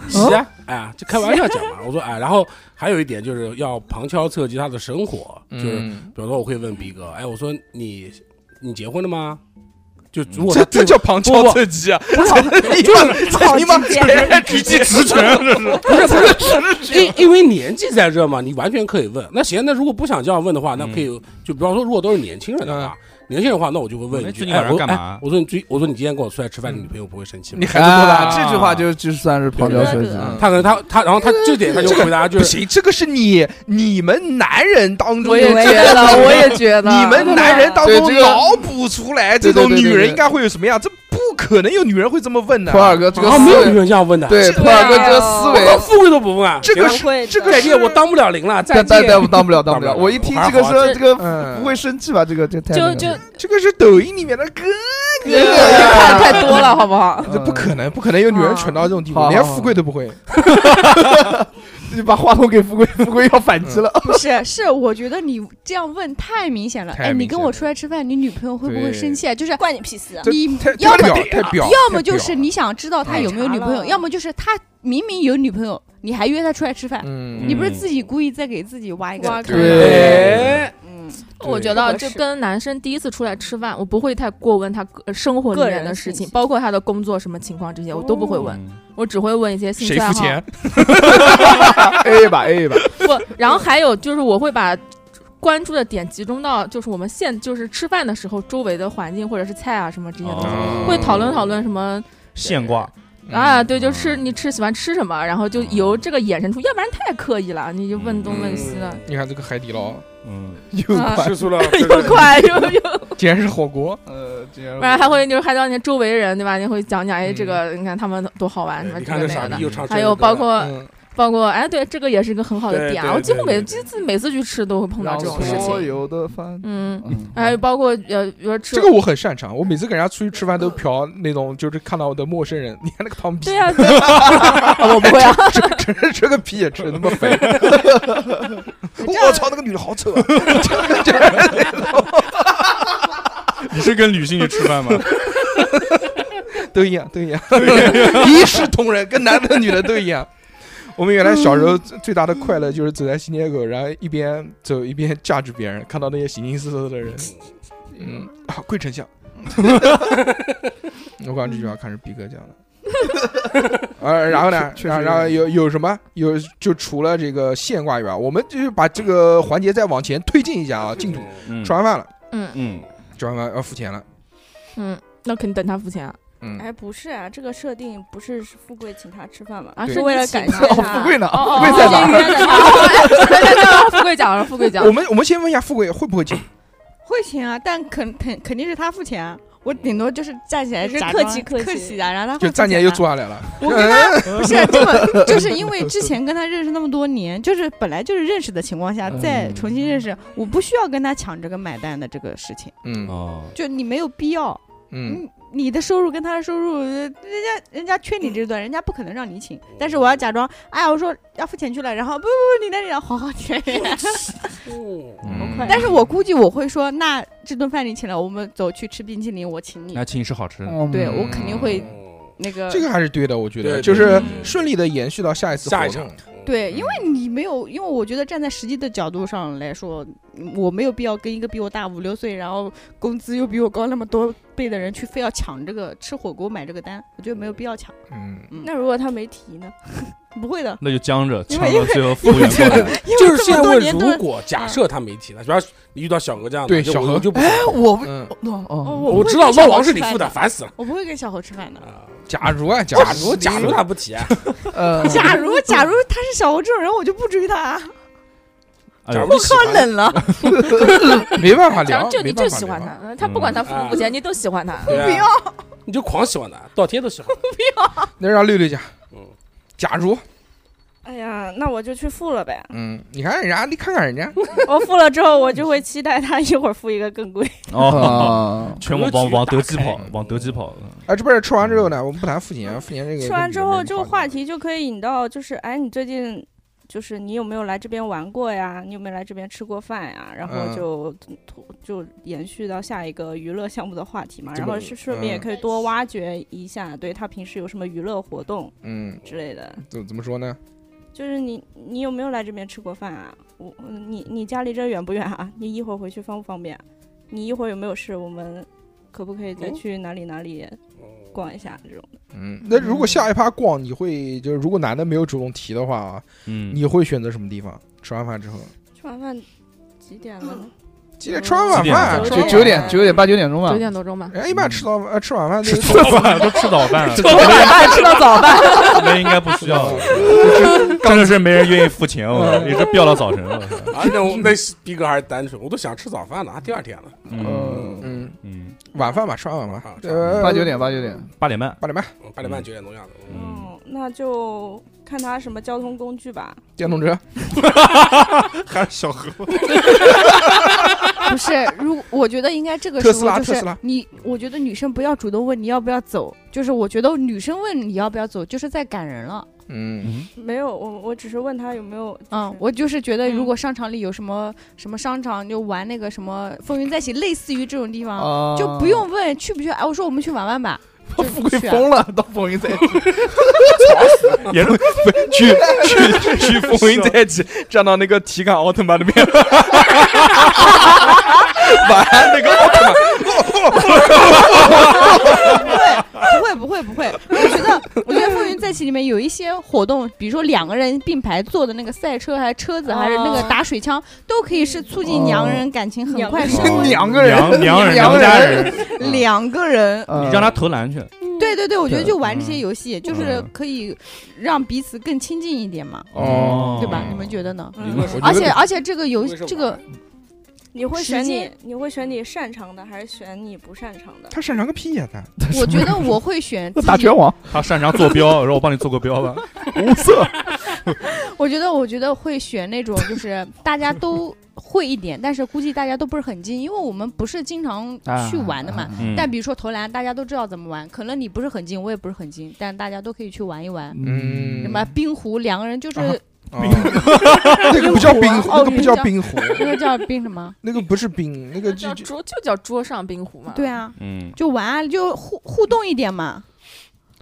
Speaker 6: 是啊，哎呀，就开玩笑讲嘛。我说哎，然后还有一点就是要旁敲侧击他的生活，就是
Speaker 1: 嗯
Speaker 6: 比如说我会问逼哥，哎，我说你你结婚了吗？就如果
Speaker 1: 这
Speaker 6: 他
Speaker 1: 这
Speaker 6: 对
Speaker 1: 叫旁敲侧击啊！
Speaker 3: [laughs]
Speaker 6: 就是
Speaker 1: 操你妈，直击直拳，这是
Speaker 6: 不是不是，因因为年纪在这嘛，你完全可以问。那行，那如果不想这样问的话，那可以就比方说，如果都是年轻人的话，年轻人的话，那我就会问一
Speaker 2: 哎
Speaker 6: 句：
Speaker 2: 最近晚上
Speaker 6: 哎我
Speaker 2: 干嘛
Speaker 6: 哎我说你最，我说你今天跟我出来吃饭，你女朋友不会生气吗
Speaker 1: 你？孩子多大？
Speaker 3: 啊这句话就就算是旁敲侧击。
Speaker 1: 嗯
Speaker 6: 他可能他他，然后他这点他就回答就
Speaker 1: 不
Speaker 6: 是
Speaker 1: 行，这个是你你们男人当中
Speaker 10: 我也觉得，我也觉得，
Speaker 1: 你们男人当
Speaker 3: 对
Speaker 1: 中
Speaker 3: 这个
Speaker 1: 脑补出来这
Speaker 3: 对对
Speaker 1: 种
Speaker 3: 对对
Speaker 1: 女人
Speaker 3: 对
Speaker 1: 应该会有什么样？这不可能有女人会这么问的。
Speaker 3: 普洱哥这个
Speaker 6: 啊，没有
Speaker 3: 思
Speaker 6: 女
Speaker 3: 维，
Speaker 6: 人这样问的，
Speaker 3: 对
Speaker 1: 这
Speaker 3: 普洱哥这个思
Speaker 6: 我靠
Speaker 3: 维，
Speaker 6: 富贵都不问啊，
Speaker 1: 这个
Speaker 6: 行
Speaker 1: 是
Speaker 6: 吧
Speaker 7: 会
Speaker 1: 这个
Speaker 6: 再
Speaker 1: 是
Speaker 6: 见，我当不了零了，再
Speaker 3: 但但
Speaker 6: 见。
Speaker 3: 但当不了，当不了。
Speaker 6: 当不了
Speaker 3: 我一听
Speaker 6: 还好
Speaker 3: 这个
Speaker 6: 还
Speaker 3: 声，这个
Speaker 1: 嗯
Speaker 3: 不会生气吧？这个这太
Speaker 10: 就就 [laughs]
Speaker 1: 这个是抖音里面的哥
Speaker 3: [laughs]
Speaker 10: 就
Speaker 3: 啊
Speaker 10: 看太多了，好不好？
Speaker 1: 这不可能，不可能有女人蠢到这种地步，
Speaker 3: 啊好
Speaker 1: 连
Speaker 3: 好好
Speaker 1: 富贵都不
Speaker 10: 嗯
Speaker 1: 会。
Speaker 3: 你把话筒给富贵，富贵要反击了。
Speaker 5: 不是，是我觉得你这样问太明显了。
Speaker 1: 太
Speaker 5: 哎，
Speaker 1: 明
Speaker 5: 你跟
Speaker 1: 显
Speaker 5: 我
Speaker 1: 了
Speaker 5: 出来吃饭，你女朋友会不
Speaker 1: 对
Speaker 5: 会生气啊？就是
Speaker 7: 关你屁事啊！
Speaker 5: 你
Speaker 1: 太
Speaker 5: 要
Speaker 1: 太
Speaker 5: 么
Speaker 1: 表
Speaker 10: 啊
Speaker 1: 太表，
Speaker 5: 要么
Speaker 1: 太
Speaker 5: 就
Speaker 1: 表
Speaker 5: 是你想知道他有没有女朋友，
Speaker 7: 嗯
Speaker 5: 要么就是他明明有女朋友，你还约他出来吃饭，
Speaker 1: 嗯，
Speaker 5: 你不是自己故意在给自己挖一个
Speaker 10: 挖坑
Speaker 3: 啊
Speaker 5: 坑？
Speaker 1: 对
Speaker 6: 哎，
Speaker 7: 嗯，
Speaker 10: 我觉
Speaker 7: 不
Speaker 10: 得
Speaker 7: 合
Speaker 10: 啊就
Speaker 7: 适
Speaker 10: 跟男生第一次出来吃饭，我不会太过问他个呃生活里
Speaker 7: 个
Speaker 10: 面
Speaker 7: 人
Speaker 10: 的
Speaker 7: 信
Speaker 10: 事情，
Speaker 7: 息
Speaker 10: 包括他的工作什么情况这些，我都不
Speaker 2: 嗯
Speaker 10: 会问，我只会问一些兴
Speaker 1: 哦谁
Speaker 10: 趣爱
Speaker 1: 付
Speaker 10: 好。啊
Speaker 1: 钱？
Speaker 3: A 吧 A 吧，
Speaker 10: 不，然后还有就是我会把关注的点集中到就是我们现就是吃饭的时候周围的环境或者是菜啊什么这些东西，
Speaker 1: 嗯
Speaker 2: 哦
Speaker 10: 会讨论讨论什么
Speaker 2: 现挂，
Speaker 10: 啊，对，就吃
Speaker 2: 嗯
Speaker 10: 你吃喜欢吃什么，然后就
Speaker 6: 嗯
Speaker 10: 由这个衍生出，要不然太刻意了，你就问东问西的。
Speaker 1: 嗯你看这个海底捞，
Speaker 2: 嗯，
Speaker 3: 又
Speaker 10: 啊
Speaker 3: 快
Speaker 6: 吃出了 [laughs]
Speaker 10: 又快又又，
Speaker 1: 竟然是火锅，
Speaker 3: 呃，竟
Speaker 10: 不然还会就是还到你周围人对吧？你会讲讲哎，这个你看他们多好玩什么
Speaker 6: 嗯你
Speaker 10: 之
Speaker 6: 看
Speaker 10: 类
Speaker 6: 这傻
Speaker 10: 的
Speaker 6: 逼。又唱生日歌了，
Speaker 10: 还有包括
Speaker 1: 嗯，
Speaker 10: 包括哎，对，这个也是一个很好的
Speaker 6: 对
Speaker 10: 点
Speaker 6: 对
Speaker 10: 啊。我几乎
Speaker 6: 对
Speaker 10: 每
Speaker 6: 对
Speaker 10: 几次每次去吃都会碰到这种事
Speaker 3: 让所
Speaker 10: 情。
Speaker 3: 有的饭，
Speaker 10: 嗯，
Speaker 3: 嗯
Speaker 10: 还有包括呃，比如说吃
Speaker 1: 这个我很擅长，我每次跟人家出去吃饭都嫖那种，就是看到我的陌生人，你看那个胖逼 [laughs]
Speaker 10: 对，呀，对啊我不会啊。
Speaker 1: 吃吃个皮也吃得那么
Speaker 10: [laughs]
Speaker 1: 肥，我操，那个女的好丑啊！
Speaker 2: 你是跟女性去吃饭吗？
Speaker 1: 都一样，都一 [laughs] 样，一视同仁，跟男的女的都一样。 [laughs] 嗯我们原来小时候最最大的快乐就是走在新街口，然后一边走一边架着别人，看到那些形形色色的人，嗯，啊，贵 [laughs] 丞相。我感觉这句话看是逼哥讲的。 [laughs] 呃，然后呢，
Speaker 3: 确确实
Speaker 1: 然后然后有有什么有就除了这个现挂以外，我们就是把这个环节再往前推进一下啊，进度。
Speaker 2: 嗯
Speaker 1: 吃完饭了，
Speaker 10: 嗯
Speaker 2: 嗯，
Speaker 1: 吃完饭要付钱了，
Speaker 10: 嗯，那肯定等他付钱啊。
Speaker 1: 嗯，
Speaker 7: 哎，不是啊，这个设定不是富贵请他吃饭吗？
Speaker 10: 啊，
Speaker 1: 对
Speaker 10: 是
Speaker 7: 为了
Speaker 10: 你请
Speaker 7: 感
Speaker 10: 他
Speaker 7: 谢
Speaker 3: 哦，
Speaker 7: 他
Speaker 3: 富贵呢？
Speaker 10: 哦哦，
Speaker 5: [laughs]
Speaker 3: 富贵在哪？
Speaker 7: [laughs]
Speaker 10: 哪？富贵讲了，富贵讲
Speaker 1: 我。们我们先问一下富贵会不会进，
Speaker 5: 会请啊，但肯肯肯定是他付钱啊。我顶多就是站起来
Speaker 7: 是
Speaker 5: 假
Speaker 7: 客
Speaker 5: 装
Speaker 7: 气客
Speaker 5: 客
Speaker 7: 气
Speaker 5: 气啊，然后他 [laughs]
Speaker 1: 就
Speaker 5: 会
Speaker 1: 站
Speaker 5: 付
Speaker 1: 起来
Speaker 5: 钱
Speaker 1: 又
Speaker 5: 啊
Speaker 1: 坐下来了。
Speaker 5: 我跟他 [laughs] 不是这么，就是因为之前跟他认识那么多年，就是本来就是认识的情况下，再重新认识，我不需要跟他抢这个买单的这个事情，
Speaker 1: 嗯
Speaker 2: 哦，
Speaker 5: 就你没有必要。
Speaker 1: 嗯，
Speaker 5: 嗯，你的收入跟他的收入，呃人家人家缺你这顿，人家不可能让你请。但是我要假装，哎呀，我说要付钱去了，然后不不不，你那里好好点。 [laughs]
Speaker 2: 嗯
Speaker 7: 快
Speaker 5: 但是我估计我会说，那这顿饭你请了，我们走去吃冰淇淋，我请你
Speaker 2: 那。请你吃好吃
Speaker 10: 哦
Speaker 3: 嗯
Speaker 2: 的，
Speaker 5: 对我肯定会那个
Speaker 1: 这个还是对的，我觉
Speaker 6: 对
Speaker 1: 得
Speaker 6: 对
Speaker 1: 就是
Speaker 2: 对
Speaker 1: 顺利的延续到下一次
Speaker 6: 下
Speaker 1: 活
Speaker 6: 一场嗯
Speaker 1: 动。，
Speaker 5: 对，因为你没有，因为我觉得站在实际的角度上来说，嗯我没有必要跟一个比我大五六岁，然后工资又比我高那么多倍的人去非要抢这个吃火锅买这个单，我觉得没有必
Speaker 1: [laughs]
Speaker 5: 要抢，
Speaker 1: 嗯，
Speaker 7: 那如果他没提呢？
Speaker 5: [laughs] 不会 [laughs] 的。
Speaker 2: 那就僵着，
Speaker 5: 因
Speaker 2: 僵
Speaker 5: 为
Speaker 2: 到最后服务员过来。
Speaker 5: 因为
Speaker 6: 就是
Speaker 5: 这
Speaker 6: 现
Speaker 5: 么
Speaker 6: 在
Speaker 5: 多
Speaker 6: 问，
Speaker 5: 年嗯都
Speaker 6: 如
Speaker 5: 是
Speaker 6: 果假设他没提了，主要是你遇到小何这样的，
Speaker 1: 对
Speaker 6: 就
Speaker 1: 小
Speaker 6: 我
Speaker 1: 何
Speaker 6: 我就不，
Speaker 3: 我
Speaker 1: 嗯，
Speaker 3: 哦
Speaker 5: 哦
Speaker 3: 哦，
Speaker 5: 哎我
Speaker 6: 我
Speaker 5: 不
Speaker 6: 知
Speaker 5: 会
Speaker 6: 道
Speaker 5: 跟小
Speaker 6: 老
Speaker 5: 伙
Speaker 6: 王是
Speaker 5: 吃
Speaker 6: 你
Speaker 5: 饭
Speaker 6: 付的，
Speaker 5: 的
Speaker 6: 烦死了。
Speaker 5: 我不会跟小猴吃饭的。
Speaker 6: 啊
Speaker 1: 假如啊，假
Speaker 6: 假
Speaker 1: 如
Speaker 6: 如假如他不提啊，
Speaker 3: 呃，
Speaker 5: [laughs] 假 [laughs] 如假如他是小猴这种人，我就不追他啊。
Speaker 6: [laughs]
Speaker 2: 哎
Speaker 6: 假
Speaker 2: 呦
Speaker 6: 如你喜欢
Speaker 5: 冷了，
Speaker 1: 没办法
Speaker 10: 假
Speaker 1: 聊
Speaker 10: 如，就
Speaker 1: 没
Speaker 10: 你
Speaker 1: 办
Speaker 10: 就
Speaker 1: 法
Speaker 10: 喜欢
Speaker 1: 聊，
Speaker 10: 他，他不管他付不付钱，你都喜欢他。
Speaker 6: 对啊
Speaker 5: 不要，
Speaker 6: 你就狂喜欢他，倒贴
Speaker 5: [laughs]
Speaker 6: 都喜欢。
Speaker 1: 那让六六讲
Speaker 6: 嗯。
Speaker 1: 假如，
Speaker 7: 哎呀，那我就去付了呗。
Speaker 1: 嗯，你看人家，你看看人家，
Speaker 7: 我付了之后，我就会期待他一会儿付一个更贵。
Speaker 2: 哦，
Speaker 3: 啊，
Speaker 2: 全往往往德基跑
Speaker 1: 嗯，
Speaker 2: 往德基跑。
Speaker 1: 啊，这不是吃完之后呢，我们不谈付钱，付钱这个
Speaker 7: 吃完之后，这个话
Speaker 1: 题，
Speaker 7: 题就可以引到，就是哎，你最近就是你有没有来这边玩过呀？你有没有来这边吃过饭呀？然后
Speaker 1: 嗯
Speaker 7: 就就延续到下一个娱乐项目的话题嘛。
Speaker 1: 这
Speaker 7: 然
Speaker 1: 个
Speaker 7: 后是顺便也
Speaker 1: 嗯
Speaker 7: 可以多挖掘一下，对他平时有什么娱乐活动
Speaker 1: 嗯，
Speaker 7: 之类的。
Speaker 1: 怎怎么说呢？
Speaker 7: 就是你，你有没有来这边吃过饭啊？我，啊嗯你，你家离这远不远啊？你一会儿回去方不方便？你一会儿有没有事？我们可不可以再
Speaker 6: 嗯
Speaker 7: 去哪里哪里
Speaker 6: 哦
Speaker 7: 逛一下这种。
Speaker 1: 嗯，那如果下一趴逛，你会就是如果男的没有主动提的话啊，
Speaker 2: 嗯，
Speaker 1: 你会选择什么地方？吃完饭之后，
Speaker 7: 吃完饭几点了呢？
Speaker 1: 记得吃完晚
Speaker 2: 几点
Speaker 1: 饭，
Speaker 2: 啊钟
Speaker 1: 吃
Speaker 3: 九
Speaker 1: 完
Speaker 3: 九
Speaker 7: 嗯
Speaker 3: 点九点八九点钟吧
Speaker 10: 九。点多钟吧。
Speaker 1: 人家一般吃到呃吃晚饭就
Speaker 2: 吃 [laughs] 早饭都吃早饭 [laughs] 了，
Speaker 10: 晚饭吃到早饭，
Speaker 2: 那应该不需要， [laughs] 嗯真的是没人愿意付钱，我也是飙到早晨了。
Speaker 6: 啊，那我那逼哥还是单纯，我都想吃早饭了，啊，第二天了，
Speaker 2: 嗯
Speaker 3: 嗯，
Speaker 1: 嗯
Speaker 2: 嗯，
Speaker 1: 晚饭吧，吃完晚饭
Speaker 6: 啊，
Speaker 1: 呃
Speaker 3: 八九点八九点，
Speaker 2: 八点半，
Speaker 1: 八点半，
Speaker 6: 嗯八点半九点钟样子。
Speaker 2: 嗯，
Speaker 7: 嗯，那就看他什么交通工具吧。
Speaker 1: 电动车，
Speaker 2: 还是小何，
Speaker 5: 不是，如我觉得应该这个
Speaker 1: 特
Speaker 5: 时
Speaker 1: 斯拉
Speaker 5: 候就
Speaker 1: 特斯拉
Speaker 5: 是你，我觉得女生不要主动问你要不要走，就是我觉得女生问你要不要走，就是在赶人了。
Speaker 1: 嗯，
Speaker 7: 没有，我我只是问他有没有。
Speaker 5: 嗯，我就是觉得如果商场里有什么、什么商场就玩那个什么风云再起，类似于这种地方，
Speaker 1: 哦
Speaker 3: 啊
Speaker 5: 就不用问去不去。哎，我说我们去玩玩吧。就
Speaker 3: 富贵
Speaker 5: 去啊
Speaker 3: 疯了，到风云再起，
Speaker 2: 也是不是去去去风云再起，站到那个体感奥特曼那边，
Speaker 1: 晚上那个奥特曼
Speaker 5: 不会不会不会， [laughs] 我觉得我觉得《风云再起》里面有一些活动，比如说两个人并排坐的那个赛车，还是车子，还是
Speaker 6: 啊
Speaker 5: 那个打水枪，都可以是促进娘人感情很快升温。
Speaker 3: 两个人，
Speaker 2: 娘娘人
Speaker 3: 两个
Speaker 2: 家
Speaker 3: 人，
Speaker 6: [laughs]
Speaker 2: 人，
Speaker 5: 两个人，
Speaker 3: 你
Speaker 2: [laughs] 你让他投篮去，
Speaker 5: 对对对，我觉得
Speaker 3: 对
Speaker 5: 就玩这些游戏，
Speaker 3: 嗯
Speaker 5: 就是可以让彼此更亲近一点嘛，
Speaker 2: 嗯
Speaker 1: 哦，
Speaker 5: 对吧？你们觉得呢？
Speaker 6: 嗯我觉得
Speaker 5: 而且而且这个游
Speaker 6: 为什么
Speaker 5: 这个
Speaker 7: 你会
Speaker 5: 时
Speaker 7: 选你
Speaker 5: 间
Speaker 7: 你会选你擅长的，还是选你不擅长的？
Speaker 1: 他擅长个屁呀他，
Speaker 5: 我觉得我
Speaker 3: [laughs]
Speaker 5: 会选自
Speaker 3: 打
Speaker 5: 己
Speaker 3: 拳，王，
Speaker 2: 他擅长坐标，我说我帮你做个标
Speaker 10: [laughs]
Speaker 2: 吧，
Speaker 3: 无色，
Speaker 5: 我觉得我觉得会选那种就是大家都会一点，但是估计大家都不是很精，因为我们不是经常去玩的嘛。
Speaker 3: 啊
Speaker 2: 嗯
Speaker 5: 但比如说投篮，大家都知道怎么玩，可能你不是很精，我也不是很精，但大家都可以去玩一玩。
Speaker 1: 嗯
Speaker 5: 什么冰壶，两个人就是、
Speaker 1: 啊哦 [laughs] 那个不叫冰壶，
Speaker 5: 哦
Speaker 1: 那个不叫
Speaker 5: 冰
Speaker 1: 冰
Speaker 5: [laughs]
Speaker 1: 壶，
Speaker 5: 那个叫冰什么？
Speaker 1: 那个不是冰，那个就
Speaker 10: 叫
Speaker 1: 就
Speaker 10: 桌就叫桌上冰壶嘛。
Speaker 5: 对，啊，
Speaker 2: 嗯，
Speaker 5: 就玩啊，就互互动一点嘛。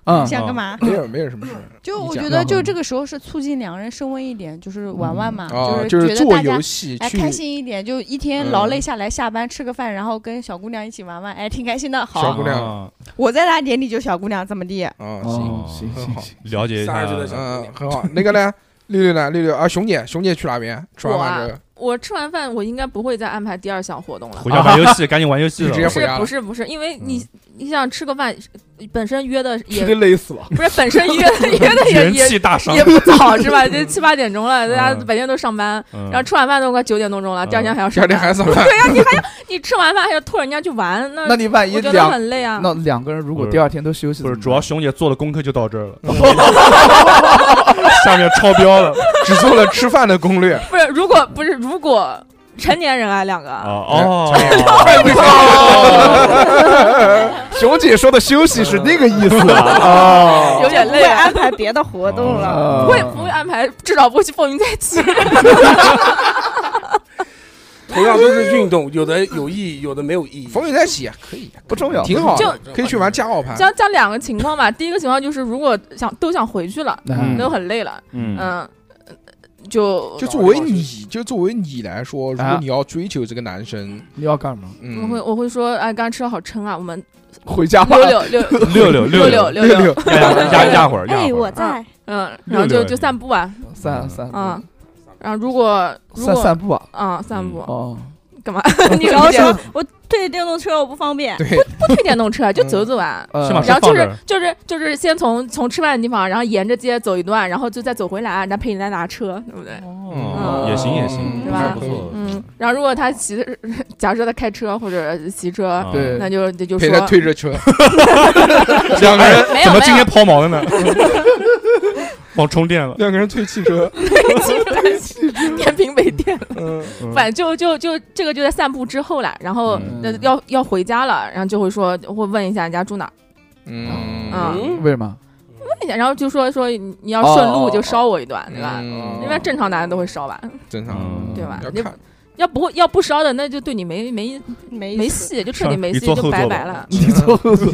Speaker 3: 嗯，
Speaker 5: 想干嘛？
Speaker 1: 没有没有什么事儿。
Speaker 5: 就
Speaker 1: 你
Speaker 5: 我
Speaker 1: 讲
Speaker 5: 觉
Speaker 3: 然
Speaker 5: 得，
Speaker 3: 后
Speaker 5: 就
Speaker 3: 呢
Speaker 5: 这个时候是促进两人升温一点，就是玩玩嘛，
Speaker 1: 啊，
Speaker 5: 就是是觉得
Speaker 1: 做
Speaker 5: 大家
Speaker 1: 游戏
Speaker 5: 哎
Speaker 1: 去嗯
Speaker 5: 开心一点，就一天劳累下来，下班吃个饭，然后跟小姑娘一起玩玩，哎，挺开心的。
Speaker 1: 小
Speaker 5: 好，
Speaker 1: 姑娘
Speaker 2: 啊
Speaker 5: 我在他眼里就小姑娘，怎么地？
Speaker 1: 啊，行，
Speaker 3: 哦行
Speaker 1: 很
Speaker 3: 行
Speaker 1: 好
Speaker 3: 行，
Speaker 2: 了解一下
Speaker 6: 三十岁的小姑
Speaker 1: 嗯，
Speaker 6: 娘
Speaker 1: 很好。那个呢，六六呢，六六啊，熊姐，熊姐去哪边？吃完
Speaker 10: 我
Speaker 1: 饭
Speaker 10: 啊
Speaker 1: 之后，
Speaker 10: 我吃完饭，我应该不会再安排第二项活动了
Speaker 2: 回。家玩游戏，赶紧玩游戏
Speaker 1: 你
Speaker 2: [laughs] 了
Speaker 1: 直接
Speaker 10: 不
Speaker 1: 回
Speaker 10: 是
Speaker 1: 家了
Speaker 10: 不是不是，因为你你想吃个饭，本身约的也
Speaker 3: 累死了，
Speaker 10: 不是本身约的约的 [laughs] 也
Speaker 2: 人
Speaker 10: 也
Speaker 2: 气大伤
Speaker 10: 也，不早是吧？就七八点钟了，大家
Speaker 2: 嗯
Speaker 10: 白天都上班，
Speaker 2: 然
Speaker 10: 然后吃完饭都快九点多钟了，
Speaker 2: 嗯
Speaker 10: 第二天还要
Speaker 1: 第
Speaker 10: 上
Speaker 1: 二天还
Speaker 10: 班。
Speaker 1: 早饭，
Speaker 10: 你吃完饭还要拖人家去玩，
Speaker 3: 那
Speaker 10: 那
Speaker 3: 你万一
Speaker 10: 我觉得
Speaker 3: 两
Speaker 10: 很累啊。
Speaker 3: 那两个人如果
Speaker 2: 不是
Speaker 3: 第二天都休息，
Speaker 2: 不
Speaker 3: 怎么
Speaker 2: 是，
Speaker 3: 办
Speaker 2: 主要熊姐做的功课就到这儿了，
Speaker 10: [laughs]
Speaker 2: 下面超标了
Speaker 1: 只做了吃饭的攻略。
Speaker 10: 不是，如果不是如果成年人啊，两
Speaker 2: 啊
Speaker 10: 个
Speaker 2: 哦，
Speaker 3: 熊姐说的休息是那个意思啊
Speaker 10: 有点
Speaker 7: 不
Speaker 10: 累
Speaker 7: 会
Speaker 10: 啊，
Speaker 7: [laughs] 安排别的
Speaker 2: [laughs]
Speaker 7: 活动
Speaker 3: 啊
Speaker 7: 了。
Speaker 3: 啊
Speaker 10: 不会不会安排，至少不会去风云再起。
Speaker 6: 同样都是运动，有的有意义，有的没有意义。
Speaker 1: 冯友在一起也可以，
Speaker 3: 不重要，
Speaker 1: 挺好的，
Speaker 10: 就
Speaker 1: 可以去玩加奥盘。
Speaker 10: 讲讲两个情况吧，第一个情况就是如果想都想回去了，
Speaker 3: 嗯
Speaker 10: 都很累了，
Speaker 2: 嗯，
Speaker 10: 嗯，就
Speaker 1: 就作为你，就作为你来说，如果
Speaker 3: 啊
Speaker 1: 你要追求这个男生，
Speaker 3: 你要干嘛？
Speaker 1: 嗯，
Speaker 10: 我会我会说，哎，刚刚吃的好撑啊，我们
Speaker 3: 回家吧
Speaker 10: 溜。溜溜
Speaker 2: [laughs] 六六
Speaker 10: 溜
Speaker 2: 六，
Speaker 10: 溜溜，
Speaker 2: 压压压会儿，压
Speaker 7: 哎，
Speaker 2: 会
Speaker 7: 我
Speaker 2: 儿，啊
Speaker 7: 在，
Speaker 10: 嗯，然
Speaker 2: 溜
Speaker 10: 后就
Speaker 2: 溜
Speaker 10: 就散步啊，
Speaker 3: 散散
Speaker 10: 嗯，然后如果如
Speaker 3: 散
Speaker 10: 果
Speaker 3: 散步啊，
Speaker 10: 啊散
Speaker 2: 嗯
Speaker 10: 步
Speaker 3: 哦，
Speaker 10: 干嘛？
Speaker 7: 你然后说，我推电动车我不方便。
Speaker 1: 对，
Speaker 10: 不推电动车，就走走啊。
Speaker 3: 呃
Speaker 2: 先把车
Speaker 10: 然后
Speaker 2: 嗯放
Speaker 10: 就
Speaker 2: 这
Speaker 10: 是
Speaker 2: 儿，
Speaker 10: 就是就是先从从吃饭的地方，然后沿着街走一段，然后就再走回来，人家陪你再拿车，对不对？
Speaker 2: 哦，也行也行，
Speaker 10: 是吧
Speaker 2: 不错，
Speaker 10: 嗯。然后如果他骑，假设他开车或者骑车，
Speaker 2: 啊
Speaker 3: 对
Speaker 10: 那就那就
Speaker 1: 陪
Speaker 10: 说
Speaker 1: 他推着车，
Speaker 2: 两个人
Speaker 10: 哎没有
Speaker 2: 怎么
Speaker 10: 没
Speaker 2: 今天
Speaker 10: 有
Speaker 2: 抛锚了呢？ [laughs] 忘充电了，
Speaker 1: 两个人推汽车，
Speaker 10: [laughs] 电瓶没电，
Speaker 1: [laughs] 嗯，
Speaker 10: 反正就就就这个就在散步之后了，然后
Speaker 2: 嗯
Speaker 10: 那要要回家了，然后就会说会问一下人家住哪儿，
Speaker 1: 嗯
Speaker 10: 嗯
Speaker 6: 嗯，
Speaker 3: 为什么？
Speaker 10: 问一下，然后就说说你你要顺
Speaker 3: 哦哦
Speaker 10: 路
Speaker 3: 哦
Speaker 10: 就捎我一段，对吧？
Speaker 1: 嗯
Speaker 10: 一般正常男的都会捎吧，
Speaker 1: 正常，
Speaker 10: 对吧
Speaker 1: 要？
Speaker 10: 就
Speaker 1: 看， [laughs]
Speaker 10: 要不会要不烧的，那就对你没没
Speaker 5: 没
Speaker 10: 哎
Speaker 4: [laughs]
Speaker 10: 没戏，就彻底没
Speaker 2: 你
Speaker 10: 戏，
Speaker 2: 坐
Speaker 10: 就
Speaker 2: 后
Speaker 10: 拜
Speaker 2: 座吧
Speaker 10: 拜了。
Speaker 3: 你坐后座，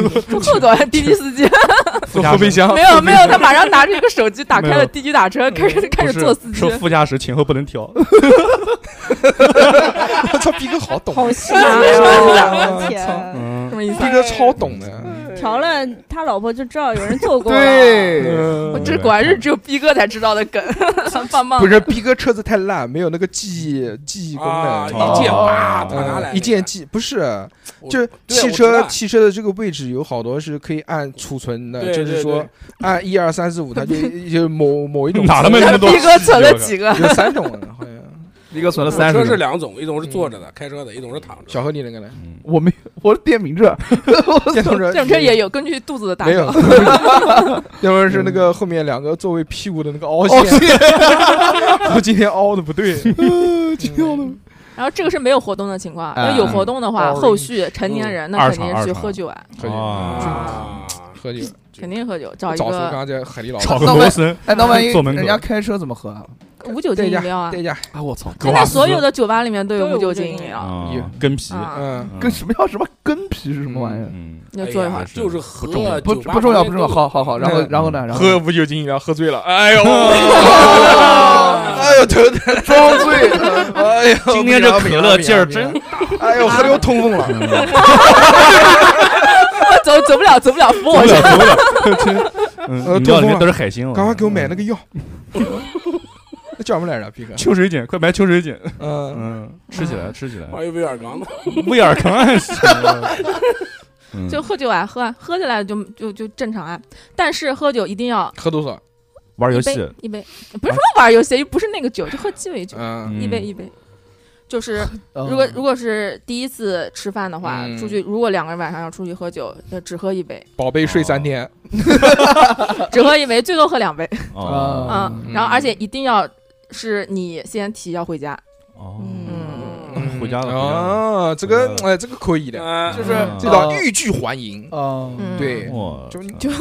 Speaker 10: [laughs] 坐后座，滴滴司机
Speaker 2: 坐后备箱
Speaker 10: [laughs] 没
Speaker 2: [laughs]
Speaker 10: 有没有，他马上拿出一个手机，打
Speaker 2: 没
Speaker 10: 开
Speaker 2: 有嗯
Speaker 10: 了滴滴打车，开始开
Speaker 2: 不
Speaker 10: 始
Speaker 2: 是
Speaker 10: 做司机
Speaker 2: 说。副驾驶前后不能调，
Speaker 1: 我操，逼哥好懂，
Speaker 5: 好细
Speaker 4: 啊我的天，
Speaker 2: 嗯
Speaker 10: 什么意思
Speaker 1: 逼？哥超懂的。
Speaker 7: 调了他老婆就知道有人做过了。
Speaker 3: 对，
Speaker 10: 我这果
Speaker 2: [laughs]
Speaker 10: 然
Speaker 2: 嗯
Speaker 10: 是只有逼哥才知道的 [laughs] 梗，棒棒
Speaker 1: 嗯不。是逼哥车子太烂，没有那个记忆记忆功
Speaker 6: 啊，
Speaker 1: 能。
Speaker 6: 一
Speaker 1: 嗯
Speaker 6: 键哇，
Speaker 2: 哦
Speaker 6: 把它来
Speaker 1: 一键记不是，
Speaker 6: 我
Speaker 1: 就是
Speaker 6: 对啊
Speaker 1: 汽
Speaker 6: 我知
Speaker 1: 车
Speaker 6: 道
Speaker 1: 汽车的这个位置有好多是可以按储存的，
Speaker 6: 对
Speaker 1: 就
Speaker 6: 对
Speaker 1: 是说按一二三四五，它就就某某一种
Speaker 2: 哪他妈那么多
Speaker 10: 逼哥存了几个？
Speaker 1: 有三种，好像
Speaker 3: 一个存了
Speaker 6: 我
Speaker 3: 三
Speaker 6: 嗯车是
Speaker 3: 十。
Speaker 6: 两种，一种是坐着的开车的，一种是躺着
Speaker 1: 小
Speaker 6: 的。
Speaker 1: 何你那个呢？
Speaker 3: 我没，我是电瓶车，
Speaker 1: 电动车
Speaker 10: 这种车也有，根据肚子的大
Speaker 1: 没有 [laughs]
Speaker 10: 小。，
Speaker 1: 要不然是那个后面两个座位屁股的那个凹陷， [laughs] 我今天凹的不对，今天凹的
Speaker 10: 然后这个是没有活动的情况，
Speaker 3: 哎
Speaker 10: 要有活动的话，
Speaker 1: Orange
Speaker 10: 后续成年人那
Speaker 2: 嗯二
Speaker 10: 肯定
Speaker 2: 厂
Speaker 10: 是去
Speaker 2: 二厂
Speaker 10: 喝酒啊，
Speaker 1: 喝酒
Speaker 2: 啊，
Speaker 6: 啊，
Speaker 1: 喝酒，
Speaker 10: 肯定喝酒，找一
Speaker 1: 早出刚
Speaker 10: 个
Speaker 1: 刚在海底捞
Speaker 2: 炒
Speaker 1: 带
Speaker 2: 个罗森，
Speaker 3: 哎，那万一
Speaker 2: 坐门口
Speaker 3: 人家开车怎么喝啊？
Speaker 10: [laughs] 无酒精
Speaker 1: 代驾
Speaker 10: 饮料啊。
Speaker 1: 代驾，
Speaker 3: 啊，我操，
Speaker 10: 现在所有的酒吧里面都有无酒精饮料，
Speaker 2: 啊
Speaker 1: 嗯
Speaker 2: 跟皮，
Speaker 10: 啊
Speaker 1: 嗯，
Speaker 3: 跟什么叫什么跟皮是什么玩意儿？
Speaker 2: 嗯，
Speaker 10: 你要
Speaker 6: 哎
Speaker 10: 坐一
Speaker 6: 呀
Speaker 10: 会儿。
Speaker 6: 就是
Speaker 2: 不
Speaker 6: 喝
Speaker 2: 重要
Speaker 3: 不
Speaker 6: 酒吧
Speaker 3: 不重要，不
Speaker 6: 旁边
Speaker 3: 重要。
Speaker 6: 都
Speaker 3: 好好好，然后
Speaker 1: 嗯
Speaker 3: 然后呢？然后
Speaker 1: 喝无酒精饮料喝醉了，哎
Speaker 2: [laughs]
Speaker 1: 呦，
Speaker 6: 哎
Speaker 1: 哎呦头疼，
Speaker 3: 装醉，
Speaker 1: 哎呦，
Speaker 2: 今天这
Speaker 1: 不行
Speaker 2: 可乐劲儿，
Speaker 1: 不行
Speaker 2: 真
Speaker 1: 不行不行哎呦，喝的又痛风了，
Speaker 2: 哎
Speaker 10: 走走不了，走不了，扶
Speaker 2: 走
Speaker 10: 我
Speaker 2: 不
Speaker 10: 去
Speaker 2: 了。走不了， [laughs] 嗯，饮料里面都是海鲜，
Speaker 1: 赶快给我买那个药，那叫什么来着，毕哥？
Speaker 2: 嗯秋水碱，快买秋水碱，
Speaker 1: 嗯，
Speaker 2: 嗯，吃起来，吃起来，
Speaker 6: 还有威尔刚的，
Speaker 2: [laughs] 威尔康暗示，
Speaker 1: [laughs]
Speaker 2: 嗯
Speaker 10: 就喝酒啊，喝啊，喝起来就就就正常啊。但是喝酒一定要
Speaker 1: 喝多少？
Speaker 2: 玩游
Speaker 10: 一
Speaker 2: 戏
Speaker 10: 杯，一杯，不是说玩游戏，又不是那个酒，就喝鸡尾酒，
Speaker 1: 嗯，
Speaker 10: 一杯一
Speaker 2: 嗯
Speaker 10: 杯。就是
Speaker 3: 嗯
Speaker 10: 如果如果是第一次吃饭的话，
Speaker 1: 嗯
Speaker 10: 出去如果两个人晚上要出去喝酒，就只喝一杯，
Speaker 1: 宝贝睡三天，
Speaker 10: 只喝一杯，最多喝两杯。
Speaker 2: 哦
Speaker 10: 嗯，然后而且一定要是你先提要回家，
Speaker 2: 哦， [laughs]
Speaker 10: 嗯，
Speaker 1: 嗯
Speaker 2: 回家了回家了
Speaker 1: 啊，这个
Speaker 2: 回家
Speaker 1: 哎，这个可以的，
Speaker 6: 嗯 [laughs]
Speaker 3: 就是
Speaker 2: 嗯
Speaker 1: 这叫欲拒还迎，
Speaker 3: 哦，
Speaker 10: 嗯
Speaker 1: 对，
Speaker 2: 哇，
Speaker 1: 就
Speaker 10: 就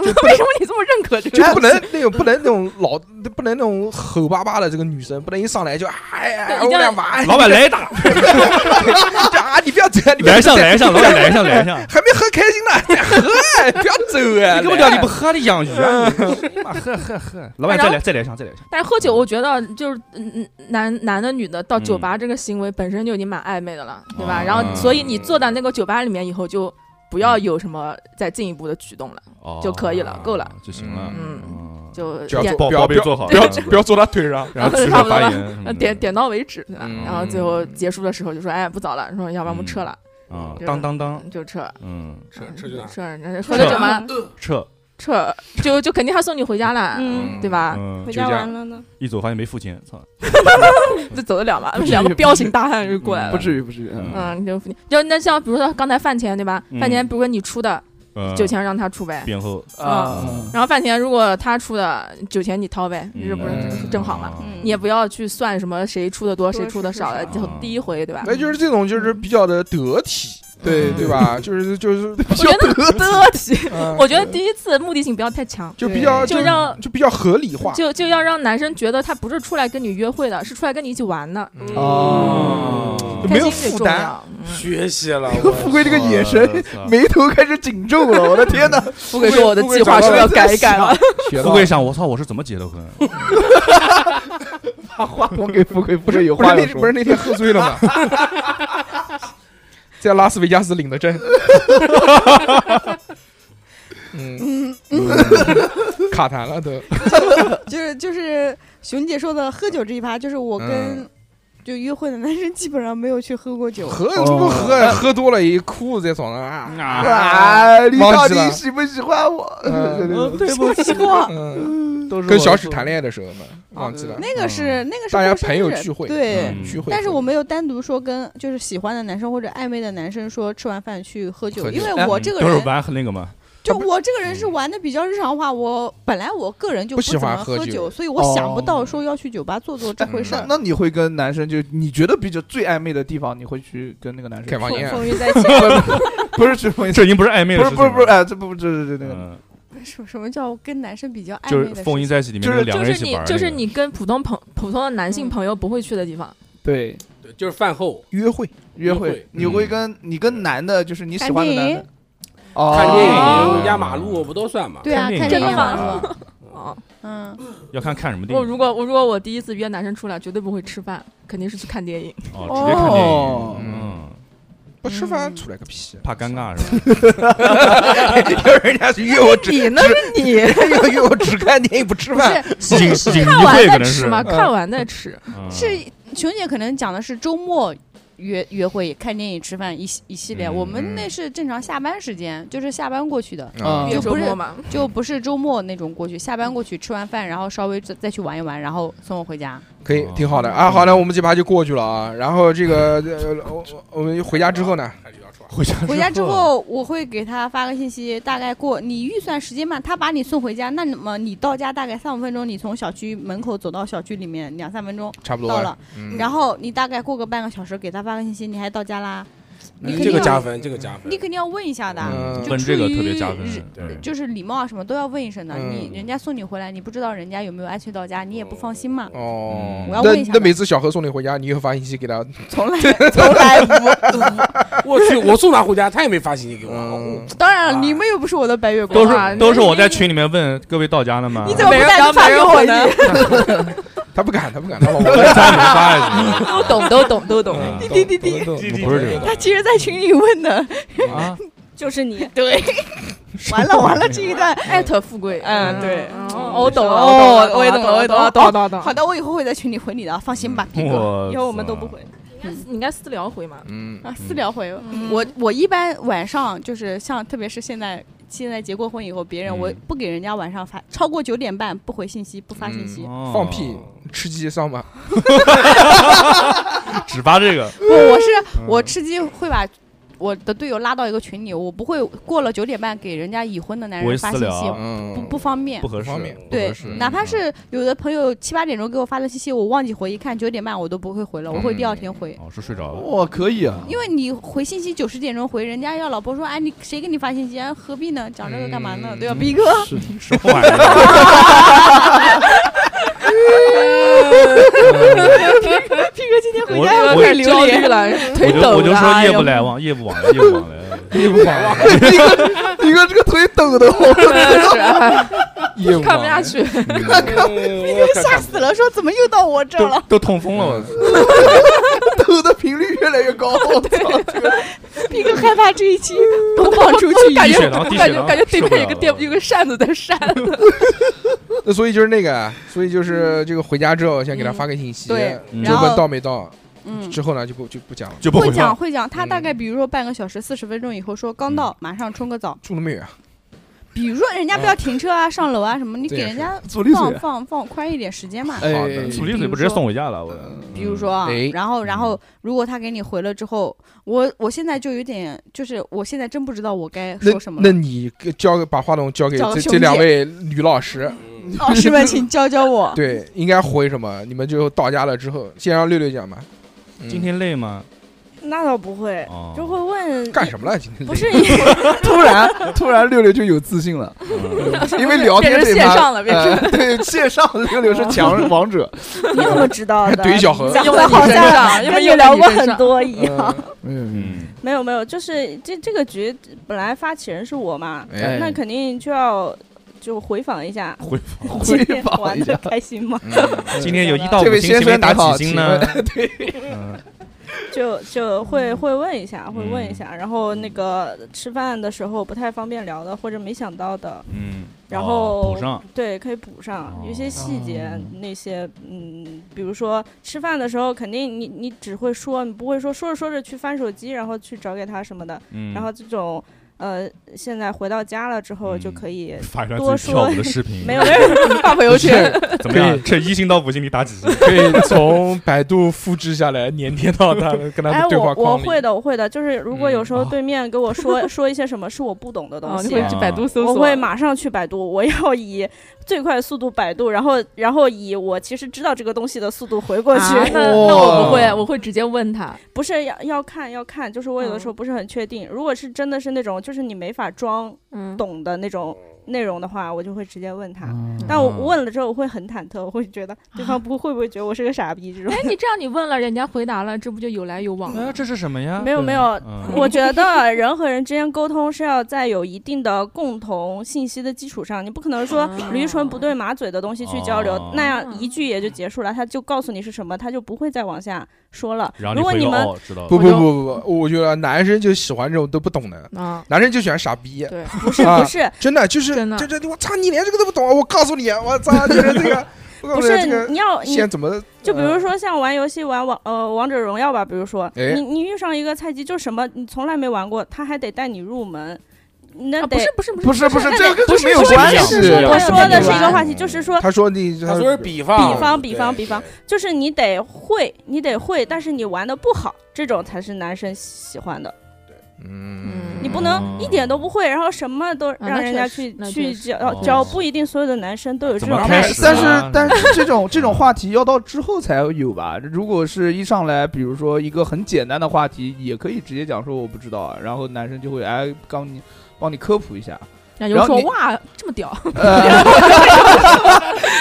Speaker 10: 为什么你这么认可这
Speaker 1: 就
Speaker 2: 哎
Speaker 10: 个？
Speaker 1: 不能那种不能那种老不能那种吼巴巴的这个女生，不能一上来就哎
Speaker 10: 对
Speaker 1: 呀，
Speaker 10: 一
Speaker 1: 我
Speaker 10: 定要
Speaker 1: 俩玩，
Speaker 2: 老
Speaker 1: [laughs]
Speaker 2: 板来一打，
Speaker 10: [laughs]
Speaker 1: 这啊，你不要走啊，你不要
Speaker 2: 来一
Speaker 1: 走
Speaker 2: 上来一上，老板来一
Speaker 10: [laughs]
Speaker 2: 上来一上，
Speaker 1: 还没喝开心呢， [laughs] 再喝啊，不要走啊，嗯
Speaker 2: 你跟我讲你不喝你养鱼啊，你妈喝喝喝，老板
Speaker 10: 然
Speaker 2: 再
Speaker 10: 后
Speaker 2: 来再来一上再来一上，
Speaker 10: 但是喝酒，我觉得就是嗯嗯，男男的女的到酒吧这个行为本身就已经蛮暧昧的了，对吧？
Speaker 2: 哦
Speaker 10: 然后所以你坐到那个酒吧里面以后，就不要有什么再进一步的举动了，
Speaker 2: 哦
Speaker 10: 就可以了够了
Speaker 2: 就行了，
Speaker 10: 嗯
Speaker 2: 嗯，
Speaker 10: 就
Speaker 1: 就要
Speaker 10: 点
Speaker 1: 做
Speaker 2: 报报备做好，
Speaker 1: 不要不要坐他腿上，
Speaker 2: 然后举手发言嗯什么
Speaker 10: 呃
Speaker 2: 的，
Speaker 10: 点点到为止，对吧？
Speaker 1: 嗯
Speaker 10: 然后最后结束的时候就说，哎，不早了，说要不然我们撤了，
Speaker 2: 啊，当当当，
Speaker 10: 就撤，
Speaker 2: 嗯，
Speaker 6: 撤撤去哪儿？
Speaker 10: 撤，喝了酒嘛，
Speaker 2: 撤，
Speaker 10: 撤，就就肯定他送你回家了，
Speaker 7: 嗯，
Speaker 10: 对吧？
Speaker 2: 嗯
Speaker 7: 回，
Speaker 1: 就
Speaker 7: 家
Speaker 1: 这样
Speaker 7: 完了呢，
Speaker 2: 一走发现没付钱，操，
Speaker 10: 这走得了吗
Speaker 3: 不？至于
Speaker 10: 两个彪形大汉就过来
Speaker 3: 不
Speaker 10: 了。
Speaker 3: 至于不至于，嗯
Speaker 10: 嗯，就就那像比如说刚才饭钱对吧？
Speaker 2: 嗯
Speaker 10: 饭钱不是你出的，
Speaker 2: 嗯
Speaker 10: 酒钱让他出呗。
Speaker 2: 变后，
Speaker 3: 啊，
Speaker 10: 然后饭钱如果他出的酒钱你掏呗，
Speaker 2: 嗯
Speaker 10: 这不是正好嘛？
Speaker 7: 嗯
Speaker 10: 你也不要去算什么谁出的多，
Speaker 7: 多
Speaker 10: 谁出的少了，
Speaker 2: 是
Speaker 10: 就
Speaker 2: 少
Speaker 10: 第一回对吧？
Speaker 1: 那哎就是这种就是比较的得体，
Speaker 2: 嗯
Speaker 3: 对
Speaker 1: 对？吧？就是就是，
Speaker 10: 我觉得得体，
Speaker 1: 嗯
Speaker 10: 我觉得第一次目的性不要太强，
Speaker 1: 就比
Speaker 3: 啊
Speaker 1: 较
Speaker 10: 就让
Speaker 1: 就比较合理化，
Speaker 10: 就就要让男生觉得他不是出来跟你约会的，是出来跟你一起玩的，
Speaker 1: 嗯
Speaker 3: 哦
Speaker 1: 就
Speaker 10: 开
Speaker 1: 没有
Speaker 10: 心最
Speaker 1: 负
Speaker 10: 重
Speaker 1: 担，
Speaker 10: 要。嗯
Speaker 6: 学习了，
Speaker 3: 富贵这个
Speaker 2: 哦
Speaker 3: 眼神，眉头开始紧皱了，我的天哪！
Speaker 10: 富贵说我的
Speaker 1: 富贵
Speaker 10: 计划
Speaker 1: 找
Speaker 10: 是
Speaker 1: 到
Speaker 10: 不是要
Speaker 1: 了
Speaker 10: 改一改了？
Speaker 1: 学
Speaker 2: 富
Speaker 1: 到
Speaker 2: 贵
Speaker 1: 了
Speaker 2: 想，我操，我是怎么结的婚？
Speaker 3: 把话
Speaker 1: [laughs]
Speaker 3: 筒给富贵，富贵有
Speaker 1: 不是
Speaker 3: 话要
Speaker 1: 那不
Speaker 3: 说
Speaker 1: 是。那天喝醉
Speaker 3: [laughs]
Speaker 1: 了吗？在拉斯维加斯领的证，嗯，卡痰了都，
Speaker 4: 就是就是熊姐说的喝酒这一趴，就是我跟
Speaker 1: 嗯
Speaker 4: 就约会的男生基本上没有去喝过酒，
Speaker 1: 喝什么喝？喝多了一哭在床上啊，
Speaker 3: 啊，你
Speaker 1: 忘
Speaker 3: 到
Speaker 1: 记
Speaker 3: 底
Speaker 1: 了
Speaker 3: 喜不喜欢我？
Speaker 1: 嗯
Speaker 3: [laughs] 对对对
Speaker 4: 对不起过。
Speaker 1: 嗯，
Speaker 3: 都是
Speaker 1: 跟
Speaker 3: 我
Speaker 1: 小
Speaker 3: 的
Speaker 1: 史
Speaker 3: 错
Speaker 1: 谈恋爱的时候嘛，忘记了，
Speaker 5: 嗯
Speaker 4: 那个是那个是
Speaker 1: 嗯大家
Speaker 4: 过生
Speaker 1: 朋友
Speaker 4: 日
Speaker 1: 聚会
Speaker 4: 对。
Speaker 2: 嗯
Speaker 1: 聚会。
Speaker 4: 但是我没有单独说跟就是喜欢的男生或者暧昧的男生说吃完饭去喝酒，
Speaker 1: 喝酒哎
Speaker 4: 因为我这个
Speaker 2: 都是
Speaker 4: 人
Speaker 2: 玩那个嘛，
Speaker 4: 就我这个人是玩的比较日常化，我本来我个人就
Speaker 1: 嗯不喜
Speaker 4: 怎
Speaker 1: 欢
Speaker 4: 么
Speaker 1: 喝
Speaker 4: 喝
Speaker 1: 酒哦
Speaker 4: 酒，所以我想不到说要去酒吧坐坐这回事
Speaker 3: 那
Speaker 4: [laughs]
Speaker 1: 嗯
Speaker 4: 儿。
Speaker 3: 那你会跟男生就你觉得比较最暧昧的地方，你会去跟那个男生
Speaker 1: 开啊房间，
Speaker 4: 风雨在前，
Speaker 3: 不
Speaker 1: [laughs]
Speaker 3: 是去风
Speaker 2: [laughs] 这已经不是暧昧
Speaker 3: 不
Speaker 2: 了，
Speaker 3: 是不是不是，哎，这不这这这这
Speaker 2: 嗯，
Speaker 4: 什么什么叫跟男生比较暧
Speaker 2: 就
Speaker 4: 昧
Speaker 2: 是
Speaker 4: 的
Speaker 2: 《
Speaker 4: 事
Speaker 2: 风
Speaker 4: 情？
Speaker 2: 云再起》里面
Speaker 3: 就是
Speaker 2: 那个两
Speaker 10: 就
Speaker 2: 个人一
Speaker 10: 是
Speaker 2: 起
Speaker 10: 你
Speaker 2: 玩，
Speaker 10: 就是，你跟普通朋普通的男性朋友不会去的地方，
Speaker 3: 对，
Speaker 6: 对对，就是饭后
Speaker 2: 约会，
Speaker 3: 约
Speaker 6: 约会
Speaker 1: 嗯
Speaker 3: 会，你会跟你跟男的，就是你喜欢的男的，哦
Speaker 6: 看电影、
Speaker 2: 哦
Speaker 6: 压马路不都算吗？
Speaker 5: 对啊，
Speaker 2: 看
Speaker 5: 看
Speaker 2: 电
Speaker 5: 电
Speaker 2: 影
Speaker 5: 影
Speaker 2: 嘛
Speaker 5: 嘛，
Speaker 6: 啊
Speaker 10: 哦，
Speaker 5: 嗯，
Speaker 2: 要看看什么电
Speaker 10: 我
Speaker 2: 影
Speaker 10: 如果我如果我第一次约男生出来，绝对不会吃饭，肯定是去看电影。
Speaker 2: 哦，直接看电影，
Speaker 3: 哦
Speaker 2: 嗯，
Speaker 1: 不吃
Speaker 5: 嗯
Speaker 1: 饭出来
Speaker 3: [laughs]
Speaker 1: 个屁！
Speaker 2: 怕尴尬是吧？
Speaker 1: 要人家去约
Speaker 3: [laughs]
Speaker 1: 我只
Speaker 10: 你那是你
Speaker 1: 要约我只看电影不吃饭，
Speaker 2: [laughs]
Speaker 10: 是
Speaker 2: 仅
Speaker 10: [laughs] 是
Speaker 2: 仅
Speaker 10: 看
Speaker 2: 一
Speaker 10: 完
Speaker 2: 会可
Speaker 10: 再
Speaker 2: 能
Speaker 10: 吃
Speaker 2: 是
Speaker 10: 吗？
Speaker 1: 嗯
Speaker 10: 看完再吃，
Speaker 2: 嗯
Speaker 5: 是熊姐可能讲的是周末约约会、看电影、吃饭一系一系列，
Speaker 2: 嗯
Speaker 5: 我们那是正常下班时间，就是下班过去的，
Speaker 1: 啊
Speaker 3: 嗯
Speaker 5: 就
Speaker 10: 有周
Speaker 5: 不是
Speaker 10: 末嘛？
Speaker 5: 就不是周末那种过去，下班过去吃完饭，然后稍微再再去玩一玩，然后送我回家。
Speaker 1: 可
Speaker 2: 哦
Speaker 1: 以挺好的啊。好了，我们这趴就过去了啊。然后这个呃我我们回家之后呢，
Speaker 6: 还是要吃完
Speaker 2: 回 [laughs] 家
Speaker 5: 回家之，后，我会给他发个信息，大概过你预算时间嘛，他把你送回家，那么你到家大概三五分钟，你从小区门口走到小区里面两三分钟
Speaker 1: 差不多
Speaker 5: 到了，，
Speaker 1: 嗯
Speaker 5: 然后你大概过个半个小时给他发个信息，你还到家啦，你肯
Speaker 6: 这
Speaker 5: 定
Speaker 6: 个
Speaker 5: 要
Speaker 6: 加分，这个加分
Speaker 5: 你。肯定要问一下的，
Speaker 1: 嗯
Speaker 5: 啊就
Speaker 2: 问
Speaker 5: 出
Speaker 2: 这个
Speaker 5: 于
Speaker 2: 特别加分
Speaker 5: 日，
Speaker 2: 对，
Speaker 5: 就是礼貌啊什么都要问一声的。你
Speaker 1: 嗯
Speaker 5: 人家送你回来，你不知道人家有没有安全到家，你也不放
Speaker 1: [laughs]
Speaker 5: 心嘛。
Speaker 2: 嗯
Speaker 1: 哦，
Speaker 5: 我要
Speaker 1: 那
Speaker 5: 问一下
Speaker 1: 那
Speaker 5: 吧
Speaker 1: 每次小何送你回家，你有发信息给他，
Speaker 5: 从来从来不，
Speaker 6: 我去，我送他回家，他也没发信息给我。
Speaker 1: 嗯，
Speaker 5: 当然了，你们又不是我的白月光啊
Speaker 2: 都
Speaker 10: 哇
Speaker 2: 是都是
Speaker 10: 那
Speaker 2: 我在
Speaker 10: 那
Speaker 2: 群里面问各位到家了吗？
Speaker 5: 你怎么
Speaker 10: 每
Speaker 5: 不
Speaker 10: 人
Speaker 5: 带
Speaker 10: 当
Speaker 5: 发
Speaker 10: 每
Speaker 5: 给
Speaker 10: 人
Speaker 5: 我
Speaker 10: 回
Speaker 5: 呢？
Speaker 1: 他不敢，他不敢，他老婆
Speaker 2: 在家里发
Speaker 10: [laughs]
Speaker 2: 也行
Speaker 10: [laughs] 都懂都懂都懂。
Speaker 2: 嗯
Speaker 1: 滴滴滴，懂
Speaker 2: 我不是
Speaker 5: [laughs]
Speaker 2: 这
Speaker 5: 他其实，在群里问的。
Speaker 2: 个啊，
Speaker 7: 就是你，
Speaker 5: 对，完了完了，这一段。
Speaker 10: 艾特富贵，
Speaker 5: 嗯对
Speaker 10: 哦哎我懂了，
Speaker 5: 哦
Speaker 10: 我
Speaker 5: 我
Speaker 10: 懂了
Speaker 5: 也懂
Speaker 10: 我
Speaker 5: 我
Speaker 10: 懂
Speaker 5: 懂
Speaker 10: 了，懂了懂了
Speaker 5: 好。的，我以后会在群里回你的，放心吧，皮哥。
Speaker 2: 我
Speaker 7: 以后我们都不回。
Speaker 10: 你应该私聊回嘛？
Speaker 1: 嗯，
Speaker 5: 啊，私聊回
Speaker 10: 嗯
Speaker 5: 我，我一般晚上就是像，特别是现在现在结过婚以后，别人
Speaker 2: 嗯
Speaker 5: 我不给人家晚上发，超过九点半不回信息，不发信息。
Speaker 2: 哦
Speaker 1: 放屁，吃鸡上吧，
Speaker 2: [laughs] 只发这个，
Speaker 5: 不，我是 [laughs]
Speaker 1: 嗯
Speaker 5: 我吃鸡会把我的队友拉到一个群里，我不会过了九点半给人家已婚的男
Speaker 2: 不会
Speaker 5: 人发
Speaker 2: 私
Speaker 5: 信
Speaker 2: 聊
Speaker 5: 息，
Speaker 1: 嗯，
Speaker 5: 不不方便
Speaker 2: 不。合
Speaker 1: 不
Speaker 2: 适
Speaker 1: 方便，不合
Speaker 5: 对
Speaker 1: 适，
Speaker 2: 嗯
Speaker 5: 哪怕是有的朋友七八点钟给我发的信息，我忘记回，一看九点半我都不会回了，我会第二天回。
Speaker 2: 哦，是睡着了。
Speaker 3: 哇，可以啊，
Speaker 5: 因为你回信息九十点钟回，人家要老婆说，哎，你谁给你发信息？啊？何必呢？讲这个干嘛呢？
Speaker 1: 嗯
Speaker 5: 对吧，逼哥？
Speaker 10: [laughs]
Speaker 2: 什么玩意儿？
Speaker 5: 逼哥今天
Speaker 2: 回家要我
Speaker 10: 太
Speaker 2: 看
Speaker 10: 焦虑了，
Speaker 2: 我
Speaker 10: 腿
Speaker 2: 就
Speaker 10: 抖了。
Speaker 2: 我就说
Speaker 10: 哎
Speaker 2: 夜
Speaker 10: 呦
Speaker 2: 不来往，夜不往来，夜不往来。
Speaker 1: 夜不
Speaker 5: [laughs]
Speaker 1: 网，
Speaker 3: 你 [laughs] 个你个这个腿抖的，我
Speaker 10: 真的 [laughs] 是
Speaker 3: [laughs]
Speaker 10: 哎
Speaker 1: 夜不
Speaker 10: 看不下去。，
Speaker 2: 嗯
Speaker 5: [laughs] 吓死了，说怎么又到我这儿
Speaker 2: 都
Speaker 5: 了？
Speaker 2: 都痛风了， [laughs] 我
Speaker 3: 抖的频率越来越高。我操，这个
Speaker 5: [laughs] 逼哥害怕这一期播放出去
Speaker 10: 感
Speaker 2: 低
Speaker 10: 觉
Speaker 2: 血糖低
Speaker 10: 感
Speaker 2: 血
Speaker 10: 觉
Speaker 2: 糖
Speaker 10: 感觉对
Speaker 2: 受不
Speaker 10: 面有
Speaker 2: 了
Speaker 10: 个
Speaker 2: 了
Speaker 10: 电有个扇子在扇，
Speaker 1: 那所以就是那个，啊所以就是这个回家之后先给他发个信息，
Speaker 5: 对
Speaker 2: 嗯
Speaker 1: 就
Speaker 5: 然
Speaker 1: 问
Speaker 5: 后
Speaker 1: 到啊没到，
Speaker 5: 嗯。
Speaker 1: 之后呢就不就不讲了，
Speaker 2: 就不
Speaker 5: 会
Speaker 2: 回
Speaker 5: 讲
Speaker 2: 话。
Speaker 5: 会讲，他
Speaker 1: 嗯
Speaker 5: 大概比如说半个小时、四十分钟以后说刚到，马上冲个澡。
Speaker 1: 住那么
Speaker 7: [laughs]
Speaker 1: 远啊，
Speaker 5: 比如说人家不要停车啊、上楼啊什么，你
Speaker 1: 这
Speaker 5: 给
Speaker 1: 也
Speaker 5: 人家
Speaker 3: 阻力
Speaker 5: 放
Speaker 3: 嘴，
Speaker 5: 放放宽一点时间嘛。
Speaker 3: 哎
Speaker 1: 好的，
Speaker 2: 处理嘴不直接送回家了，我
Speaker 5: 比如说啊
Speaker 1: 哎，
Speaker 5: 然后
Speaker 2: 嗯
Speaker 5: 然后如果他给你回了之后，我我现在就有点，就是我现在真不知道我该
Speaker 1: 那
Speaker 5: 说什么
Speaker 1: 那
Speaker 5: 了。
Speaker 1: 你给交把话筒交给
Speaker 5: 交给
Speaker 1: 这
Speaker 5: 兄
Speaker 1: 这
Speaker 5: 弟
Speaker 1: 两位女老师，
Speaker 6: 嗯
Speaker 5: 老师们，请教教我。
Speaker 1: 对，应该回什么？你们就到家了之后，先让六六讲吧。嗯
Speaker 2: 今天累吗？
Speaker 7: 那倒不会，
Speaker 2: 哦，
Speaker 7: 就会问
Speaker 1: 干什么了？今天
Speaker 7: 不是因为
Speaker 3: 突然突然六六就有自信了，
Speaker 2: 嗯
Speaker 3: 因为聊天
Speaker 10: 变
Speaker 3: 这
Speaker 10: 成
Speaker 3: 一趴
Speaker 10: 线上了变成
Speaker 3: 呃对线上六六是
Speaker 10: [laughs]
Speaker 3: 强王者，
Speaker 7: [laughs] 你怎么知道的？
Speaker 1: 怼小何
Speaker 7: 讲
Speaker 10: 用
Speaker 7: 的
Speaker 10: 在
Speaker 7: 好
Speaker 10: 你身
Speaker 7: 像
Speaker 10: 上因为
Speaker 7: 跟你
Speaker 10: 用在
Speaker 7: 聊
Speaker 10: 你
Speaker 7: 过
Speaker 10: 身 [laughs]
Speaker 7: 很
Speaker 10: 上
Speaker 7: 多一样。
Speaker 1: 嗯
Speaker 3: [laughs] 嗯，
Speaker 2: 嗯，
Speaker 7: 没有没有，就是这这个局本来发起人是我嘛，
Speaker 1: 哎
Speaker 7: 那肯定就要就回访一下，
Speaker 2: 回访。
Speaker 7: 今
Speaker 3: 回
Speaker 7: 天
Speaker 3: 访
Speaker 7: 玩
Speaker 3: 一
Speaker 7: 的
Speaker 3: 下，
Speaker 7: 开心吗？
Speaker 2: 今天有一到
Speaker 3: 这
Speaker 2: 五
Speaker 3: 位
Speaker 2: 星，
Speaker 3: 先
Speaker 2: 请问
Speaker 3: 生
Speaker 2: 打
Speaker 3: 你好，
Speaker 2: 几星呢？
Speaker 3: 请问对，
Speaker 2: 嗯
Speaker 7: 就就会会问一下，会问一
Speaker 2: 嗯
Speaker 7: 下，然后那个吃饭的时候不太方便聊的或者没想到的，
Speaker 2: 嗯，
Speaker 7: 然
Speaker 2: 哦
Speaker 7: 后
Speaker 2: 补上，
Speaker 7: 对，可以补上，有些细节、
Speaker 2: 哦
Speaker 7: 那些，嗯，比如说吃饭的时候，肯定你你只会说，你不会说说着说着去翻手机，然后去找给他什么的，
Speaker 2: 嗯，
Speaker 7: 然后这种，呃，现在回到家了之后就
Speaker 2: 嗯
Speaker 7: 可以，
Speaker 2: 发一段
Speaker 7: 多
Speaker 2: 自己跳
Speaker 7: 说
Speaker 2: 舞的视频，
Speaker 7: 没有没有，
Speaker 10: [laughs] 发朋友圈。
Speaker 2: 怎么样？这一星到五星你打几星？
Speaker 1: 可以从百度复制下来，粘贴到他的跟他
Speaker 7: 哎
Speaker 1: 的，对话
Speaker 7: 我我
Speaker 1: 框里。
Speaker 7: 会的，我会的，就是如果有
Speaker 1: 嗯啊
Speaker 7: 时候
Speaker 2: 哦
Speaker 7: 对面跟我说、 [laughs] 说一些什么是我不懂的东
Speaker 10: 哦，你
Speaker 7: 西，
Speaker 10: 会去百度搜
Speaker 7: 我
Speaker 10: 索？
Speaker 7: 会马上去百度，我要以最快速度百度，然后然后以我其实知道这个东西的速度回过去。
Speaker 10: 啊那那我不会，我会直接问他。
Speaker 7: 不是要要看要看，
Speaker 10: 哦
Speaker 7: 就是我有的时候不是很确定。如果是真的是那种就是你没法装
Speaker 10: 嗯，
Speaker 7: 懂的那种内容的话，我就会直接问他。
Speaker 3: 嗯
Speaker 7: 但我
Speaker 2: 啊
Speaker 7: 我问了之后，我会很忐忑，我会觉得对
Speaker 10: 啊
Speaker 7: 方不会不会觉得我是个傻逼这种
Speaker 10: 哎。，你这样你问了，人家回答了，这不就有来有往了？
Speaker 2: 哎，这是什么呀？
Speaker 7: 没有没有，
Speaker 2: 嗯
Speaker 7: 我觉得人和人之间沟通是要在有一定的共同信息的基础上，你不可能说
Speaker 10: 啊嗯
Speaker 7: 驴唇不对马嘴的东西去交流，
Speaker 2: 哦
Speaker 7: 那样一句也就结束了，他就告诉你是什么，他就不会再往下说了。
Speaker 2: 然后
Speaker 7: 如果
Speaker 2: 回
Speaker 7: 你
Speaker 2: 个
Speaker 7: 们
Speaker 2: 哦，知道了
Speaker 1: 不不不不不，我觉得男生就喜欢这种都不懂的，
Speaker 10: [laughs] 啊，
Speaker 1: 男生就喜欢傻逼。 [laughs]
Speaker 10: 对，
Speaker 7: 不是
Speaker 1: 啊
Speaker 7: 不是
Speaker 1: 真的就是
Speaker 10: 真的
Speaker 1: 这这我操，你连这个都不懂，我告诉你，我操，就是这个，我告
Speaker 7: 不
Speaker 1: 诉你这
Speaker 7: 是，
Speaker 1: 个呃
Speaker 7: 你要你
Speaker 1: 先怎么，
Speaker 7: 就比如说像玩游戏玩王呃王者荣耀吧，比如说
Speaker 1: 哎
Speaker 7: 你你遇上一个菜鸡，就什么你从来没玩过，他还得带你入门，那
Speaker 10: 啊
Speaker 7: 得
Speaker 10: 不是不是
Speaker 3: 不
Speaker 10: 不
Speaker 3: 是不是，这个
Speaker 10: 不是
Speaker 3: 没有
Speaker 10: 不是
Speaker 3: 关
Speaker 2: 不
Speaker 3: 系
Speaker 2: 是不是。
Speaker 7: 我说的是一
Speaker 10: 不
Speaker 7: 个
Speaker 10: 是嗯
Speaker 7: 话题，就是说
Speaker 1: 呃他说你，
Speaker 6: 他说是比
Speaker 2: 哦
Speaker 6: 方，
Speaker 7: 比方比方
Speaker 6: 对
Speaker 7: 比方，，就是你得会，你得会，但是你玩的不好，这种才是男生喜欢的。
Speaker 1: 嗯，
Speaker 7: 你不能一点都不会，然后什么都让人家去、
Speaker 10: 啊那确实
Speaker 7: 去
Speaker 10: 那确实
Speaker 7: 教
Speaker 2: 哦
Speaker 7: 教，不一定所有的男生都有这
Speaker 2: 怎
Speaker 7: 种
Speaker 2: 么
Speaker 7: 爱好。
Speaker 2: 开
Speaker 3: 但
Speaker 2: 始
Speaker 3: 哎是但
Speaker 2: 啊
Speaker 3: 是但是这种这种话题要到之后才有吧？如果是一上来，比如说一个很简单的话题，也可以直接讲说我不知道，啊，然后男生就会哎帮你帮你科普一下， [laughs]
Speaker 10: 是，哎有
Speaker 3: 然
Speaker 10: 人
Speaker 3: 后
Speaker 10: 说
Speaker 3: 你
Speaker 10: 哇这么屌， [laughs]
Speaker 3: 呃，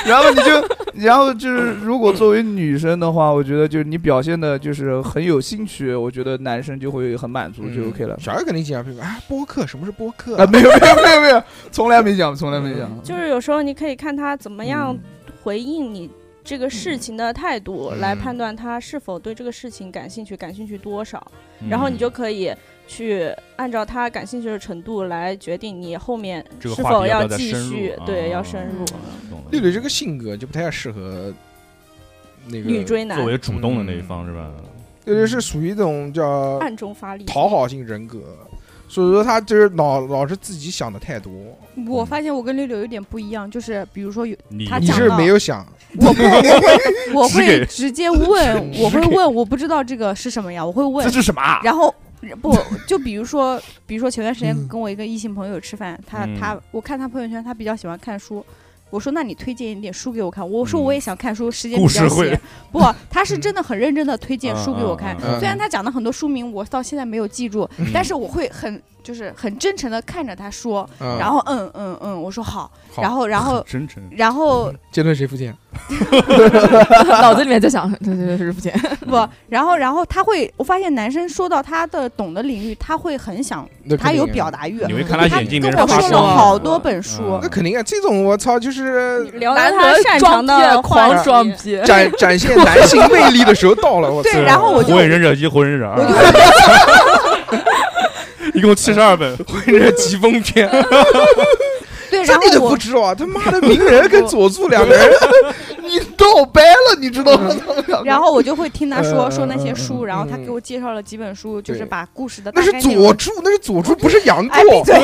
Speaker 3: 然后你就，然后就是，如果作为女生的话，我觉得就是你表现的就是很有兴趣，我觉得男生就会很满足，就 OK 了。
Speaker 1: 嗯小孩肯定经常会说啊，播客什么是播客
Speaker 3: 啊，没有没有没有没有，从来没讲，从来没讲。
Speaker 7: 就是有时候你可以看他怎么样回应你这个事情的态度，
Speaker 1: 嗯
Speaker 7: 来判断他是否对这个事情感兴趣，感兴趣多少。
Speaker 5: 嗯
Speaker 2: 嗯
Speaker 7: 然后你就可以去按照他感兴趣的程度来决定你后面
Speaker 2: 这个
Speaker 7: 是
Speaker 2: 话
Speaker 7: 否
Speaker 2: 题要不要再
Speaker 7: 继
Speaker 2: 深入
Speaker 7: 续，
Speaker 2: 啊
Speaker 7: 对，要深入。
Speaker 1: 绿绿这个性格就不太适合
Speaker 2: 嗯
Speaker 1: 那个
Speaker 7: 女追男
Speaker 2: 作为主动的那一
Speaker 1: 嗯
Speaker 2: 方是吧？
Speaker 1: 对对，是属于一种叫
Speaker 7: 暗中发力，
Speaker 1: 讨好型人格，所以说他就是老老是自己想的太多，
Speaker 5: [laughs] 我发现我跟六六有点不一样，就是比如说有
Speaker 2: 你
Speaker 5: 他
Speaker 1: 你
Speaker 5: 讲
Speaker 1: 是
Speaker 5: 到
Speaker 1: 没有想，
Speaker 5: 我不我会我
Speaker 2: 只给
Speaker 5: 会直接问，我会问我不知道这个是什么呀，我会问
Speaker 3: 这，是什么啊？
Speaker 5: 然后不就比如说比如说前段
Speaker 1: 嗯
Speaker 5: 时间跟我一个异性朋友吃饭，他
Speaker 2: 嗯
Speaker 5: 他我看他朋友圈，他比较喜欢看书。我说，那你推荐一点书给我看。我说我也想看书，时间比较
Speaker 2: 故事会
Speaker 5: 闲。不，他是真的很认真的推荐书给我看
Speaker 2: 嗯。
Speaker 1: 嗯嗯嗯
Speaker 5: 虽然他讲的很多书名我到现在没有记住， [laughs] 但是我会很就是很真诚的看着他说，
Speaker 1: 嗯，
Speaker 5: 然后嗯嗯嗯，我说好，
Speaker 1: 好
Speaker 5: [laughs] 然后然
Speaker 2: [laughs]
Speaker 5: 后
Speaker 2: 真诚。
Speaker 5: 然后
Speaker 1: 这顿谁付钱？
Speaker 10: 脑子里面在想，对对对，是不行，
Speaker 5: 不，然后然后他会，我发现男生说到他的懂的领域，他会很想，
Speaker 1: 那
Speaker 5: 他
Speaker 1: 肯定
Speaker 5: 有
Speaker 1: 啊
Speaker 5: 表。达欲。
Speaker 2: 你会看
Speaker 5: 他
Speaker 2: 他眼睛，
Speaker 5: 跟
Speaker 2: 别
Speaker 5: 我
Speaker 2: 人发
Speaker 5: 说
Speaker 2: 现
Speaker 5: 了好多本书
Speaker 1: 那，肯定啊，这种我操，
Speaker 5: [laughs]
Speaker 1: 就是
Speaker 7: 聊到他擅长
Speaker 10: 难
Speaker 7: 的
Speaker 10: 得
Speaker 7: 话
Speaker 10: 狂
Speaker 7: 题
Speaker 10: 装逼，
Speaker 1: 展展现男性魅力的时候到了，我操！
Speaker 5: 对，然后我就
Speaker 2: 火影忍者一、火影忍者二， [laughs] 一共七十二
Speaker 1: [laughs]
Speaker 2: 本，
Speaker 1: 混着疾风篇，
Speaker 2: [laughs]
Speaker 5: 对，
Speaker 1: 这
Speaker 5: 然
Speaker 1: 你都
Speaker 5: 后
Speaker 1: 不
Speaker 5: 我
Speaker 1: 知道啊，他妈的鸣人跟佐助两个
Speaker 5: [laughs]
Speaker 1: 人，
Speaker 3: 你倒掰了，你知道吗？
Speaker 5: 嗯然后我就会听他说说那
Speaker 3: 嗯嗯
Speaker 5: 些
Speaker 3: 嗯
Speaker 5: 书，然后他
Speaker 1: 嗯
Speaker 5: 给我介绍了几本书，就是
Speaker 1: 对
Speaker 5: 把故事的
Speaker 1: 那
Speaker 5: 大
Speaker 1: 是
Speaker 5: 概内
Speaker 1: 佐
Speaker 5: 容，
Speaker 1: 助，那是佐助，不是杨
Speaker 5: 哎，闭
Speaker 1: 过。
Speaker 5: 嘴。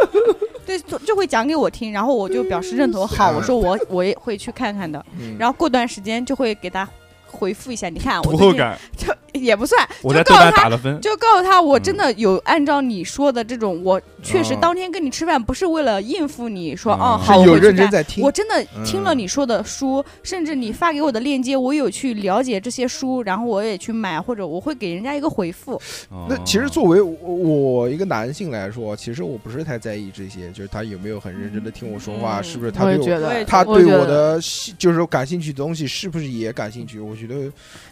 Speaker 5: [laughs] 对，就就会讲给我听，然后我就表示认同。好，我说我我也会去看看的。
Speaker 1: 嗯
Speaker 5: [laughs] 然后过段时间就会给他回复一下，你看我
Speaker 2: 读
Speaker 5: 最
Speaker 2: 后
Speaker 5: 近
Speaker 2: 感。
Speaker 5: 就也不算，
Speaker 2: 我
Speaker 5: 就
Speaker 2: 在豆
Speaker 5: 告诉
Speaker 2: 瓣
Speaker 5: 他
Speaker 2: 打了嗯分，
Speaker 5: 就告诉他，我真的有按照你说的这种，我确实当天跟你吃饭不是为了应付你说，
Speaker 2: 嗯
Speaker 5: 哦，
Speaker 2: 哦是
Speaker 5: 好，我
Speaker 1: 有
Speaker 5: 回去
Speaker 1: 认真
Speaker 5: 看。
Speaker 1: 在听
Speaker 5: 我，真的听
Speaker 2: 嗯
Speaker 5: 了你说的书，甚至你发给我的链接，我有去了解这些书，然后我也去买，或者我会给人家一个回复。
Speaker 2: 哦
Speaker 1: 那其实作为我我一个男性来说，其实我不是太在意这些，就是他有没有很认真的听我说话，
Speaker 7: 嗯
Speaker 1: 是不是他
Speaker 10: 我也
Speaker 1: 对我
Speaker 10: 觉
Speaker 7: 我
Speaker 10: 得
Speaker 7: 也，
Speaker 1: 他
Speaker 10: 我
Speaker 1: 对
Speaker 10: 觉
Speaker 1: 我
Speaker 10: 得
Speaker 1: 的兴就是说感兴趣的东西是不是也感兴趣？我觉得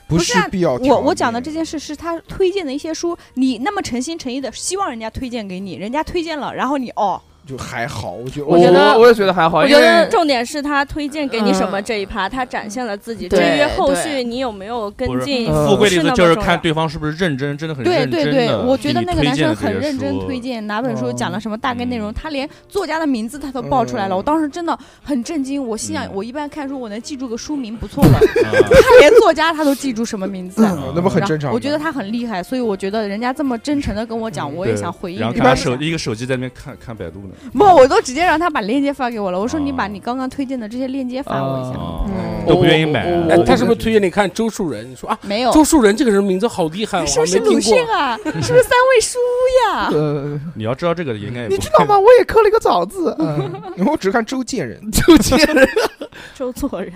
Speaker 1: 不
Speaker 5: 不是啊
Speaker 1: 必要条件。
Speaker 5: 我我讲的这件事是他推荐的一些书，你那么诚心诚意的希望人家推荐给你，人家推荐了，然后你哦，
Speaker 1: 就还好，我觉得
Speaker 10: 我觉得
Speaker 3: 我也觉得还好，
Speaker 10: 我
Speaker 3: 因
Speaker 10: 觉
Speaker 3: 为
Speaker 10: 得
Speaker 7: 重点是他推荐给你什么
Speaker 10: 嗯
Speaker 7: 这一趴，他展现了自己。
Speaker 10: 对
Speaker 7: 至于后续
Speaker 10: 对
Speaker 7: 你有没
Speaker 2: 不
Speaker 7: 有跟
Speaker 2: 是
Speaker 7: 进，
Speaker 3: 呃
Speaker 2: 富贵的意
Speaker 7: 是那
Speaker 2: 思
Speaker 7: 么
Speaker 2: 就是
Speaker 7: 重
Speaker 2: 看
Speaker 7: 要
Speaker 2: 对方是不是认真，真的很
Speaker 5: 对
Speaker 2: 认真
Speaker 5: 对
Speaker 2: 地
Speaker 5: 对，我觉
Speaker 2: 给
Speaker 5: 得
Speaker 2: 你
Speaker 5: 那个男
Speaker 2: 推荐
Speaker 5: 生
Speaker 2: 的这
Speaker 5: 很
Speaker 2: 些
Speaker 5: 认真
Speaker 2: 书
Speaker 5: 推荐哪
Speaker 1: 哦
Speaker 5: 本书讲了什么大概内容，
Speaker 2: 嗯
Speaker 5: 他连作家的名字他都报出来了，
Speaker 1: 嗯
Speaker 5: 我当时真的很震惊。我心想
Speaker 2: 嗯，
Speaker 5: 我一般看书我能记住个书名不错了， [laughs]
Speaker 2: 啊
Speaker 5: 他连作家他都记住什么名字。
Speaker 1: 嗯 [laughs] 那么很
Speaker 5: 然后
Speaker 1: 正常的。
Speaker 5: 我觉得他很厉害，所以我觉得人家这么真诚的跟我讲，我也
Speaker 2: 嗯对
Speaker 5: 想回应
Speaker 2: 然
Speaker 5: 人
Speaker 2: 后
Speaker 5: 家。
Speaker 2: 看他手一个手机在那边看看百度呢，
Speaker 5: 不，我都直接让他把链接发给我了。我说你
Speaker 2: 啊
Speaker 5: 把你刚刚推荐的这些链接发我一下。
Speaker 2: 啊
Speaker 10: 嗯
Speaker 2: 都不愿意买啊
Speaker 1: 我我
Speaker 6: 哎
Speaker 1: 我
Speaker 6: 他是不是推荐你看周树人？你说啊，
Speaker 5: 没有，
Speaker 6: 周树人这个人名字好厉害，我
Speaker 5: 是
Speaker 6: 还
Speaker 5: 不
Speaker 6: 没
Speaker 5: 是鲁
Speaker 6: 听
Speaker 5: 迅
Speaker 6: 过。
Speaker 5: 啊？是不是三味书呀？
Speaker 1: [laughs]
Speaker 3: 呃，
Speaker 2: 你要知道这个应该也
Speaker 3: 你
Speaker 2: 不
Speaker 3: 知道吗？我也刻了一个枣
Speaker 5: [laughs]
Speaker 3: 字，嗯，
Speaker 1: 我只看周建人，
Speaker 3: 就这样。
Speaker 7: 周作人，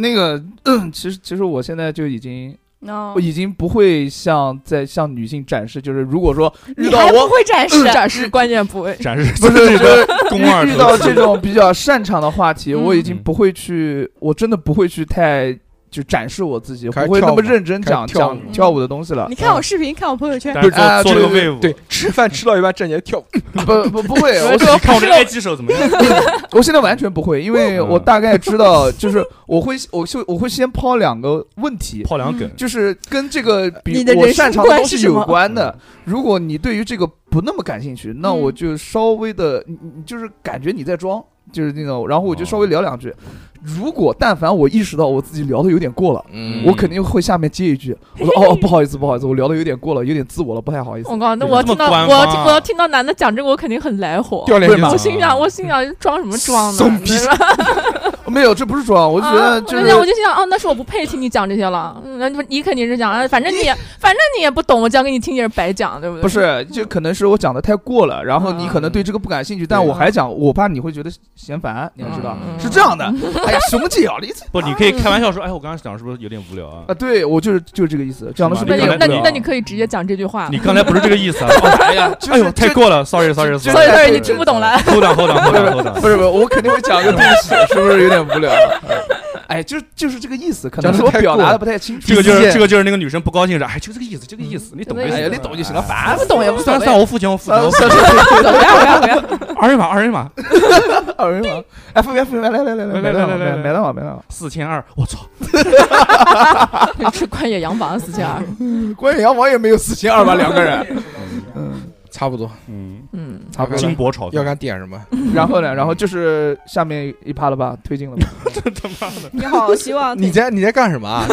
Speaker 3: [laughs] 那个，嗯其实其实我现在就已经
Speaker 5: 哦
Speaker 3: 我已经不会像在向女性展示，就是如果说遇
Speaker 5: 你
Speaker 3: 到
Speaker 5: 还不
Speaker 3: 我，
Speaker 5: 会展示？
Speaker 10: 展示关键部位，
Speaker 2: 展示
Speaker 3: [laughs] 不是就是
Speaker 2: 肱二
Speaker 3: [laughs] 遇
Speaker 2: 头
Speaker 3: 到
Speaker 2: 肌
Speaker 3: 这种比较擅长的话题，
Speaker 1: 嗯
Speaker 3: 我已经不会去，我真的不会去太就展示我自己，
Speaker 1: 开始
Speaker 3: 不会那
Speaker 1: 跳舞
Speaker 3: 么认真
Speaker 1: 开始
Speaker 3: 讲
Speaker 1: 跳舞
Speaker 3: 讲跳舞的东西了
Speaker 5: [laughs]
Speaker 1: [laughs]
Speaker 5: 你。看我视频，看我朋友圈，
Speaker 2: 但是
Speaker 3: 啊
Speaker 2: 做做了
Speaker 3: 对
Speaker 2: 个 wave，
Speaker 1: 对，，吃饭吃到一半站起来 [laughs] 跳舞，
Speaker 3: 不不不会，我
Speaker 2: 你看我这埃及手怎么样？
Speaker 3: 我现在完全不会，因为
Speaker 1: 嗯
Speaker 3: 我大概知道，就是我会，我就我会先抛两个问题，
Speaker 2: 泡两梗，
Speaker 3: 就是跟这个比
Speaker 5: 你的人
Speaker 3: 我
Speaker 5: 生
Speaker 3: 擅长的
Speaker 5: 观
Speaker 3: 东
Speaker 5: 是
Speaker 3: 西
Speaker 5: 什
Speaker 3: 有
Speaker 5: 么嗯
Speaker 3: 关的。如果你对于这个不那么感兴趣，那我就稍微的，你你就是感觉你在装，就是那种，然后我就稍微聊两句。如果但凡我意识到我自己聊的有点过了，
Speaker 1: 嗯
Speaker 3: 我肯定会下面接一句，我说
Speaker 5: [laughs]
Speaker 3: 哦，不好意思，不好意思，我聊的有点过了，有点自我了，不太好意思
Speaker 5: 哦
Speaker 10: 我。靠，那
Speaker 2: 对
Speaker 10: 我要
Speaker 2: 这么
Speaker 10: 听到
Speaker 2: 官
Speaker 10: 我要
Speaker 2: 方
Speaker 10: 听
Speaker 2: 啊
Speaker 10: 我要听到男的讲这个，我肯定很来火。
Speaker 1: 掉脸
Speaker 3: 会
Speaker 1: 就
Speaker 3: 吗
Speaker 10: 我
Speaker 1: 走
Speaker 10: 心想，我心想装什么装呢？
Speaker 1: 怂逼
Speaker 10: 对吧
Speaker 3: 没有，这不是装，我就觉
Speaker 10: 啊
Speaker 3: 得就
Speaker 10: 我想我
Speaker 3: 是
Speaker 10: 就心想，哦，那是我不配听你讲这些了。嗯那、你肯定是讲，啊反正你也反正你也不懂，我讲给你听也是白讲，对不对？
Speaker 3: 不，是，就可能是我讲的太过了，然后你
Speaker 10: 啊
Speaker 3: 可能对这个不感兴趣，但我还讲，我怕你会觉得嫌烦，你还知道
Speaker 10: 嗯
Speaker 3: 是这样的。哎呀，熊姐啊，你这
Speaker 2: 不，你可以开玩笑说，哎，我刚刚讲是不是有点无聊啊
Speaker 3: 啊，？对我就是就是这个意思，讲的是啊
Speaker 2: 那
Speaker 10: 那
Speaker 2: 你
Speaker 10: 你
Speaker 2: 可能
Speaker 10: 那
Speaker 2: 不
Speaker 10: 你
Speaker 2: 了
Speaker 10: 那你可以直接讲这句话。
Speaker 2: 你刚才不是这个意思啊！哎呀，
Speaker 3: 就是
Speaker 2: 哎呦，太过了，sorry sorry
Speaker 3: 就
Speaker 2: sorry，
Speaker 10: 所以所以你
Speaker 3: 对
Speaker 10: 听不懂了。
Speaker 2: 后挡后挡后 [laughs] 挡后挡，
Speaker 3: 不是不是，我肯定会讲个对不起，是不是有点无聊了？哎，就是就是这个意思，可能是我表达的不太清楚。
Speaker 2: 这个就
Speaker 3: 意
Speaker 2: 是
Speaker 3: 见
Speaker 2: 这个就是那个女生不高兴是，哎，就这个意思，这个意思，你懂就
Speaker 10: 这个
Speaker 3: 哎
Speaker 10: 意
Speaker 3: 呀，
Speaker 10: 思
Speaker 2: 行。
Speaker 3: 你懂就行了，
Speaker 2: 哎
Speaker 3: 烦
Speaker 10: 不懂也无所
Speaker 2: 算
Speaker 10: 谓
Speaker 2: 算我付钱，我付钱，我付
Speaker 3: 算
Speaker 2: 钱。
Speaker 3: 是
Speaker 10: 不懂不要不要不要！
Speaker 2: 二维码二维码，
Speaker 3: 二维码。哎，服务员，服务员，来来来来买单买买单吧，买单吧。
Speaker 2: 四千二，我操！
Speaker 10: 你 [laughs] 吃关野洋房四千二，
Speaker 3: 关野洋王也没有四千二吧，两
Speaker 1: [laughs]
Speaker 3: 个人。
Speaker 1: 差不多。
Speaker 2: 嗯，
Speaker 10: 嗯，
Speaker 3: 差不多
Speaker 2: 金。箔炒
Speaker 1: 要
Speaker 2: 饭，
Speaker 1: 敢点什么？
Speaker 3: 然后呢，然后就是下面一趴了吧，推进了吧。
Speaker 7: 你好，希
Speaker 1: [laughs]
Speaker 7: 望
Speaker 1: 你在你在干什么
Speaker 5: [laughs]
Speaker 1: 啊？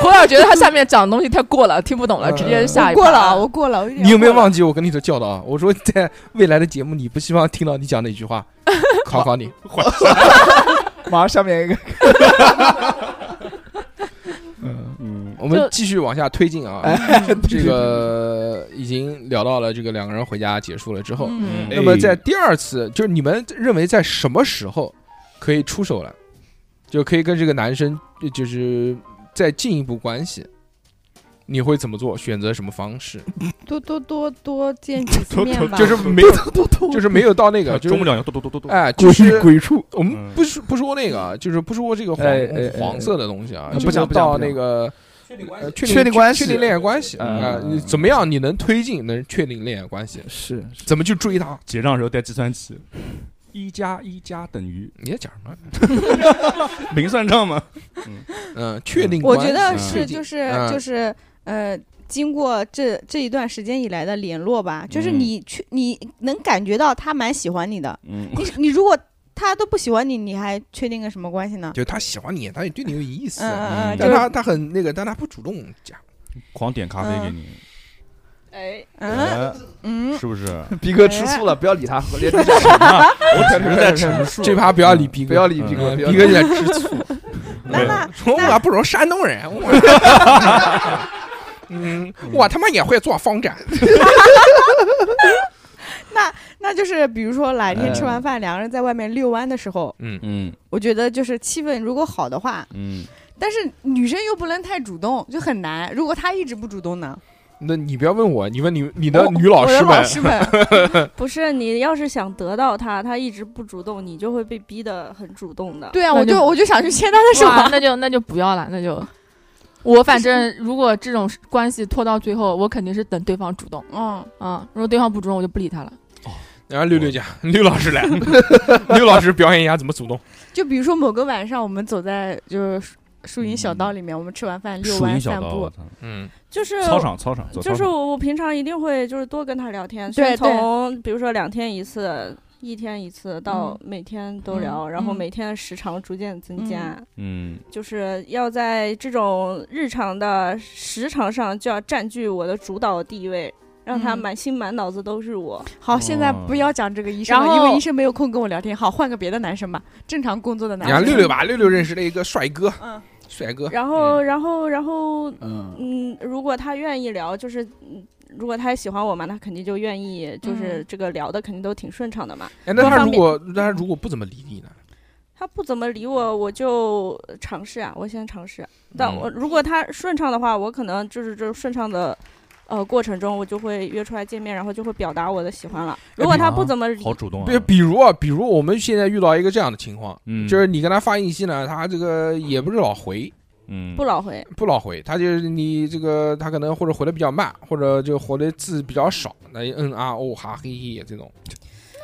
Speaker 10: 胡老师觉得他下面讲的东西太过了，听不懂了，直接下一
Speaker 5: 过
Speaker 10: 趴
Speaker 5: 了啊，我过了，我点
Speaker 1: 你有没有
Speaker 5: 过了
Speaker 1: 忘记我跟你的教导啊？我说在未来的节目，你不希望听到你讲哪句
Speaker 5: [laughs]
Speaker 1: 话？考考你，
Speaker 3: 马上下面一个，
Speaker 2: 嗯，
Speaker 1: 我们继续往下推
Speaker 5: [laughs]
Speaker 1: 进啊。这个已经聊到了这个两个人回家结束了之后，
Speaker 2: 哎
Speaker 10: 嗯，
Speaker 1: 那
Speaker 3: 哎
Speaker 1: 么在第二次，就是你们认为在什么时候可以出手了，就可以跟这个男生呃就是再进一步关系，你会怎么做？选择什么方式？
Speaker 5: 多多多多见几
Speaker 1: [laughs]
Speaker 5: 次面吧。
Speaker 1: 就是没有，就是没有到那个，就
Speaker 2: 中不
Speaker 1: 是
Speaker 2: 了羊，嘟嘟嘟嘟嘟。
Speaker 1: 哎，就是
Speaker 3: 鬼畜，
Speaker 1: 我们不说不说那个，啊，就是不说这个黄
Speaker 3: 哎哎哎
Speaker 1: 黄色的东西啊，
Speaker 3: 嗯
Speaker 1: 就
Speaker 3: 不讲
Speaker 1: 是
Speaker 3: 不讲
Speaker 1: 到
Speaker 3: 不讲
Speaker 1: 那个呃
Speaker 3: 确
Speaker 1: 定
Speaker 3: 定关系
Speaker 1: 确定恋爱关系
Speaker 3: 嗯
Speaker 1: 啊，你怎么样你能推进能确定恋爱关系？
Speaker 3: 是是
Speaker 1: 怎么去追她？
Speaker 2: 结账的时候带计算器，一加一加等于
Speaker 1: 你在讲什么？
Speaker 2: 没算账吗？
Speaker 1: 嗯，确定
Speaker 5: 我
Speaker 1: 关系
Speaker 5: 觉得
Speaker 1: 确
Speaker 5: 是
Speaker 1: 定
Speaker 5: 就是
Speaker 1: 嗯
Speaker 5: 就是呃，经过这这一段时间以来的联络吧，就是
Speaker 2: 嗯
Speaker 5: 你去你能感觉到他蛮喜欢你的，
Speaker 2: 嗯，
Speaker 5: 你你如果他都不喜欢你，你还确定个什么关系呢？
Speaker 1: 就他喜欢你，他也对你有意思，
Speaker 5: 嗯嗯
Speaker 2: 嗯
Speaker 5: 嗯，就
Speaker 1: 但
Speaker 5: 是
Speaker 1: 他他很那个，但他不主动讲。
Speaker 2: 狂点咖啡给你，
Speaker 7: 哎，
Speaker 5: 嗯嗯，
Speaker 2: 是不是？
Speaker 3: 逼哥吃素了，不要理他。我连
Speaker 2: 我只是在陈述。
Speaker 1: 这趴不要理逼哥，
Speaker 3: 不要理逼
Speaker 1: 嗯
Speaker 3: 哥，不
Speaker 1: 逼
Speaker 3: 要
Speaker 1: 哥
Speaker 3: 理
Speaker 1: 就在吃醋，
Speaker 5: 那那
Speaker 1: 说
Speaker 5: 那
Speaker 1: 我不如山东人，我嗯，我他妈也会做风筝。
Speaker 5: 那就是比如说哪一天吃
Speaker 3: 哎
Speaker 5: 完饭，两个人在外面遛弯的时候，
Speaker 2: 嗯
Speaker 5: 我觉得就是气氛如果好的话，
Speaker 2: 嗯，
Speaker 5: 但是女生又不能太主动，就很难。如果她一直不主动呢？
Speaker 1: 那你不要问我，你问你你的
Speaker 5: 我
Speaker 1: 女老
Speaker 5: 我
Speaker 1: 师
Speaker 5: 的老
Speaker 1: 们，
Speaker 5: 师们，
Speaker 7: 不是你要是想得到他，他一直不主动，你就会被逼得很主动的。
Speaker 5: 对啊，
Speaker 10: 那
Speaker 5: 我
Speaker 10: 就
Speaker 5: 就我就想去牵她的手
Speaker 10: 哇
Speaker 5: 啊。
Speaker 10: 那就那就不要了，那就我反正如果这种关系拖到最后，我肯定是等对方主动
Speaker 5: 嗯，
Speaker 10: 啊，如果对方不主动，我就不理他了。
Speaker 1: 然后六六讲， [laughs] 六老师来，六老师表演一下怎么主动。
Speaker 5: 就比如说某个晚上，我们走在就是树树荫小道里面，我们吃完饭遛
Speaker 2: 树荫
Speaker 5: 弯
Speaker 2: 小
Speaker 5: 散
Speaker 2: 道，我
Speaker 5: 步，
Speaker 2: 操
Speaker 1: 嗯，
Speaker 7: 就是
Speaker 2: 操场操场，走
Speaker 7: 就是
Speaker 2: 操场
Speaker 7: 我我平常一定会就是多跟他聊天，
Speaker 5: 对
Speaker 7: 先从比如说两天一次。一天一次到
Speaker 10: 嗯
Speaker 7: 每天都聊，
Speaker 10: 嗯
Speaker 7: 然后
Speaker 10: 嗯
Speaker 7: 每天时长逐渐增加，
Speaker 2: 嗯
Speaker 7: 就是要在这种日常的时长上就要占据我的主导地位，让他
Speaker 10: 嗯
Speaker 7: 满心满脑子都是我。
Speaker 5: 好，现在不要讲这个医生
Speaker 7: 然
Speaker 5: 了，因
Speaker 7: 后
Speaker 5: 为医生没有空跟我聊天。好，换个别的男生吧，正常工作的男
Speaker 1: 然后
Speaker 5: 生。
Speaker 1: 六六吧，六六认识了一个帅哥，
Speaker 7: 嗯
Speaker 1: 帅哥，
Speaker 7: 然后，然后，然后
Speaker 3: 嗯，
Speaker 7: 嗯，如果他愿意聊，就是嗯，如果他喜欢我嘛，那肯定就愿意，就是
Speaker 10: 嗯
Speaker 7: 这个聊的肯定都挺顺畅的嘛。
Speaker 1: 哎，那
Speaker 7: 多
Speaker 1: 他
Speaker 7: 方
Speaker 1: 如
Speaker 7: 面
Speaker 1: 果那他如果不怎么理你呢？
Speaker 7: 他不怎么理我，我就尝试啊，我先尝试。但
Speaker 1: 嗯
Speaker 7: 我如果他顺畅的话，我可能就是这顺畅的呃过程中，我就会约出来见面，然后就会表达我的喜欢了。如果他不怎么理
Speaker 2: 好主动啊
Speaker 1: 比，比如啊，比如我们现在遇到一个这样的情况，
Speaker 2: 嗯，
Speaker 1: 就是你跟他发信息呢，他这个也不是老回，
Speaker 2: 嗯
Speaker 7: 不老回，
Speaker 1: 不老回，他就是你这个他可能或者回的比较慢，或者就回的字比较少，那嗯啊哦哈嘿嘿这种，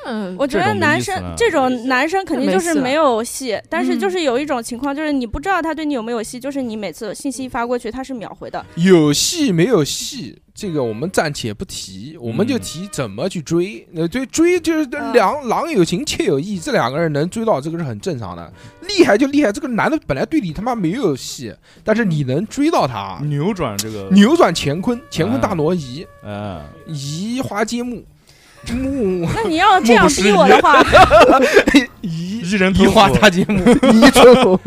Speaker 10: 嗯，
Speaker 7: 我觉得男
Speaker 2: 这种没意思啊
Speaker 7: 生
Speaker 2: 了
Speaker 7: 这种男生肯定就是没有戏，但是
Speaker 10: 嗯
Speaker 7: 就是有一种情况，就是你不知道他对你有没有戏，就是你每次信息发过去，他是秒回的。
Speaker 1: 有戏没有戏，这个我们暂且不提，我们就
Speaker 2: 嗯
Speaker 1: 提怎么去追。那追追就是两郎有情妾有意，这两个人能追到，这个是很正常的。厉害就厉害，这个男的本来对你他妈没有戏，但是你能追到他，
Speaker 2: 啊扭转这个，
Speaker 1: 扭转乾坤，乾坤大
Speaker 2: 啊
Speaker 1: 挪移，
Speaker 2: 嗯，
Speaker 1: 移花接木， [laughs] 木
Speaker 7: 那你要这样逼我的
Speaker 2: [laughs]
Speaker 7: 话，
Speaker 1: 移
Speaker 2: 一人
Speaker 1: 移花
Speaker 2: 他
Speaker 1: 大接木，
Speaker 3: [laughs] 你这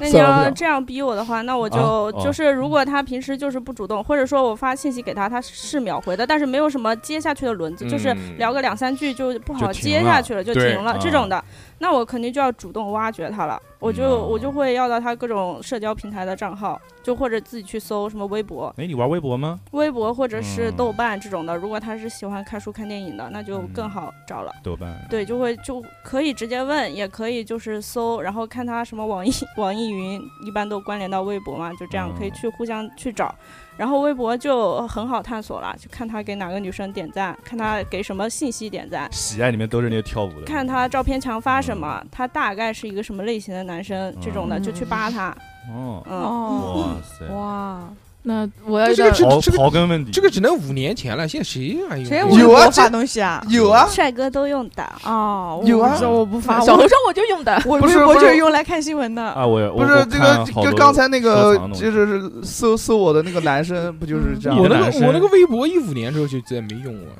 Speaker 7: 那你
Speaker 3: 算了不
Speaker 7: 要
Speaker 3: 了
Speaker 7: 这样逼我的话，那我就、
Speaker 2: 啊哦
Speaker 7: 就是如果他平时就是不主动，或者说我发信息给他，他是秒回的，但是没有什么接下去的轮子，
Speaker 1: 嗯
Speaker 7: 就是聊个两三句就不好
Speaker 2: 就停
Speaker 7: 接下去了，就
Speaker 1: 对
Speaker 7: 停了
Speaker 2: 啊
Speaker 7: 这种的，那我肯定就要主动挖掘他了。我就、
Speaker 2: 嗯哦
Speaker 7: 我就会要到他各种社交平台的账号，就或者自己去搜什么微博、
Speaker 2: [laughs] 哎，你玩微博吗？
Speaker 7: 微博或者是
Speaker 2: 嗯
Speaker 7: 豆瓣这种的。如果他是喜欢看书、看电影的，那就更
Speaker 2: 嗯
Speaker 7: 好找了。
Speaker 2: 豆瓣，
Speaker 7: 对，就会就可以直接问，也可以就是搜，然后看他什么网易 [laughs] 网易云，一般都关联到微博嘛，就这样可以
Speaker 2: 嗯
Speaker 7: 去互相去找，然后微博就很好探索了，就看他给哪个女生点赞，看他给什么信息点赞，
Speaker 2: 喜爱里面都是那些跳舞的，
Speaker 7: 看他照片墙发什么，他大概是一个什么类型的男生，这种的就去扒他，
Speaker 2: 哦，
Speaker 7: 嗯，
Speaker 10: 哦，
Speaker 2: 哇塞，
Speaker 5: 哇，
Speaker 10: 那我要
Speaker 1: 哎这
Speaker 10: 遇
Speaker 1: 这
Speaker 10: 到
Speaker 1: 个
Speaker 2: 刨
Speaker 1: 这个
Speaker 2: 刨根问底，
Speaker 1: 这个只能五年前了，现在谁还用
Speaker 5: 谁
Speaker 1: 这
Speaker 5: 微
Speaker 1: 个？
Speaker 3: 有啊
Speaker 5: 博
Speaker 3: 这
Speaker 5: 发东西啊？
Speaker 3: 有啊，
Speaker 7: 帅哥都用的，
Speaker 5: 哦，
Speaker 3: [laughs] 有啊
Speaker 5: 我不知道我不发，
Speaker 10: 小
Speaker 5: 我
Speaker 10: 红书我就用的，
Speaker 5: 我
Speaker 3: 不是
Speaker 5: 微博
Speaker 3: 不
Speaker 5: 就是是用来看新闻的。
Speaker 2: 啊，我也
Speaker 3: [laughs] 不
Speaker 2: 我
Speaker 3: 是
Speaker 2: 我
Speaker 3: 这
Speaker 2: 看
Speaker 3: 个，
Speaker 2: 好
Speaker 3: 就
Speaker 2: 多
Speaker 3: 刚才那
Speaker 2: 收
Speaker 3: 个
Speaker 2: 藏的东西
Speaker 3: 就是搜搜我的那个男生，不就是这样
Speaker 2: 嗯
Speaker 1: 我
Speaker 3: 吗？
Speaker 1: 那
Speaker 2: 男
Speaker 1: 个
Speaker 2: 生
Speaker 1: 我那个微博一五年之后就再没用过了。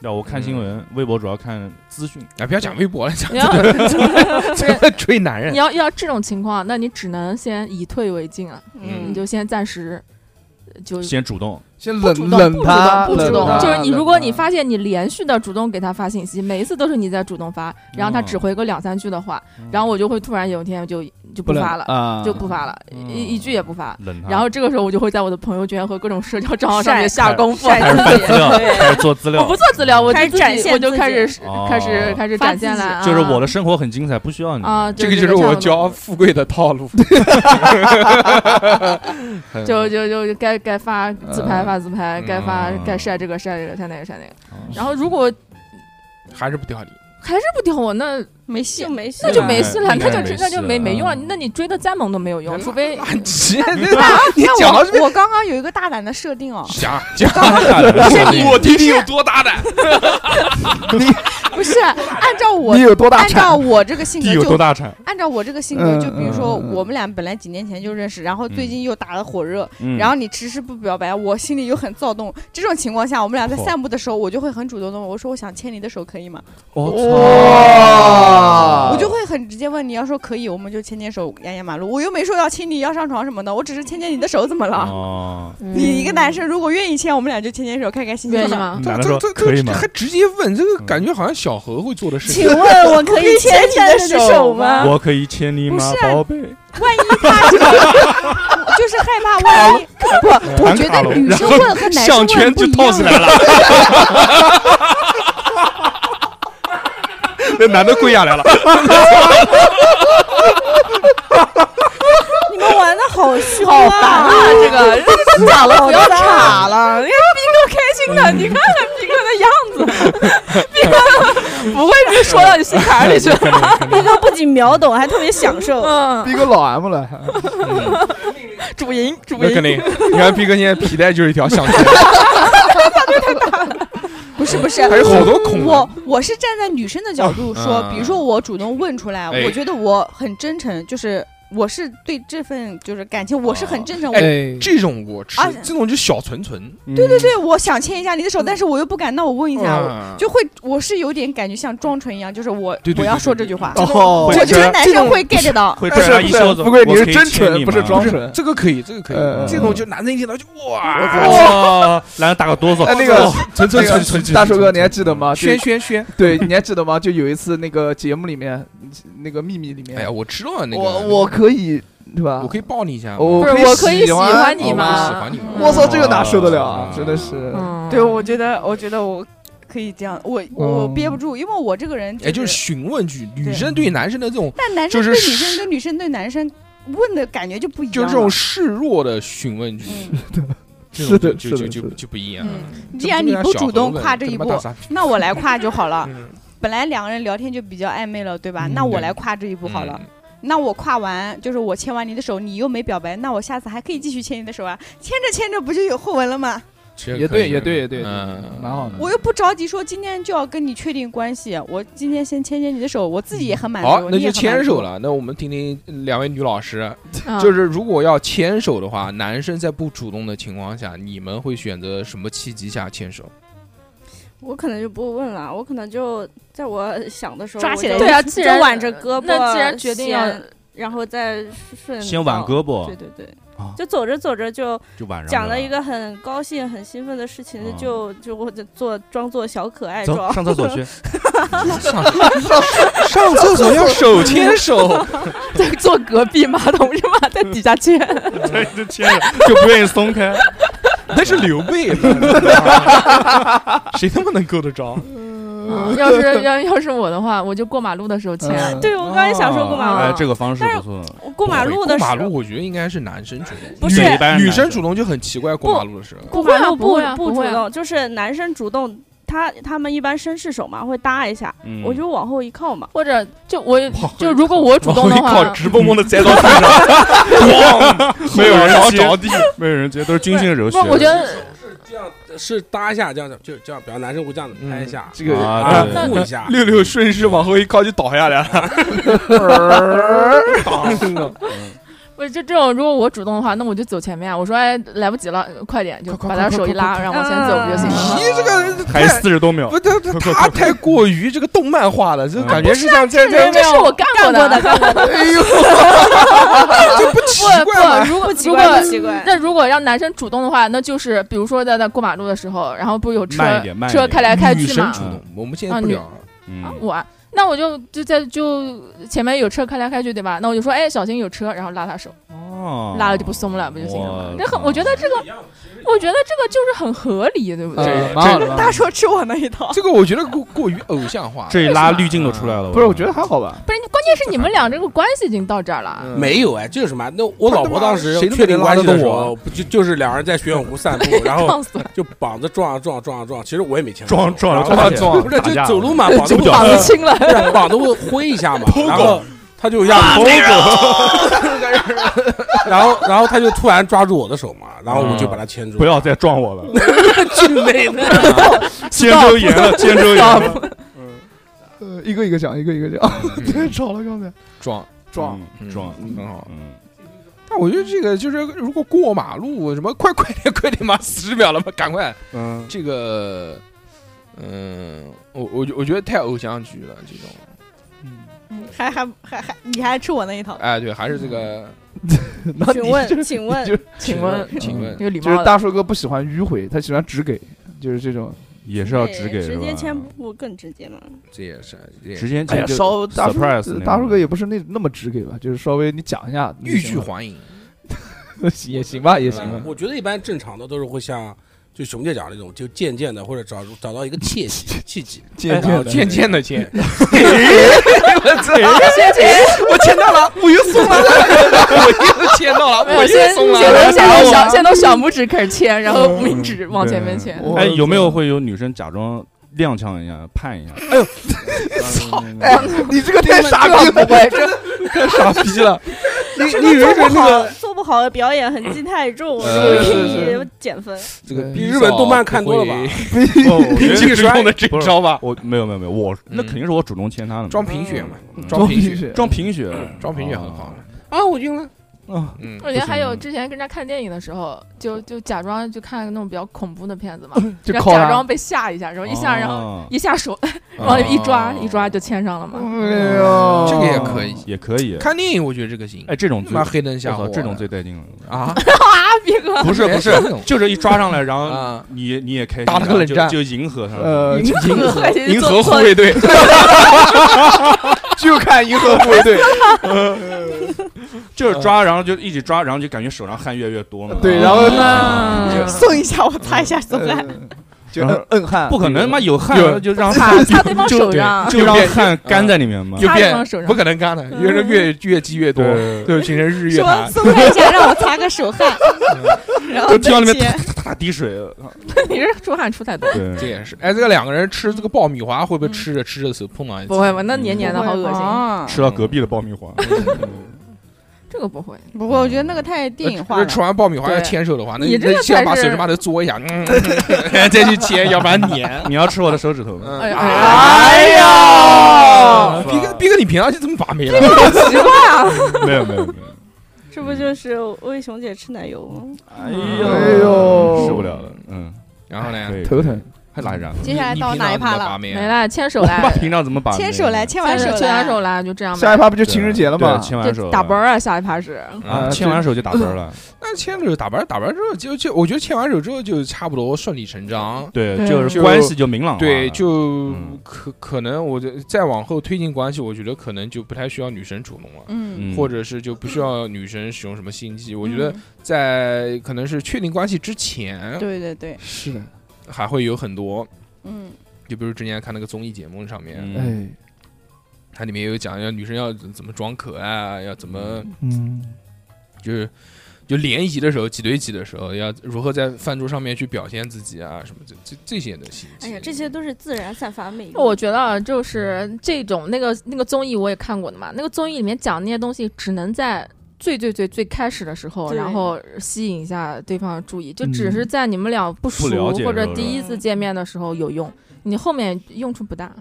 Speaker 2: 让我看新闻，微博主要看资讯，
Speaker 1: 哎，不要讲微博了， [laughs] 讲
Speaker 10: 你要
Speaker 1: 在追男
Speaker 10: 你
Speaker 1: 人。
Speaker 10: 要遇到这种情况，那你只能先以退为进了，
Speaker 1: 嗯
Speaker 10: 你就先暂时呃就
Speaker 2: 先主动，
Speaker 3: 先
Speaker 10: 不
Speaker 3: 冷
Speaker 10: 主动，
Speaker 3: 冷
Speaker 10: 不主
Speaker 3: 他，
Speaker 10: 动，不主
Speaker 3: 冷他
Speaker 10: 动。就是你，
Speaker 3: 冷
Speaker 10: 如
Speaker 3: 他
Speaker 10: 果你发现你连续的主动给他发信息，每一次都是你在主动发，然后他只回个两三句的话，然后我就会突然有一天就就不
Speaker 3: 冷
Speaker 10: 发了，
Speaker 3: 啊，[laughs]
Speaker 10: 就不发了，
Speaker 2: 嗯
Speaker 10: 一一句也不发。
Speaker 2: 冷他，
Speaker 10: 然后这个时候我就会在我的朋友圈和各种社交账号上面
Speaker 2: 晒
Speaker 10: 下功夫，
Speaker 2: 开始翻资料，开始做资
Speaker 10: 我
Speaker 2: 料
Speaker 10: 不，做资料，我就
Speaker 7: 开始
Speaker 10: 自己
Speaker 7: 展现
Speaker 10: 我就
Speaker 7: 自己
Speaker 10: 开始
Speaker 2: 哦
Speaker 10: 开始开始
Speaker 5: 发
Speaker 10: 展
Speaker 5: 自己
Speaker 10: 现了，
Speaker 2: 就是我
Speaker 10: 的
Speaker 2: 的生活很精彩，不需要你
Speaker 10: 啊，
Speaker 1: 嗯这个就是我教富贵的套 [laughs] 路。
Speaker 10: 就就就就该该发自拍
Speaker 3: 嗯
Speaker 10: 发自拍，该发
Speaker 2: 嗯
Speaker 10: 该晒这个晒这个晒那个晒那个。
Speaker 2: 哦
Speaker 10: 然后如果
Speaker 1: 还是不 [laughs] 掉你。
Speaker 10: 还是不屌我，那没戏
Speaker 7: 就，没戏
Speaker 10: 那
Speaker 7: 了，
Speaker 10: 就没戏了，
Speaker 2: 哎应
Speaker 10: 那
Speaker 2: 该
Speaker 10: 就
Speaker 2: 没
Speaker 10: 那就
Speaker 2: 戏
Speaker 10: 没
Speaker 2: 了
Speaker 10: 没用了
Speaker 2: 嗯。
Speaker 10: 那你追的再猛都没有用，除非
Speaker 5: 嗯
Speaker 1: 啊，你你
Speaker 5: 那
Speaker 1: 讲到这边，
Speaker 5: 我我刚刚有一个大胆的设定哦
Speaker 1: 讲讲， [laughs]
Speaker 2: 我
Speaker 1: 听听有
Speaker 2: [laughs]
Speaker 1: 多大胆。
Speaker 5: 不是按照我
Speaker 3: 你有多大
Speaker 5: 按照
Speaker 3: 产？
Speaker 5: 我这个性
Speaker 2: 地
Speaker 5: 格
Speaker 2: 有多
Speaker 5: 就
Speaker 2: 大产？
Speaker 5: 按照我这个性格，
Speaker 3: 嗯
Speaker 5: 就比如说
Speaker 3: 嗯嗯
Speaker 5: 我们俩本来几年前就认识，然后最近又打得火热，
Speaker 2: 嗯
Speaker 5: 然后你迟迟不表白，我心里又很躁动。这种情况下，我们俩在
Speaker 2: 嚯
Speaker 5: 散步的时候，我就会很主动的问我说我想牵你的手，可以吗？
Speaker 3: 哇
Speaker 5: 我就会很直接问你，要说可以，我们就牵牵手压压马路。我又没说要亲你，要上床什么的，我只是牵牵你的手，怎么了？
Speaker 2: 哦，
Speaker 5: 你一个男生如果愿意牵，我们俩就牵牵手，开开心心
Speaker 10: 愿意
Speaker 5: 的。
Speaker 2: [laughs]
Speaker 10: 吗？
Speaker 2: 男的
Speaker 1: 这
Speaker 2: 说
Speaker 1: 这
Speaker 2: 可以
Speaker 1: 这
Speaker 2: 吗？
Speaker 1: 还直接问，这个感觉好像小何会做的事
Speaker 7: 请
Speaker 1: 情。
Speaker 7: 问我可以牵你的手吗？
Speaker 2: 我可以牵你吗
Speaker 5: 啊不，是
Speaker 2: 宝贝？
Speaker 5: [laughs] 就是害怕万一不，我觉得女生问和男生
Speaker 2: 项
Speaker 5: 问
Speaker 2: 圈
Speaker 5: 不
Speaker 2: 就
Speaker 5: 一
Speaker 2: 套
Speaker 5: 样
Speaker 2: 起。来了。 [laughs] 那男的跪下来了，
Speaker 7: 你们玩的好凶
Speaker 5: 好
Speaker 7: 啊！
Speaker 5: 烦啊！这个卡了，不要卡
Speaker 1: 啊
Speaker 5: 了，
Speaker 10: 真
Speaker 1: 嗯
Speaker 10: 的，你看看逼哥的样
Speaker 1: [laughs]
Speaker 10: 子，逼哥不会是说到你心坎里去了。
Speaker 7: 斌哥不仅秒懂，还特别享受。
Speaker 10: 嗯，
Speaker 3: 逼个老 M 了，
Speaker 10: 主营主
Speaker 1: 那肯
Speaker 10: 营，
Speaker 1: 定，你看毕哥现在皮带就是一条项圈，
Speaker 2: [laughs]
Speaker 5: 不是不是，
Speaker 1: 还有好多孔
Speaker 5: 我我是站在女生的角度说，
Speaker 1: 嗯
Speaker 5: 比如说我主动问出来，
Speaker 1: 哎
Speaker 5: 我觉得我很真诚，就是我是对这份就是感情我是很真诚，我
Speaker 1: 哎，这种我吃
Speaker 5: 而，且
Speaker 1: 这种就小纯纯。
Speaker 2: 对对对，
Speaker 5: 对我想牵一下你的手，但是我又不敢，那我问一下，我
Speaker 1: 嗯
Speaker 5: 就会我是有点感觉像装纯一样，就是我
Speaker 1: 对对
Speaker 5: 我
Speaker 1: 对
Speaker 5: 要
Speaker 1: 对
Speaker 5: 说这
Speaker 1: 对
Speaker 5: 句话，
Speaker 3: 哦
Speaker 5: 我
Speaker 2: 会
Speaker 5: 觉得男生会 get 到，
Speaker 2: 会被
Speaker 3: 但是
Speaker 2: 人一袖子。
Speaker 3: 富贵你
Speaker 2: 我
Speaker 3: 是
Speaker 2: 可以
Speaker 3: 真
Speaker 2: 牵你
Speaker 3: 纯，不是
Speaker 2: 吗
Speaker 3: 装纯。
Speaker 1: 这个可以，这个可
Speaker 3: 呃
Speaker 1: 以，这种就男的一听到就哇，
Speaker 2: 哇， [laughs] 然后打个哆嗦。哦
Speaker 3: 哎，那个
Speaker 1: 纯
Speaker 3: 那
Speaker 1: 纯纯纯
Speaker 3: 个大手哥，你还记得吗？
Speaker 2: [laughs]
Speaker 3: 就
Speaker 1: 轩轩轩，
Speaker 3: 对，你还记得吗？嗯就有一次那个节目里面，那个秘密里
Speaker 1: 哎
Speaker 3: 面
Speaker 1: 呀，，我知道那个，
Speaker 3: 我我可以对吧
Speaker 1: 我？可以抱你一下吗，
Speaker 3: 我
Speaker 10: 不是我可以
Speaker 3: 喜
Speaker 10: 喜
Speaker 3: 欢
Speaker 10: 欢
Speaker 1: 哦
Speaker 10: 你
Speaker 1: 我
Speaker 10: 吗？
Speaker 1: 喜欢你吗
Speaker 3: 我操，这个哪受得了
Speaker 1: 哦
Speaker 3: 啊！真的是，
Speaker 10: 嗯，
Speaker 4: 对，我觉得，我觉得我可以这样，我我憋不住，因为我这个人
Speaker 1: 哦
Speaker 4: 就
Speaker 1: 哎，就是
Speaker 4: 是，
Speaker 1: 询问句，女
Speaker 4: 对
Speaker 1: 生对男生的这种，
Speaker 4: 但男
Speaker 1: 就
Speaker 4: 生
Speaker 1: 是
Speaker 4: 对女生跟女生对男生问的感觉就不一样，
Speaker 1: 就是这种，示弱的询问句，
Speaker 4: 嗯，
Speaker 1: [laughs] 这
Speaker 3: 是
Speaker 1: 种
Speaker 3: 的
Speaker 1: 就是就就
Speaker 3: 的
Speaker 1: 是就
Speaker 3: 的
Speaker 1: 就不一样了。
Speaker 10: 嗯
Speaker 4: 既然你不主动跨这一步，
Speaker 1: 好
Speaker 4: 那我来跨就好了。
Speaker 1: 嗯
Speaker 4: 本来两个人聊天就比较暧昧了，对吧？
Speaker 1: 嗯
Speaker 4: 那我
Speaker 1: 对嗯
Speaker 4: 来跨这一步好了。，那我跨完，就是我牵完你的手，你又没表白，那我下次还可以继续牵你的手啊，牵着牵着不就有后文了吗？
Speaker 1: 也
Speaker 3: 也对，也对，也对，
Speaker 1: 嗯，
Speaker 3: 蛮好的。
Speaker 4: 我又不着急说今天就要跟你确定关系，我今天先牵牵你的手，我自己也很满足。
Speaker 1: 好，那
Speaker 4: 你也
Speaker 1: 就
Speaker 4: 很满
Speaker 1: 牵
Speaker 4: 足
Speaker 1: 手。了。那我们听听两位女老师，
Speaker 10: 嗯
Speaker 1: 就是如果要牵手的话，男生在不主动的情况下，你们会选择什么契机下牵手？
Speaker 7: 我可能就不问了，我可能就在我想的时候
Speaker 4: 抓
Speaker 7: 我
Speaker 4: 起来
Speaker 7: 就
Speaker 10: 对啊既然
Speaker 7: 就挽着胳膊，
Speaker 10: 那既然决定要
Speaker 7: 先，然后再顺
Speaker 2: 先挽
Speaker 7: 道
Speaker 2: 胳膊
Speaker 7: 对对对
Speaker 2: 啊，
Speaker 7: 就走着走着就
Speaker 2: 就晚上
Speaker 7: 讲了
Speaker 2: 了
Speaker 7: 一个很高兴、很兴奋的事情，
Speaker 2: 啊
Speaker 7: 就就我就做装作小可爱
Speaker 2: 走
Speaker 7: 状，
Speaker 2: 上厕所去，
Speaker 1: 上上厕所要手牵手，
Speaker 10: 对，坐隔壁马桶是吧？在底下牵，
Speaker 2: [laughs] 对，就牵着，就不愿意松开。
Speaker 1: 那是刘备，谁他妈能够得着？
Speaker 10: [laughs] 嗯要是要要是我的话，我就过马路的时候牵。
Speaker 3: 嗯
Speaker 7: 对我刚才想说过马
Speaker 10: 啊
Speaker 7: 路，
Speaker 2: 哎，这个方式不错。
Speaker 7: 我过马路的
Speaker 1: 过
Speaker 7: 时
Speaker 1: 马
Speaker 7: 候
Speaker 1: 路，我觉得应该是男生主动，
Speaker 7: 不是
Speaker 2: 女一般是
Speaker 1: 女
Speaker 2: 男
Speaker 1: 生主动就很奇怪。过马路的时候，
Speaker 7: 过
Speaker 10: 不会
Speaker 7: 马
Speaker 10: 啊
Speaker 7: 路
Speaker 10: 不会啊
Speaker 7: 不
Speaker 10: 不
Speaker 7: 主
Speaker 10: 会啊
Speaker 7: 动，就是男生主动，他他们一般绅士手嘛，会搭一下，
Speaker 2: 嗯
Speaker 7: 我就往后一靠嘛。
Speaker 10: 或者就我就如果我主动的
Speaker 2: 往后一
Speaker 10: 话
Speaker 2: 靠，直蹦蹦的栽到地上， [laughs] 咣，没有人接，着地，没有人接，都是军性柔
Speaker 10: 不
Speaker 2: 学。，
Speaker 10: 我觉得
Speaker 6: 这样是搭一下，这样的就这样，比方男生会这样
Speaker 1: 嗯
Speaker 6: 子拍一下，
Speaker 3: 这个
Speaker 2: 啊对
Speaker 6: 护一下，
Speaker 1: 六六顺势往后一靠就倒下来了。
Speaker 10: 我就这种，如果我主动的话，那我就走前面啊。我说哎，来不及了，快点，就把他手一拉，让我先走
Speaker 2: 嗯
Speaker 10: 不就行了吗？
Speaker 1: 你这个
Speaker 2: 还四十多秒，
Speaker 1: 不，他他他太过于这个动漫化了，这
Speaker 2: 嗯
Speaker 1: 感觉是像
Speaker 10: [laughs]
Speaker 1: 在
Speaker 10: 这
Speaker 1: 在
Speaker 10: 这是我干过 [laughs] 的，
Speaker 1: 哎呦，这不奇
Speaker 10: 不
Speaker 1: 怪吗？
Speaker 10: [laughs] 不，如果
Speaker 7: 奇
Speaker 10: 如
Speaker 7: 怪
Speaker 10: 果
Speaker 7: 不奇怪，
Speaker 10: 那如果让男生主动的话，那就是比如说在在过马路的时候，然后不有车
Speaker 2: 慢一点慢一
Speaker 10: 车
Speaker 2: 点
Speaker 10: 开来开
Speaker 1: 女
Speaker 10: 去
Speaker 1: 生
Speaker 10: 嘛
Speaker 1: 主，动，我们现在
Speaker 10: 啊
Speaker 1: 不
Speaker 10: 女
Speaker 1: 聊了。
Speaker 2: 嗯
Speaker 10: 啊，我啊那我就就在就前面有车开来开去，对吧？那我就说哎，小心有车，然后拉他手，
Speaker 2: 哦
Speaker 10: 拉了就不松了，不就行了吗
Speaker 2: 我？
Speaker 10: 这很，我觉得这个，我觉得这个就是很合理，对不对？
Speaker 3: 呃蛮好的。蛮好
Speaker 7: 大
Speaker 3: 的
Speaker 7: 手吃我那一套，
Speaker 1: 这个我觉得过过于偶像化了。
Speaker 2: 这一拉滤镜都出来了。
Speaker 3: 不是，我觉得还好
Speaker 10: [laughs]
Speaker 3: 吧。
Speaker 10: 不是，关键是你们俩这个关系已经到这儿了。啊
Speaker 1: 嗯
Speaker 6: 没有哎，这有什么？那我
Speaker 1: 他
Speaker 6: 老
Speaker 1: 他
Speaker 6: 婆
Speaker 1: 妈
Speaker 6: 当时
Speaker 1: 谁都
Speaker 6: 确
Speaker 1: 没
Speaker 6: 定
Speaker 1: 拉
Speaker 6: 关
Speaker 1: 得
Speaker 6: 系的
Speaker 1: 动
Speaker 6: 时
Speaker 1: 我
Speaker 6: 候，不就就是两人在玄武湖散步，
Speaker 10: [laughs]
Speaker 6: 然后
Speaker 10: 撞死了，
Speaker 6: 就膀子撞啊撞啊撞啊撞啊，其实我也没牵
Speaker 2: 撞撞
Speaker 6: 了
Speaker 2: 了，
Speaker 1: 撞撞
Speaker 6: 不是
Speaker 2: 打
Speaker 6: 就
Speaker 2: 架了
Speaker 6: 走
Speaker 2: [laughs]
Speaker 6: 路嘛，膀子
Speaker 2: 走不了
Speaker 10: 膀子青了，
Speaker 6: 不是膀子会挥一下嘛，
Speaker 2: 偷
Speaker 6: 然
Speaker 2: 狗
Speaker 6: 后他就一下
Speaker 2: 狗，
Speaker 6: [laughs] 然后然后他就突然抓住我的手嘛，然后我就把他牵住，
Speaker 2: 不要再撞我
Speaker 10: [laughs]
Speaker 2: 了，
Speaker 6: 去妹的，
Speaker 2: [laughs] 肩周炎了，肩周炎
Speaker 10: 嗯
Speaker 2: 了，
Speaker 3: 呃，一个一个讲，一个一个讲， [laughs]
Speaker 1: 嗯
Speaker 3: 吵了刚才。
Speaker 1: 装
Speaker 3: 撞
Speaker 2: 嗯撞，
Speaker 1: 嗯很好。
Speaker 2: 嗯，
Speaker 1: 但我觉得这个就是，如果过马路什么，快快点快点嘛，四十秒了嘛，赶快！
Speaker 2: 嗯，
Speaker 1: 这个，嗯，我我我觉得太偶像剧了，这种。
Speaker 7: 嗯 [laughs]
Speaker 4: 还还还还，你还吃我那一套，
Speaker 1: 哎，对，还是这个，
Speaker 3: 那
Speaker 7: 请
Speaker 3: 你
Speaker 7: 问，
Speaker 3: 就
Speaker 7: 请
Speaker 3: 你
Speaker 7: 问
Speaker 3: 就
Speaker 10: 请问嗯
Speaker 1: 请问，
Speaker 10: 有礼
Speaker 3: 就
Speaker 10: 貌
Speaker 3: 是
Speaker 10: 的。
Speaker 3: 大硕哥不喜欢迂回，他喜欢直给，就是这种。
Speaker 2: 也是要直给，
Speaker 7: 直
Speaker 2: 是吧
Speaker 7: 接牵不更直接吗？
Speaker 1: 这也是这也是
Speaker 2: 直接
Speaker 3: 哎呀，
Speaker 2: 牵就
Speaker 3: 稍大叔呃
Speaker 2: surprise 那种
Speaker 3: 大叔哥也不是那那么直给吧，就是稍微你讲一下，
Speaker 1: 欲拒还迎。
Speaker 3: [laughs] 也行吧，也行啊吧。
Speaker 6: 嗯我觉得一般正常的都是会像就熊姐讲的那种，就渐渐的或者找找到一个契机契机，
Speaker 3: 渐
Speaker 1: 哎
Speaker 3: 渐的，
Speaker 1: 渐渐的渐，
Speaker 10: 谢谢。
Speaker 1: 我签到了，我又送了，我又签到了，
Speaker 10: 没有
Speaker 1: 我
Speaker 10: 先
Speaker 1: 又
Speaker 10: 先
Speaker 1: 送
Speaker 10: 从
Speaker 1: 了。
Speaker 10: 先从小先从小拇指开始牵，然后拇指往前面牵。
Speaker 3: 我
Speaker 2: 哎，有没有会有女生假装踉跄一下、盼一下？哎呦，操！
Speaker 3: 哎，你这个太傻逼了，真的太傻逼了。你你以为是那个
Speaker 7: 做不好的表演痕迹太重，
Speaker 1: 呃
Speaker 7: 容易减分。
Speaker 1: 这个
Speaker 3: 嗯
Speaker 1: 逼
Speaker 6: 日本动漫看多了吧
Speaker 1: 会
Speaker 2: 哦我觉
Speaker 1: 平
Speaker 2: 得
Speaker 1: 起
Speaker 2: 这
Speaker 1: 用的
Speaker 2: 个
Speaker 1: 这
Speaker 2: 不是
Speaker 1: 招吧，
Speaker 2: 我没有没有没有，我那
Speaker 1: 嗯
Speaker 2: 肯定是我主动牵她的嘛，嗯
Speaker 1: 装贫血嘛，
Speaker 3: 装
Speaker 1: 贫
Speaker 3: 逼
Speaker 1: 血，
Speaker 3: 去？
Speaker 2: 装贫血，哦
Speaker 1: 装贫血很好。
Speaker 6: 啊，我晕了，
Speaker 2: 啊，
Speaker 1: 嗯，
Speaker 10: 我觉得还有之前跟人家看电影的时候，就就假装就看那种比较恐怖的片子嘛，
Speaker 3: 嗯就
Speaker 10: 然后
Speaker 3: 靠
Speaker 10: 假
Speaker 3: 了
Speaker 10: 装。被吓一下，然后一下，然后
Speaker 2: 后
Speaker 10: 一下手往哦里一抓，一抓就牵上了嘛。
Speaker 3: 哎呦，
Speaker 1: 哦这个也可以。
Speaker 2: 也可以。
Speaker 1: 看电影我觉得这个行，
Speaker 2: 哦哎，这种
Speaker 1: 他
Speaker 2: 最
Speaker 1: 妈黑灯
Speaker 2: 我
Speaker 1: 瞎
Speaker 2: 操
Speaker 1: 火，
Speaker 2: 这种最带劲了。
Speaker 1: 啊，
Speaker 10: [laughs] 啊，别哥，
Speaker 2: 不是不是， [laughs] 就是一抓上来，然后
Speaker 1: 啊，
Speaker 2: 你你也开心，
Speaker 1: 打了个冷战
Speaker 2: 就就迎合他。
Speaker 3: 呃，就
Speaker 1: 银河银河
Speaker 10: 做
Speaker 1: 护卫队，
Speaker 3: 就看银河护卫队。
Speaker 2: 就是抓，然后就一直抓，然后就感觉手上汗越来越多嘛。
Speaker 3: 呃对，然后
Speaker 10: 嗯
Speaker 4: 送一下，我擦一
Speaker 3: 嗯
Speaker 4: 下手汗。
Speaker 3: [laughs] 就摁摁汗，
Speaker 2: [laughs] 不可能妈有汗
Speaker 1: 有
Speaker 2: 就让
Speaker 10: 擦啊擦对方手上，
Speaker 2: 就让汗干在里面嘛。
Speaker 1: 就
Speaker 10: 擦一双
Speaker 1: 变
Speaker 10: 手上嗯
Speaker 1: 不可能干的，越是越越积越多，
Speaker 2: 对
Speaker 1: 就形成日月
Speaker 5: 说
Speaker 1: 潭。
Speaker 5: 松开一下，让我擦个手汗，然后
Speaker 2: 就听到那边
Speaker 5: 再接
Speaker 2: 大滴水了。
Speaker 10: 你这出汗出太多。
Speaker 2: 对
Speaker 1: 这也是，哎，这个两个人吃这个爆米花，
Speaker 10: 嗯
Speaker 1: 会不会吃着吃着手碰到一起？
Speaker 10: 不会吧？那黏黏的好恶心，
Speaker 5: 啊
Speaker 2: 吃到隔壁的爆米花，
Speaker 10: 这个不会。
Speaker 5: 不过我觉得那个太电影化
Speaker 1: 就
Speaker 5: 了
Speaker 1: 是。吃完爆米花要
Speaker 10: 对
Speaker 1: 牵手的话，那
Speaker 10: 你这
Speaker 1: 那
Speaker 10: 个
Speaker 1: 先
Speaker 10: 才
Speaker 1: 把手
Speaker 10: 是
Speaker 1: 指把头嘬一下，嗯，再去牵，哎要不然黏。
Speaker 2: [laughs] 你要吃我的手指头吗？
Speaker 10: 哎
Speaker 1: 嗯，
Speaker 10: 呀，
Speaker 1: 啊逼哥，逼哥，你平常就这么把妹的？
Speaker 2: 没有没有没有，
Speaker 7: 这不就是魏熊姐吃奶油吗？
Speaker 2: 哎
Speaker 3: 呦哎呦
Speaker 2: 受不了了，嗯，
Speaker 1: 然后呢
Speaker 2: 可？以
Speaker 3: 头疼，
Speaker 2: 还来着。
Speaker 5: 接下来到哪一趴了？
Speaker 10: 没
Speaker 1: 没。
Speaker 10: 了，牵手
Speaker 2: 我 [laughs]
Speaker 10: 啦
Speaker 2: 爸，平常怎么把
Speaker 5: 牵手来，牵完手
Speaker 10: 牵完手
Speaker 5: 来，
Speaker 10: 啦，就这样吧。
Speaker 3: 下一趴不就情人节了吗
Speaker 2: 对，？牵
Speaker 10: 就
Speaker 2: 完手
Speaker 10: 打啵儿啊，下一趴是。
Speaker 2: 啊，牵完手就打啵儿了。
Speaker 1: 那牵手打完打完之后，就就我觉得牵完手之后就差不多顺理成章。
Speaker 2: 对，
Speaker 10: 对
Speaker 2: 就是关系就明朗化了
Speaker 1: 对，就
Speaker 2: 嗯
Speaker 1: 可可能我就再往后推进关系，我觉得可能就不太需要女生主动了。
Speaker 5: 嗯，
Speaker 2: 嗯
Speaker 1: 或者是就不需要女生使用什么心机。我觉得在可能是确定关系之前，
Speaker 5: 对对对，
Speaker 3: 是的，
Speaker 1: 还会有很多，
Speaker 5: 嗯，
Speaker 1: 就比如之前看那个综艺节目上面，
Speaker 2: 嗯
Speaker 3: 哎，
Speaker 1: 它里面有讲要女生要怎么装可爱啊，要怎么
Speaker 3: 嗯，
Speaker 1: 就是。就联谊的时候，几对几的时候，要如何在饭桌上面去表现自己啊，什么这这这些的心机。
Speaker 7: 哎呀，这些都是自然散发魅力。
Speaker 10: 我觉得啊，就是这种那个那个综艺我也看过的嘛，那个综艺里面讲那些东西，只能在最最最最开始的时候，
Speaker 7: 对
Speaker 10: 然后吸引一下对方的注意，就只
Speaker 3: 嗯
Speaker 10: 是在你们俩不
Speaker 2: 不
Speaker 10: 熟
Speaker 2: 了解
Speaker 10: 或者
Speaker 2: 是吧
Speaker 10: 第一次见面的时候有用，你后面用处不大，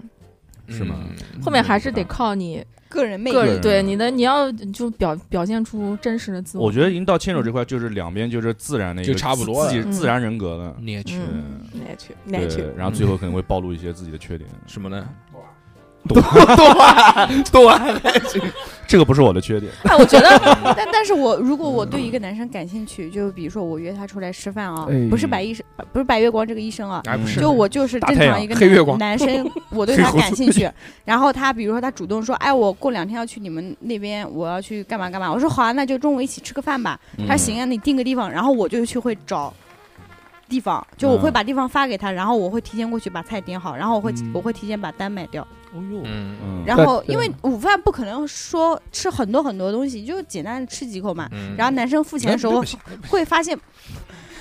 Speaker 2: 是吗
Speaker 1: 嗯
Speaker 10: 后面还是得靠你
Speaker 5: 个人魅
Speaker 10: 个
Speaker 5: 力，
Speaker 10: 人对你的你要就表表现出真实的自我。
Speaker 2: 我觉得已经到牵手这块，就是两边就是自然的一个
Speaker 1: 就差不多了
Speaker 2: 自己
Speaker 10: 嗯
Speaker 2: 自然人格了。
Speaker 1: 你也去
Speaker 10: 嗯，来去来去
Speaker 2: 对，，然后最后可能会暴露一些自己的缺点。
Speaker 1: 什么呢？
Speaker 2: 这个不是我的缺点，
Speaker 5: 哎，我觉得，
Speaker 7: [laughs]
Speaker 5: 但但是我如果我对一个男生感兴趣，就比如说我约他出来吃饭啊，
Speaker 3: 哎
Speaker 5: 不是白医生，不是白月光这个医生啊，
Speaker 1: 哎，不是，
Speaker 5: 就我就是
Speaker 2: 大
Speaker 5: 正
Speaker 2: 太
Speaker 5: 常
Speaker 2: 阳
Speaker 5: 一个
Speaker 1: 黑月
Speaker 3: 哦
Speaker 1: 光
Speaker 5: 男生，我对
Speaker 2: 黑
Speaker 5: 他
Speaker 2: 胡
Speaker 5: 感兴趣，然后他比如说他主动说，哎，我过两天要去你们那边，我要去干嘛干嘛，我说好啊，那就中午一起吃个饭吧。
Speaker 1: 嗯
Speaker 5: 他说行啊，你定个地方，然后我就去会找。地方就我会把地方发给他，然后我会提前过去把菜点好，然后我会、我会提前把单买掉，
Speaker 1: 嗯
Speaker 2: 嗯，
Speaker 5: 然
Speaker 3: 但
Speaker 5: 后因
Speaker 3: 对
Speaker 5: 为午饭不可能说吃很多很多东西，就简单吃几口嘛。
Speaker 1: 嗯，
Speaker 5: 然后男生付钱的时候会发现，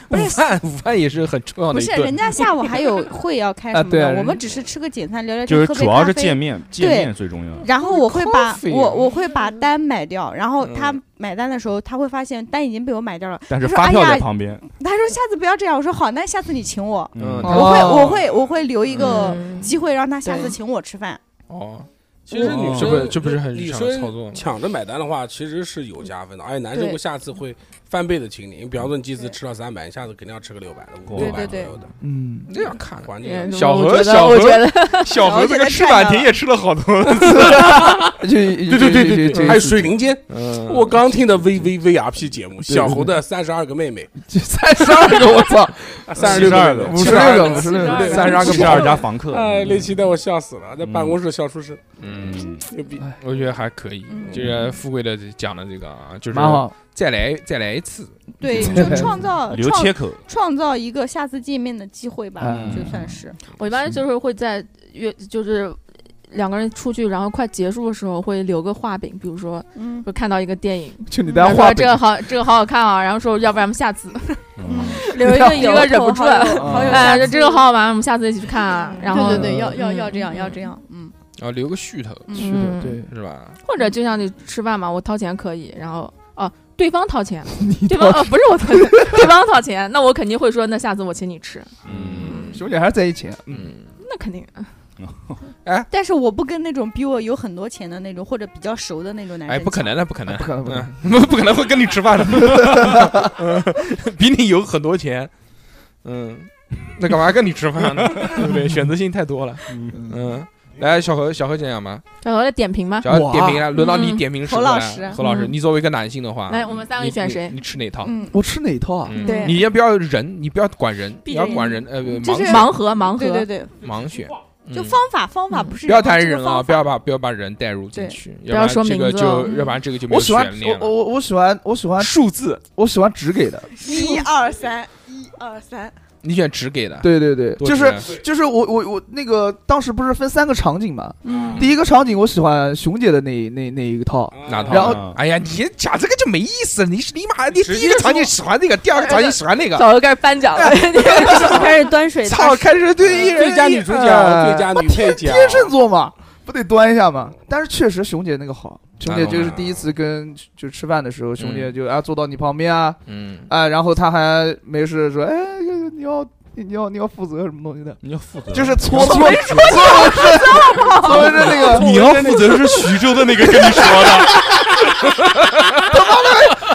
Speaker 5: 不
Speaker 1: 午
Speaker 5: 是
Speaker 1: 饭 [laughs] 午饭也是很重要
Speaker 5: 不
Speaker 1: 的一
Speaker 5: 是
Speaker 1: 顿，
Speaker 5: 人家下午还有会要开
Speaker 3: 啊
Speaker 5: 什么
Speaker 3: 对啊
Speaker 5: 的，
Speaker 3: 人
Speaker 5: 我们只是吃个简餐聊聊
Speaker 2: 就
Speaker 5: 天，
Speaker 2: 是
Speaker 5: 喝杯
Speaker 2: 主要
Speaker 5: 咖
Speaker 2: 是
Speaker 5: 啡
Speaker 2: 见。面，见
Speaker 5: 对
Speaker 2: 面最重要。
Speaker 5: 然后我会把
Speaker 1: Coffee
Speaker 5: 我我会把单买掉，然后他
Speaker 1: 嗯
Speaker 5: 买单的时候，他会发现单已经被我买掉了。
Speaker 2: 但是
Speaker 5: 他说
Speaker 2: 发票
Speaker 5: 哎呀
Speaker 2: 在旁边，
Speaker 5: 他说下次不要这样，我说好，那下次你请我，
Speaker 1: 嗯
Speaker 2: 嗯，
Speaker 5: 我会
Speaker 3: 哦
Speaker 5: 我会我会留一个
Speaker 10: 嗯
Speaker 5: 机会让他下次
Speaker 10: 对
Speaker 5: 请我吃饭。
Speaker 1: 哦，
Speaker 6: 其实女
Speaker 2: 哦
Speaker 1: 这
Speaker 6: 生
Speaker 1: 不这不是很日
Speaker 6: 女
Speaker 1: 常的操
Speaker 6: 生
Speaker 1: 作吗？
Speaker 6: 抢着买单的话，其实是有加分的，而且哎男生
Speaker 5: 对
Speaker 6: 会下次会翻倍的请你。你比方说你这次吃了三百，下次肯定要吃个六百的、五
Speaker 2: 对
Speaker 6: 六百左
Speaker 5: 对
Speaker 6: 右的。
Speaker 3: 嗯，
Speaker 1: 这样看
Speaker 6: 环境
Speaker 10: 嗯
Speaker 1: 小
Speaker 10: 我
Speaker 1: 何
Speaker 10: 觉得
Speaker 1: 小
Speaker 10: 我
Speaker 1: 何
Speaker 10: 觉得
Speaker 2: 小
Speaker 5: 何这个吃板亭
Speaker 2: 也吃了好多，
Speaker 3: 就对
Speaker 2: 对对对
Speaker 3: 哎
Speaker 6: 还有水灵间，
Speaker 1: 嗯，
Speaker 6: 我刚听的 V V V R P 节目，小猴的三十二个妹妹，
Speaker 3: 三十二个，我操，
Speaker 6: 三十二
Speaker 2: 个
Speaker 6: 个，
Speaker 3: 五十六个，五十六
Speaker 10: 对
Speaker 3: 个，
Speaker 10: 对
Speaker 3: 三十二
Speaker 2: 七
Speaker 3: 个
Speaker 2: 十
Speaker 3: 包
Speaker 2: 二家房客，嗯
Speaker 6: 哎，那期待我笑死了，在办公室笑出声，
Speaker 1: 嗯，
Speaker 6: 牛逼！
Speaker 1: 我觉得还可以，
Speaker 5: 嗯
Speaker 1: 就是富贵的讲的这个啊，就是
Speaker 3: 蛮好。
Speaker 1: 再来再来一次，
Speaker 5: 对，
Speaker 3: 嗯
Speaker 5: 就创造
Speaker 2: [laughs] 留
Speaker 5: 创
Speaker 2: 切口，
Speaker 5: 创造一个下次见面的机会吧
Speaker 3: 嗯，
Speaker 5: 就算是。
Speaker 10: 我一般就是会在约就是两个人出去，然后快结束的时候会留个画饼，比如说
Speaker 5: 嗯，
Speaker 10: 就看到一个电影，
Speaker 3: 就你
Speaker 10: 然
Speaker 3: 家
Speaker 10: 后
Speaker 3: 画
Speaker 10: 说这
Speaker 3: 饼，
Speaker 10: 个好这个好好看啊，然后说要不然我们下次，
Speaker 2: 嗯
Speaker 7: 留
Speaker 10: [laughs]
Speaker 7: 一个
Speaker 10: 一
Speaker 7: 油
Speaker 10: 个忍不住了
Speaker 3: 嗯
Speaker 7: 好有
Speaker 10: 哎，
Speaker 7: 下
Speaker 10: 就
Speaker 7: 次
Speaker 10: 这个好好玩，我们下次一起去看啊。然后
Speaker 5: 对对对，要要
Speaker 10: 嗯
Speaker 5: 要这样，
Speaker 10: 嗯
Speaker 5: 要这样。嗯，
Speaker 1: 然后留个噱头，
Speaker 5: 嗯
Speaker 3: 是的，对，
Speaker 1: 是吧？
Speaker 10: 或者就像你吃饭嘛，我掏钱可以，然后哦、对方掏钱， [laughs] 对方哦不是我掏钱，对方掏钱，那我肯定会说那下次我请你吃，哦
Speaker 2: 嗯，
Speaker 3: 兄弟还是在一起，啊
Speaker 1: 嗯，
Speaker 10: 那肯定。
Speaker 5: 但是我不跟那种比我有很多钱的那种或者比较熟的那种男生。
Speaker 1: 哎，不可。能的，不可能
Speaker 3: 不，啊可能，不可能。
Speaker 1: 嗯 [laughs] 不可能会跟你吃饭的， [laughs] 比你有很多钱，嗯，那干嘛跟你吃饭呢？对不对？选择性太多了，嗯。来，小何，小何讲讲吧。
Speaker 10: 小何来点评吧，
Speaker 1: 小何
Speaker 3: 哇
Speaker 1: 点评了，轮到你
Speaker 10: 啊嗯
Speaker 1: 点评时
Speaker 5: 侯
Speaker 1: 了
Speaker 5: 老师
Speaker 1: 侯老师，
Speaker 10: 嗯
Speaker 1: 你作为一个男性的话，
Speaker 10: 来我们三
Speaker 1: 啊
Speaker 10: 位
Speaker 1: 你
Speaker 10: 选
Speaker 1: 你
Speaker 10: 谁
Speaker 1: 你吃哪套？
Speaker 5: 嗯，
Speaker 3: 我吃哪一套啊？
Speaker 1: 嗯
Speaker 5: 对
Speaker 1: 你也不要人，你不要管人，你
Speaker 10: 闭
Speaker 1: 要
Speaker 10: 着
Speaker 1: 管
Speaker 10: 眼
Speaker 1: 人，呃，
Speaker 5: 就是
Speaker 1: 盲
Speaker 5: 忙
Speaker 10: 盲盒盲盒，
Speaker 5: 对对对，
Speaker 1: 盲选，
Speaker 5: 就
Speaker 1: 嗯
Speaker 5: 方法方法
Speaker 10: 嗯
Speaker 5: 不是
Speaker 1: 不要
Speaker 5: 人
Speaker 1: 谈
Speaker 5: 这个
Speaker 1: 人啊，
Speaker 5: 方
Speaker 1: 不要
Speaker 5: 法
Speaker 1: 把不要把人带入进去，
Speaker 10: 不要
Speaker 1: 要不
Speaker 10: 说
Speaker 1: 然这个
Speaker 10: 名字哦
Speaker 1: 就要不然这个就没
Speaker 3: 我
Speaker 1: 有
Speaker 3: 喜欢
Speaker 1: 悬
Speaker 3: 我
Speaker 1: 念啊
Speaker 3: 我
Speaker 1: 了。
Speaker 3: 我我喜欢我喜欢
Speaker 2: 数字
Speaker 3: 我喜欢直给的，
Speaker 4: 一二三，一二三，
Speaker 1: 你选直给的，
Speaker 3: 对对对，
Speaker 1: 多啊
Speaker 3: 就是
Speaker 1: 直
Speaker 3: 就是我我我那个当时不是分三个场景嘛，
Speaker 10: 嗯
Speaker 3: 第一个场景我喜欢熊姐的那那那一个套，
Speaker 6: 嗯啊
Speaker 1: 哪套？
Speaker 3: 然后
Speaker 1: 哎呀，你讲这个就没意思了。你是你妈，你
Speaker 2: 直
Speaker 1: 第
Speaker 2: 接
Speaker 1: 一个场景喜欢那个，第二个场景喜欢那个，
Speaker 10: 早就开始颁奖了，
Speaker 7: 开始端
Speaker 10: 哎
Speaker 7: 水，
Speaker 3: 操，开始对一哎人
Speaker 6: 嗯最佳女主角、最佳女配角，
Speaker 3: 天秤座嘛，不得端一下嘛。但是确实熊姐那个好，熊姐
Speaker 1: 那当
Speaker 3: 就是
Speaker 6: 然
Speaker 3: 第一次跟就吃饭的时候，熊姐就啊坐到你旁边啊
Speaker 1: [laughs] 嗯，
Speaker 3: 啊，然后她还没事说，哎，你要你要你要负责什么东西的，
Speaker 2: 你要负责
Speaker 3: 就是搓搓搓纹身，搓纹身那个
Speaker 2: 你要负责是徐州的那个跟你说 [laughs] 的，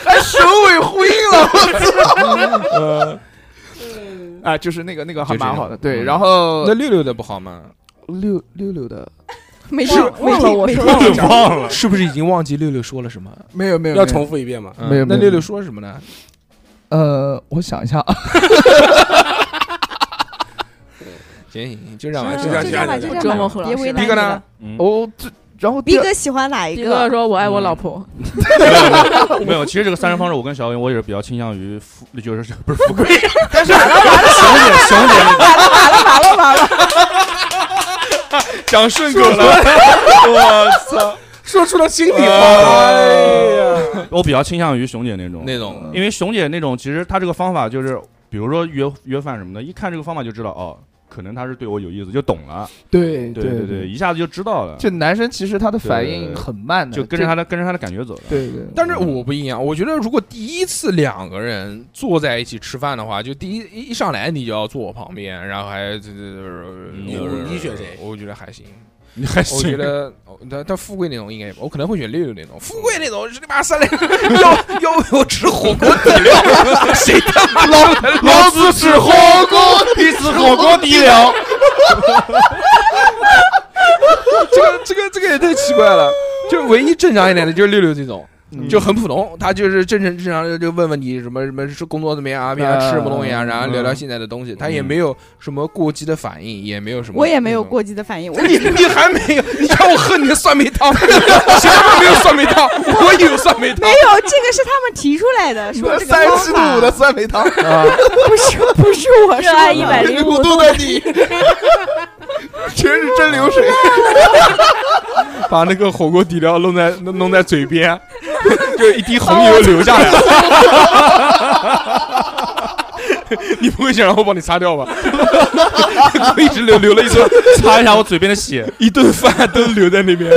Speaker 3: 哎，首尾呼应了，
Speaker 1: 呃 [laughs]
Speaker 3: 我操！啊，就是那个那个还蛮好的，
Speaker 1: 就是这
Speaker 3: 对。
Speaker 1: 种
Speaker 3: 然后
Speaker 1: 那六六的不好吗？
Speaker 3: 六六六的
Speaker 5: 没
Speaker 7: 忘
Speaker 5: 事
Speaker 7: 忘了我说忘了
Speaker 2: 忘了。
Speaker 1: 是不是已经忘记六六说了什么？
Speaker 3: 没有没有
Speaker 6: 要重复一遍吗？
Speaker 1: 嗯
Speaker 3: 没有没
Speaker 1: 那
Speaker 3: 有
Speaker 1: 六六说了什么呢？
Speaker 3: 呃，我想一下，啊，
Speaker 1: 行行，行就这样吧，
Speaker 6: 是
Speaker 1: 嗯就这样
Speaker 6: 是
Speaker 1: 吧，
Speaker 6: 这样吧
Speaker 1: 就这
Speaker 10: 折
Speaker 1: 样
Speaker 10: 磨
Speaker 1: 吧。
Speaker 10: 胡老
Speaker 5: 别为
Speaker 10: 师。
Speaker 5: 难
Speaker 1: 逼哥呢？
Speaker 2: 嗯
Speaker 3: 我这然后
Speaker 4: 逼
Speaker 3: 第二
Speaker 4: 哥喜欢哪
Speaker 5: [laughs]
Speaker 4: 一
Speaker 10: 逼
Speaker 4: 个
Speaker 10: 哥？说：“我爱我老婆。
Speaker 2: [laughs] 没有，其实这个三人方式，我跟小云，我也是比较倾向于富，就是 [laughs] 不是富贵，
Speaker 3: 但是
Speaker 2: 熊姐，熊姐那个
Speaker 5: 完了完了，
Speaker 2: 讲顺口了。我操！
Speaker 6: 说出了心里话。
Speaker 2: 哎呀，我比较倾向于熊姐那种，
Speaker 1: 那种
Speaker 2: 因为熊姐那种，其实她这个方法就是，比如说约约饭什么的，一看这个方法就知道，哦，可能她是对我有意思，就懂了。
Speaker 3: 对
Speaker 2: 对对对，，一下子就知道了，
Speaker 3: 就男生其实他的反
Speaker 2: 对
Speaker 3: 应很慢的，
Speaker 2: 就跟着她的跟着她的感觉走了。
Speaker 3: 这。对对，
Speaker 1: 但是我不一样，我觉得如果第一次两个人坐在一起吃饭的话，就第一一一上来你就要坐我旁边，然后还这这这，
Speaker 2: 你
Speaker 6: 你选谁
Speaker 1: 我觉得还行，
Speaker 2: 你 [laughs] 还
Speaker 1: 我觉得哦但但富贵那种应该也不，我可能会选六六那种，富贵那种是你妈三连要要为我吃火锅底料，谁他妈老
Speaker 2: [laughs] 老子吃火锅，你吃火锅底料。
Speaker 1: 这个这个这个也太奇怪了，就唯一正常一点的就是六六这种。就很普通，他就是正常正常地就问问你什么什么是工作怎么样啊，平常吃什么东西啊，然后聊聊现在的东西，他也没有什么过激的反应，也没有什么，
Speaker 5: 我也没有，过激的反应，我
Speaker 1: 你你还没有，你让我喝你的酸梅汤， [laughs] 谁他妈没有酸梅汤，我有酸梅汤
Speaker 5: 没，有，这个是他们提出来的，说这个
Speaker 3: 三
Speaker 5: 方
Speaker 3: 十
Speaker 5: 法
Speaker 3: 度的酸梅汤，
Speaker 5: 不是不是我
Speaker 7: 热
Speaker 5: 说
Speaker 7: 爱
Speaker 5: 的，
Speaker 7: 一百
Speaker 1: [laughs]
Speaker 7: 零五
Speaker 3: 度的你，全是真流水。
Speaker 2: [laughs] 把那个火锅底料弄在弄弄在嘴边， [laughs] 就一滴红油流下来。 [laughs]
Speaker 1: 你不会想让我帮你擦掉吧？
Speaker 2: [laughs] 我一直流流了一桌，擦一下我嘴边的血，
Speaker 1: 一顿饭都留在那边，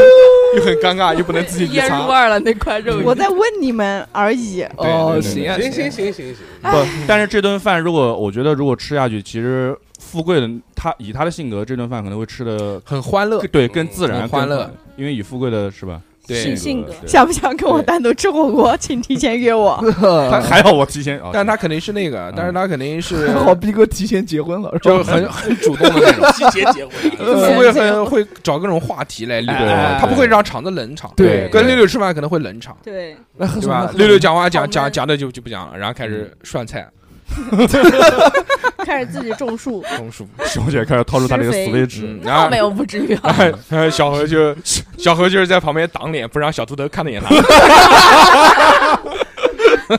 Speaker 1: 又很尴尬，又不能自己
Speaker 5: [laughs]
Speaker 1: 去
Speaker 10: [laughs] 腌入
Speaker 1: 擦。
Speaker 10: 味了那块肉，
Speaker 5: 我在问你们而已。
Speaker 3: 哦，
Speaker 1: 对对对
Speaker 3: 行啊，
Speaker 6: 哎行行
Speaker 3: 行，
Speaker 6: 行行行，
Speaker 2: 不，但是这顿饭如果我觉得如果吃下去，其实富贵的他以他的性格，这顿饭可能会吃的
Speaker 1: 很欢乐，
Speaker 2: 对更自然、
Speaker 1: 很欢乐
Speaker 2: 更，因为以富贵的是吧？
Speaker 1: 对，
Speaker 7: 性格
Speaker 2: 对
Speaker 5: [laughs] 想不想跟我单独吃火锅？请提前约我。
Speaker 2: 他还好我提前，哦
Speaker 1: 但他肯定是那个，但是他肯定是
Speaker 3: 还好逼哥提前结婚了，是吧
Speaker 1: 就很很主动的那
Speaker 6: [laughs]
Speaker 1: 种。
Speaker 6: 季节结
Speaker 7: [laughs]
Speaker 6: [laughs] 婚啊了，
Speaker 1: 富贵很会找各种话题来聊
Speaker 2: 对对，对
Speaker 1: 他不会让场子冷场。
Speaker 3: 对
Speaker 1: 跟六六吃饭可能会冷场，
Speaker 7: 对，
Speaker 3: 来喝
Speaker 1: 对
Speaker 3: 酸梅
Speaker 1: 吧
Speaker 3: 汤？
Speaker 1: 六六讲话讲
Speaker 7: 好
Speaker 1: 讲
Speaker 7: 闷
Speaker 1: 讲的就就不讲了，然后开始
Speaker 7: 嗯
Speaker 1: 涮菜、
Speaker 7: 开始自己种树，
Speaker 1: 松鼠，
Speaker 7: 嗯
Speaker 2: 熊姐开始掏出她这个
Speaker 7: 施肥
Speaker 2: Switch，
Speaker 1: 嗯，然后
Speaker 7: 哎
Speaker 10: 没有不至于啊。
Speaker 1: 然后然后小何就小何就是在旁边挡脸，不让小秃头看得见他。
Speaker 6: 啊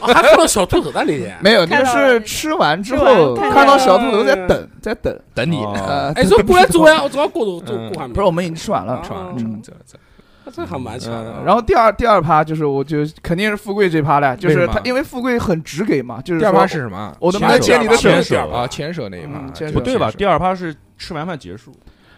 Speaker 6: 还放到小兔子那里。
Speaker 3: 没有，那个
Speaker 7: 看到了
Speaker 3: 是吃完之
Speaker 7: 吃完
Speaker 3: 后
Speaker 7: 看到
Speaker 3: 看到
Speaker 7: 了
Speaker 3: 小兔头在等，在等。
Speaker 1: 等你，
Speaker 7: 哦
Speaker 3: 呃，
Speaker 6: 哎，说过来走呀，我正好过走走过还没。
Speaker 3: 不是，我们已经吃完了
Speaker 6: 啊。
Speaker 1: 吃完了，
Speaker 6: 嗯
Speaker 1: 吃完了，走了走了。
Speaker 6: 这还蛮强的。
Speaker 1: 嗯
Speaker 3: 然后第二第二趴就是，我就肯定是富贵这趴了，就
Speaker 1: 为
Speaker 3: 是
Speaker 1: 什么
Speaker 3: 他，因为富贵很直给嘛，就是
Speaker 1: 第二趴
Speaker 3: 说
Speaker 1: 是什么？
Speaker 3: 我能不能
Speaker 6: 牵
Speaker 3: 牵
Speaker 6: 手
Speaker 3: 你的手？
Speaker 2: 牵手
Speaker 1: 啊，牵手那一趴
Speaker 3: 嗯牵手
Speaker 2: 不对吧？第
Speaker 1: 二
Speaker 2: 二趴是吃完饭结束，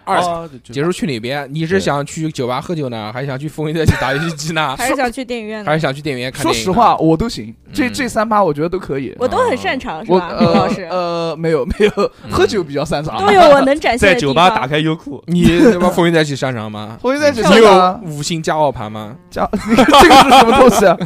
Speaker 6: 二
Speaker 2: 啊
Speaker 1: 结束去哪边？你是想去酒吧喝酒呢，还是想去风云再起打游戏机呢？
Speaker 7: [laughs] 还是想去电影院
Speaker 1: 还 [laughs]
Speaker 7: 的
Speaker 1: 是，想去电影院看？
Speaker 3: 说实话，，我都行，这
Speaker 1: 嗯
Speaker 3: 这三趴我觉得都可以。
Speaker 7: 我都很擅长，是
Speaker 3: 我
Speaker 7: 吧，
Speaker 3: 呃
Speaker 7: 吴老师？
Speaker 3: 呃没有没 [laughs] 有，
Speaker 1: 嗯
Speaker 3: 喝酒比较啊擅长。
Speaker 7: 都有我能展现
Speaker 2: 在
Speaker 7: 的地
Speaker 2: 酒
Speaker 7: 方。
Speaker 2: 吧打开优酷，
Speaker 1: 你
Speaker 3: [laughs]
Speaker 1: 对吧？风云再起擅长吗？
Speaker 3: 我现在只
Speaker 1: 你
Speaker 3: 是
Speaker 1: 有五星加奥盘吗？ [laughs]
Speaker 3: 加这个是什么东西啊？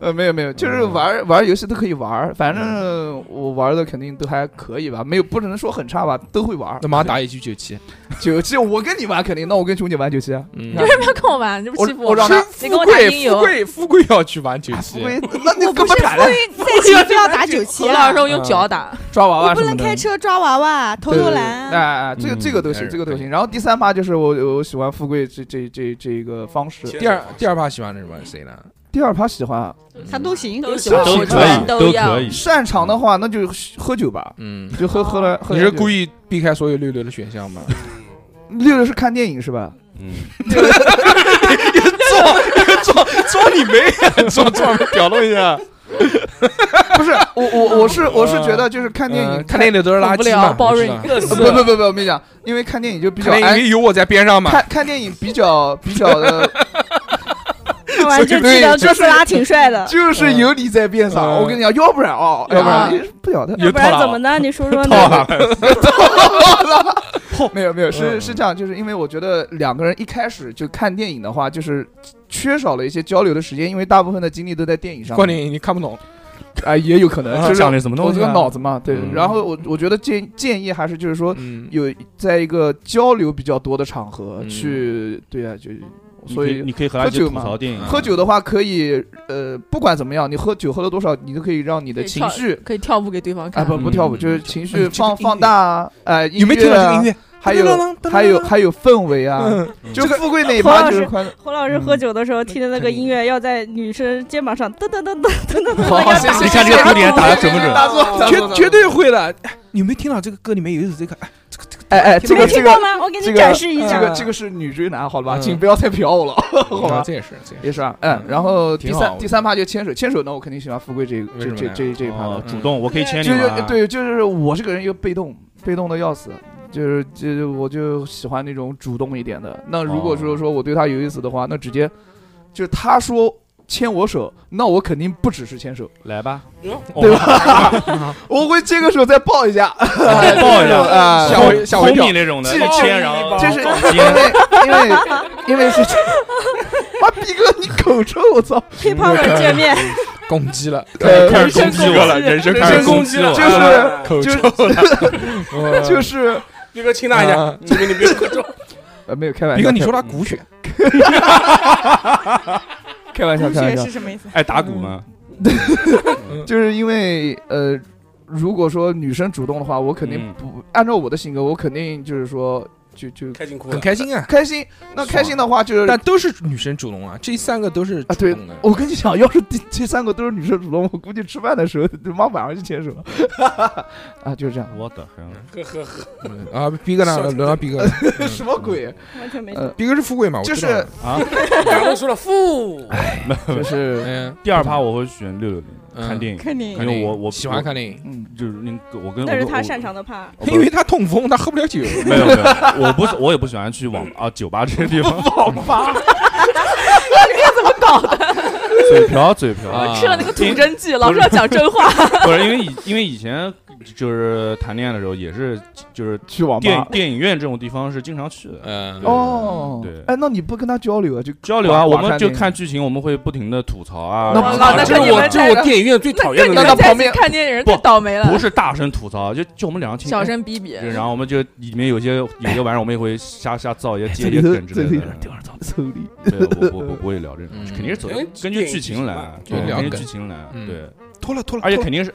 Speaker 3: 呃，没有没有，就是
Speaker 1: 嗯
Speaker 3: 玩玩游戏都可以玩，反正我玩的肯定都还可以吧，没有不能说很差吧，都会玩。
Speaker 1: 那妈打一局九七，
Speaker 3: 九七，我跟你玩肯定，那我跟熊姐玩九七啊，
Speaker 1: 嗯
Speaker 3: 你看，
Speaker 10: 不要跟我玩，这不
Speaker 3: 我
Speaker 10: 欺负
Speaker 3: 我让
Speaker 10: 吗
Speaker 3: 他
Speaker 10: 你
Speaker 1: 富
Speaker 10: 跟我打
Speaker 1: 贵
Speaker 10: 音
Speaker 1: 富
Speaker 10: 游。
Speaker 1: 贵富贵要去玩九
Speaker 3: 不
Speaker 1: 七，
Speaker 3: 会，那你干嘛改了？
Speaker 4: 在骑就要打九七
Speaker 10: 我老
Speaker 4: 啊
Speaker 10: 时，候用脚打，
Speaker 3: 抓娃
Speaker 4: 你
Speaker 3: 娃
Speaker 4: 不
Speaker 3: 什么
Speaker 4: 能
Speaker 3: 的。
Speaker 4: 开车抓娃娃、投
Speaker 3: 对
Speaker 4: 投
Speaker 3: 对对
Speaker 4: 篮。
Speaker 3: 哎哎，这个
Speaker 1: 嗯
Speaker 3: 这个都行，
Speaker 1: 哎
Speaker 3: 这个都
Speaker 1: 可
Speaker 3: 行。然后第三趴就是我我喜欢富贵这这这这个方式。
Speaker 1: 第二第二趴喜欢的什么谁呢？
Speaker 3: 第二趴喜欢
Speaker 4: 他都行，
Speaker 10: 都喜
Speaker 3: 欢都
Speaker 10: 欢我
Speaker 3: 可以
Speaker 10: 玩
Speaker 2: 都
Speaker 10: 要
Speaker 2: 可。以。
Speaker 3: 擅长的话，那就喝酒吧，
Speaker 1: 嗯，
Speaker 3: 就喝喝了。喝
Speaker 1: 你
Speaker 3: 了
Speaker 1: 是
Speaker 3: 酒
Speaker 1: 故意避开所有六六的选项
Speaker 3: [laughs]
Speaker 1: 吗？
Speaker 3: 六六是看电影是吧？
Speaker 2: 嗯，
Speaker 1: 装你妹， [laughs] 装装表露一下。
Speaker 3: 不是，我我
Speaker 1: [laughs]
Speaker 3: 我是我是觉得就是 [laughs] 看电影
Speaker 1: 呃嗯看电
Speaker 3: 影，
Speaker 1: 影都是垃
Speaker 10: 很无
Speaker 1: 圾
Speaker 10: 聊，
Speaker 1: 嘛，
Speaker 10: 包
Speaker 1: 你
Speaker 10: 润
Speaker 1: 知道
Speaker 10: 各
Speaker 3: 呃
Speaker 10: 色
Speaker 3: 不。不不不，我跟你讲，因为看电影就比较
Speaker 1: 看电
Speaker 3: 安，
Speaker 1: 哎影有我在边上嘛。
Speaker 3: 看看电影比较比较的，
Speaker 1: [laughs]
Speaker 7: 看完就
Speaker 3: 对
Speaker 7: 知道
Speaker 3: 就
Speaker 7: 哥斯拉挺帅的，
Speaker 3: 就是有你在边上。
Speaker 1: 嗯
Speaker 3: 我跟你讲，要不然哦，
Speaker 1: 要
Speaker 3: 要
Speaker 1: 不
Speaker 3: 不
Speaker 1: 然
Speaker 3: 然不晓得。
Speaker 1: 有
Speaker 7: 要不然
Speaker 1: 套了
Speaker 7: 怎么呢？你说
Speaker 2: [laughs]
Speaker 7: 说
Speaker 1: 套
Speaker 7: 呢？
Speaker 1: 了，
Speaker 3: 没有没有，
Speaker 1: 嗯
Speaker 3: 是是这样，就是因为我觉得两个人一开始就看电影的话，就是缺少了一些交流的时间，因为大部分的精力都在电影上面。
Speaker 1: 关键你看不懂。
Speaker 3: 啊，也有可能，就是
Speaker 2: 讲的什么
Speaker 3: 我
Speaker 2: 东
Speaker 3: 这
Speaker 2: 西
Speaker 3: 个
Speaker 2: 啊？
Speaker 3: 脑子嘛，对。
Speaker 2: 嗯
Speaker 3: 然后我我觉得建建议还是就是说，
Speaker 1: 嗯，
Speaker 3: 有在一个交流比较多的场合
Speaker 1: 嗯
Speaker 3: 去，对啊，就
Speaker 2: 你可
Speaker 3: 所以
Speaker 2: 你可以和他一起
Speaker 3: 喝酒
Speaker 2: 吐
Speaker 3: 嘛
Speaker 2: 槽电影，
Speaker 3: 喝酒的话可以，呃，不管怎么样，你喝酒喝了多少，你都可以让你的
Speaker 10: 可以
Speaker 3: 情
Speaker 10: 跳
Speaker 3: 绪。
Speaker 10: 可以跳舞给对方
Speaker 3: 啊
Speaker 10: 看。
Speaker 3: 不不跳舞，
Speaker 1: 嗯
Speaker 3: 就是情绪放
Speaker 1: 这个音乐
Speaker 3: 放大啊，呃，
Speaker 1: 有没有听到这个音
Speaker 3: 乐
Speaker 1: 乐？
Speaker 3: 啊？还有还有还有氛围啊，
Speaker 1: 嗯，
Speaker 3: 就富贵那一趴就是快乐。
Speaker 7: 侯老师喝酒的时候听的那个音乐，要在女生肩膀上噔噔噔噔噔噔噔，
Speaker 2: [laughs]
Speaker 3: 好好
Speaker 7: 要
Speaker 3: 谢
Speaker 7: 打
Speaker 3: 谢
Speaker 2: 你看这个鼓
Speaker 3: 哎
Speaker 2: 点打的准不准？
Speaker 3: 大作
Speaker 1: 绝绝对会的。哎你有没有听到这个歌里面有一首这个？哎这个这个
Speaker 3: 哎哎，这
Speaker 7: 没
Speaker 3: 个
Speaker 7: 听
Speaker 3: 这
Speaker 7: 过
Speaker 3: 个
Speaker 7: 吗？我给
Speaker 3: 这
Speaker 7: 你
Speaker 3: 个
Speaker 7: 展示一
Speaker 3: 这
Speaker 7: 下。啊
Speaker 3: 个这个是女追男，好了吧，
Speaker 1: 嗯
Speaker 3: 请不要再嫖
Speaker 7: [laughs]
Speaker 3: 我了，好吧
Speaker 1: 啊？这也是，这也
Speaker 3: 也
Speaker 1: 是。
Speaker 3: 是啊，嗯
Speaker 1: 嗯，
Speaker 3: 然后第
Speaker 1: 挺好
Speaker 3: 三
Speaker 1: 我
Speaker 3: 第
Speaker 1: 觉
Speaker 3: 三
Speaker 1: 得
Speaker 3: 趴就牵手，牵手呢，我肯定喜欢富贵这
Speaker 1: 为什
Speaker 3: 这
Speaker 1: 么
Speaker 3: 这
Speaker 1: 呢
Speaker 3: 这这一趴
Speaker 2: 哦
Speaker 3: 的，嗯
Speaker 2: 主动，我可以牵你
Speaker 3: 就
Speaker 2: 吗
Speaker 3: 是？对，就是我这个人又被动，被动的要死，就是就是我就喜欢那种主动一点的。那如果说
Speaker 2: 哦
Speaker 3: 说我对他有意思的话，那直接就是他说牵我手，那我肯定不只是牵手，
Speaker 2: 来吧，
Speaker 3: 对吧？我会这个手再抱 [laughs] 一下，
Speaker 2: 抱一下
Speaker 3: 啊，吓我一吓我一跳
Speaker 2: 你。那种的，
Speaker 3: 这
Speaker 2: 一牵然后
Speaker 3: 这是
Speaker 2: 抱
Speaker 3: 因
Speaker 2: 肩
Speaker 3: 为因为因为 [laughs] 是，妈啊逼哥你口臭，我操！
Speaker 7: 黑胖子见面，
Speaker 1: 攻击了，
Speaker 3: 呃
Speaker 2: 开始攻击我了，
Speaker 1: 人生
Speaker 2: 开始
Speaker 3: 人身
Speaker 2: 攻击我，
Speaker 3: 就是
Speaker 1: 口
Speaker 3: 就
Speaker 1: 臭
Speaker 3: 是
Speaker 1: 了，
Speaker 3: 就是是
Speaker 6: 逼哥亲他一下，这边你别口臭，
Speaker 3: 呃，没有开玩笑。
Speaker 1: 别跟你说他骨血，
Speaker 3: 开玩笑，开玩
Speaker 7: 学
Speaker 3: 笑
Speaker 7: 是，什么意思？
Speaker 2: 爱打鼓吗？
Speaker 3: 就是因为呃，如果说女生主动的话，我肯定
Speaker 2: 嗯
Speaker 3: 不、按照我的性格，我肯定就是说就就
Speaker 6: 开心哭
Speaker 1: 很
Speaker 6: [laughs] 了。
Speaker 1: 开心啊。
Speaker 3: 开心。那开心的话就是，
Speaker 1: 但都是女生主动啊，这三个都是
Speaker 3: 啊，
Speaker 1: 主
Speaker 3: 对
Speaker 1: 动的，。
Speaker 3: 我跟你讲，要是第这三个都是女生主动， [laughs] 我估计吃饭的时候他妈晚上就牵手了， [laughs] 啊，就是这样。
Speaker 2: 我的天，
Speaker 6: 呵呵呵，
Speaker 1: 嗯啊，逼哥呢？轮到逼哥了，
Speaker 3: [laughs] 什么鬼？
Speaker 7: 完全没。
Speaker 3: 呃，
Speaker 1: 逼哥是富贵嗯嘛？我
Speaker 3: 就
Speaker 1: 知道
Speaker 3: 是
Speaker 6: 然后说了负，
Speaker 1: [laughs]
Speaker 3: 就是
Speaker 1: 嗯
Speaker 2: 第二趴我会选六六零
Speaker 1: 嗯
Speaker 2: 看电影，
Speaker 7: 看电影
Speaker 2: 因为我我
Speaker 1: 喜欢，看电影，
Speaker 3: 嗯，
Speaker 2: 我就是那个我跟
Speaker 7: 但是
Speaker 2: 我跟
Speaker 7: 他
Speaker 2: 我
Speaker 7: 擅长的怕，
Speaker 2: 我不
Speaker 1: 因为他痛风，他喝不了酒。
Speaker 2: 没有没有，我不是我也不喜欢去网啊酒吧这些地方，网吧，这个怎么搞的？ [laughs] 嘴瓢嘴
Speaker 1: 啊
Speaker 2: 瓢，
Speaker 10: 吃了那个吐
Speaker 2: 听
Speaker 10: 真剂，老是要讲真话。
Speaker 2: 不是因为以因为以前就是谈恋爱的时候也是就是
Speaker 3: 去网
Speaker 2: 电
Speaker 3: 吧。
Speaker 2: 电影院这种地方是经常去的。
Speaker 1: 嗯
Speaker 3: 哦
Speaker 2: 对，
Speaker 3: 哎，那你不跟他交流啊？就
Speaker 2: 交流啊，
Speaker 3: 网
Speaker 2: 我
Speaker 3: 网
Speaker 2: 们
Speaker 3: 上
Speaker 2: 就
Speaker 3: 电影
Speaker 2: 看剧情，我们会不停的吐槽啊，
Speaker 3: 那
Speaker 2: 然后
Speaker 10: 老那
Speaker 6: 这
Speaker 10: 跟
Speaker 6: 是
Speaker 10: 你
Speaker 6: 我
Speaker 10: 们
Speaker 6: 这
Speaker 10: 在
Speaker 6: 是我电影院最讨厌
Speaker 10: 跟
Speaker 6: 的
Speaker 10: 你
Speaker 6: 那
Speaker 3: 那
Speaker 6: 种。
Speaker 10: 们在
Speaker 3: 旁
Speaker 10: 一起
Speaker 3: 边
Speaker 10: 看电影人
Speaker 2: 不
Speaker 10: 太倒霉了
Speaker 2: 不，是大声吐槽，就就我们两个听
Speaker 10: 小。声逼逼。
Speaker 2: 就然后我们就里面有些有些玩意儿，我们也会瞎瞎造一些
Speaker 3: 哎这
Speaker 2: 接一
Speaker 3: 里
Speaker 2: 些
Speaker 3: 头
Speaker 2: 梗之
Speaker 3: 这里
Speaker 2: 类
Speaker 3: 头
Speaker 2: 的。
Speaker 3: 有点抽离。
Speaker 2: 对，我我我不会聊这种，
Speaker 1: 嗯
Speaker 2: 肯定是走
Speaker 6: 因为
Speaker 2: 根据剧情来，
Speaker 1: 电
Speaker 2: 对
Speaker 1: 影剧情嘛聊
Speaker 2: 根据
Speaker 1: 梗
Speaker 2: 剧情来，
Speaker 1: 嗯
Speaker 2: 对，
Speaker 1: 脱了脱了，
Speaker 2: 而且
Speaker 1: 脱了
Speaker 2: 肯定是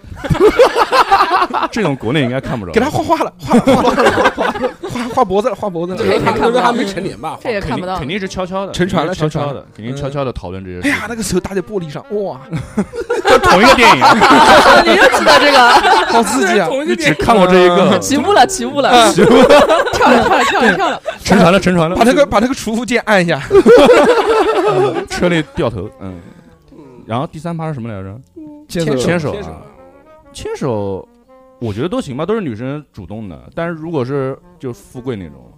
Speaker 2: 这种国内应该看不着，
Speaker 1: 给他画画了，画了画了画了
Speaker 2: [laughs]
Speaker 1: 画了画脖子了，画脖子
Speaker 6: [laughs] 这个
Speaker 1: 了。
Speaker 6: 他们都还没成年吧？
Speaker 1: 哦
Speaker 10: 这也
Speaker 2: 肯
Speaker 10: 看不
Speaker 2: 定
Speaker 10: 到
Speaker 2: 肯。定是悄悄的，
Speaker 1: 沉船了
Speaker 2: 肯定是悄悄
Speaker 1: 沉
Speaker 2: 的，肯定悄悄的讨论这些
Speaker 1: 哎
Speaker 2: 事
Speaker 1: 呀， [laughs]
Speaker 2: 情，
Speaker 1: 那个手搭在玻璃上，哇，
Speaker 2: 就同一
Speaker 1: [laughs]
Speaker 2: 个电影，
Speaker 10: 你就知道这个，
Speaker 1: 好刺激啊！
Speaker 6: 同一
Speaker 2: 你
Speaker 6: 个
Speaker 2: 只
Speaker 6: 电
Speaker 2: 看过这一
Speaker 1: 嗯
Speaker 2: 个，
Speaker 1: [laughs]
Speaker 10: 起雾了，起雾
Speaker 1: 呃
Speaker 10: 了，
Speaker 2: 行吧
Speaker 10: 跳了，跳了，跳了，跳了。
Speaker 2: 沉船了，沉船了，
Speaker 1: 把那个把那个除雾键按一下，
Speaker 2: 车内掉头，嗯。
Speaker 6: 影，
Speaker 2: 然后第三趴是什么来着？
Speaker 3: 牵手
Speaker 2: 牵手
Speaker 6: 牵手
Speaker 2: 啊，牵手，我觉得都行吧，都是女生主动的。但是如果是就是富贵那种，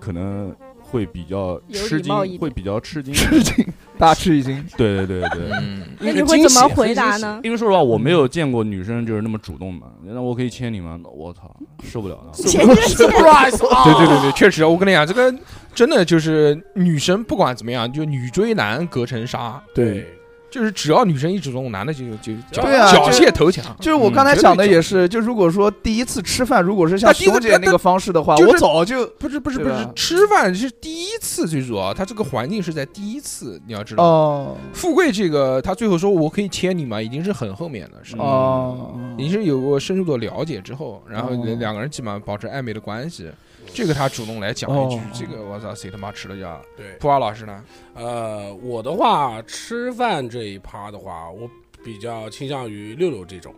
Speaker 2: 可能会比较
Speaker 7: 有
Speaker 2: 吃
Speaker 7: 礼貌一
Speaker 2: 惊，
Speaker 7: 点
Speaker 2: 会比较吃
Speaker 1: [laughs]
Speaker 2: 惊。
Speaker 3: 吃惊，大吃一惊。
Speaker 2: 对对对对，
Speaker 1: 嗯，
Speaker 7: 那你会怎么回答呢？
Speaker 2: 因为说实话，我没有见过女生就是那么主动嘛。那我可以牵你吗？那我操，受不了
Speaker 7: [laughs]
Speaker 2: 了。
Speaker 7: 前列腺，
Speaker 2: 哦
Speaker 1: 对对对对，确实，我跟你讲，这个真的就是女生不管怎么样，就女追男隔层纱，
Speaker 3: 对，
Speaker 1: 就是只要女生一主动，男的就就就
Speaker 3: 对啊
Speaker 1: 缴械投降。
Speaker 3: 就是我刚才讲的也是，就如果说第一次吃饭，如果是像
Speaker 1: 那第一次
Speaker 3: 熊姐那个方式的话，
Speaker 1: 就是
Speaker 3: 啊我早就
Speaker 1: 不是不是不
Speaker 3: 对啊
Speaker 1: 是
Speaker 3: 吧，
Speaker 1: 吃饭是第一次最主要，他这个环境是在第一次，你要知道。
Speaker 3: 哦
Speaker 1: 富贵这个，他最后说我可以签你嘛，已经是很后面了，是吧？
Speaker 3: 哦，
Speaker 1: 你是有过深入的了解之后，然后
Speaker 3: 哦
Speaker 1: 两个人基本上保持暧昧的关系，这个他主动来讲一句
Speaker 3: 哦，
Speaker 1: 这个我操，谁他妈吃了药？
Speaker 6: 对，
Speaker 1: 普洱老师呢？
Speaker 6: 呃，我的话，吃饭这一趴的话，我比较倾向于六六这种，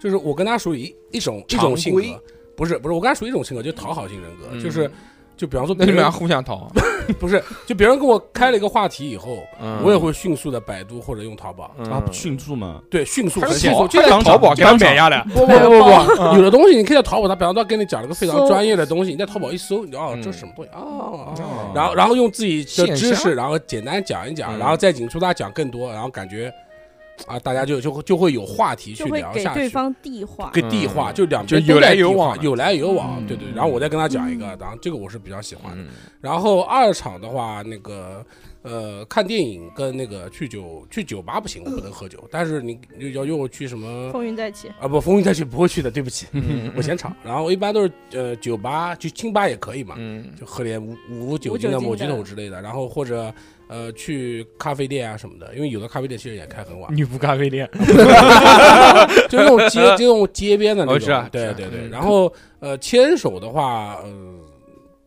Speaker 6: 就是我跟他属于一一种一
Speaker 1: 常
Speaker 6: 种性
Speaker 1: 规嗯
Speaker 6: 格，不是不是，我跟他属于一种性格，就讨好型人格，
Speaker 3: 嗯
Speaker 6: 就是就比方说
Speaker 1: [laughs] 那
Speaker 6: 别
Speaker 1: 你们
Speaker 6: 人
Speaker 1: 俩互相啊讨， [laughs]
Speaker 6: 不是，就别人跟我开了一个话题以后，
Speaker 1: 嗯
Speaker 6: 我也会迅速的百度或者用淘宝，
Speaker 1: 嗯
Speaker 2: 啊，迅速嘛，
Speaker 6: 对，迅速
Speaker 1: 还
Speaker 6: 很
Speaker 1: 是
Speaker 6: 迅速
Speaker 1: 淘，
Speaker 6: 这
Speaker 1: 还
Speaker 6: 个
Speaker 1: 是
Speaker 2: 当场
Speaker 1: 淘宝给他
Speaker 2: 当场
Speaker 1: 买下来，
Speaker 6: 不不不不不，有的东西你可以在淘宝，他比方说他跟你讲了个非常
Speaker 7: 搜
Speaker 6: 专业的东西，你在淘宝一搜，你就哦
Speaker 1: 嗯
Speaker 6: 这是什么东西哦。
Speaker 1: 哦
Speaker 6: 然后然后用自己的
Speaker 1: 线
Speaker 6: 知
Speaker 1: 下
Speaker 6: 识，然后简单讲一讲，
Speaker 1: 嗯
Speaker 6: 然后再引出他讲更多，然后感觉啊，大家就就会就会有话题去
Speaker 7: 就会
Speaker 6: 聊
Speaker 7: 给
Speaker 6: 下
Speaker 7: 对
Speaker 6: 去。
Speaker 7: 方递话。
Speaker 6: 给地话，就两边
Speaker 1: 嗯就有
Speaker 6: 都在
Speaker 1: 来有
Speaker 6: 递话
Speaker 1: 往
Speaker 6: 有来有往，
Speaker 1: 嗯
Speaker 6: 对对。然后我再跟他讲一
Speaker 7: 嗯
Speaker 6: 个，然后这个我是比较喜欢的。
Speaker 1: 嗯
Speaker 6: 然后二场的话，那个呃，看电影跟那个去酒去酒吧不行，我不能喝酒。但是你你要约我去什么
Speaker 7: 风云再起，
Speaker 6: 啊？不，风云再去不会去的，对不起，
Speaker 1: 嗯
Speaker 6: 我嫌吵。然后一般都是呃酒吧，去清吧也可以嘛，
Speaker 1: 嗯
Speaker 6: 就喝点无无酒精的啊
Speaker 7: 无酒精的
Speaker 6: 某鸡头之类的，然后或者呃去咖啡店啊什么的，因为有的咖啡店其实也开很晚，
Speaker 1: 女仆咖啡店，
Speaker 6: [laughs] 就那种街就那种街边的那
Speaker 1: 我知道
Speaker 6: 种，对
Speaker 1: 知道
Speaker 6: 对对。
Speaker 1: 哦嗯
Speaker 6: 然后呃牵手的话，嗯。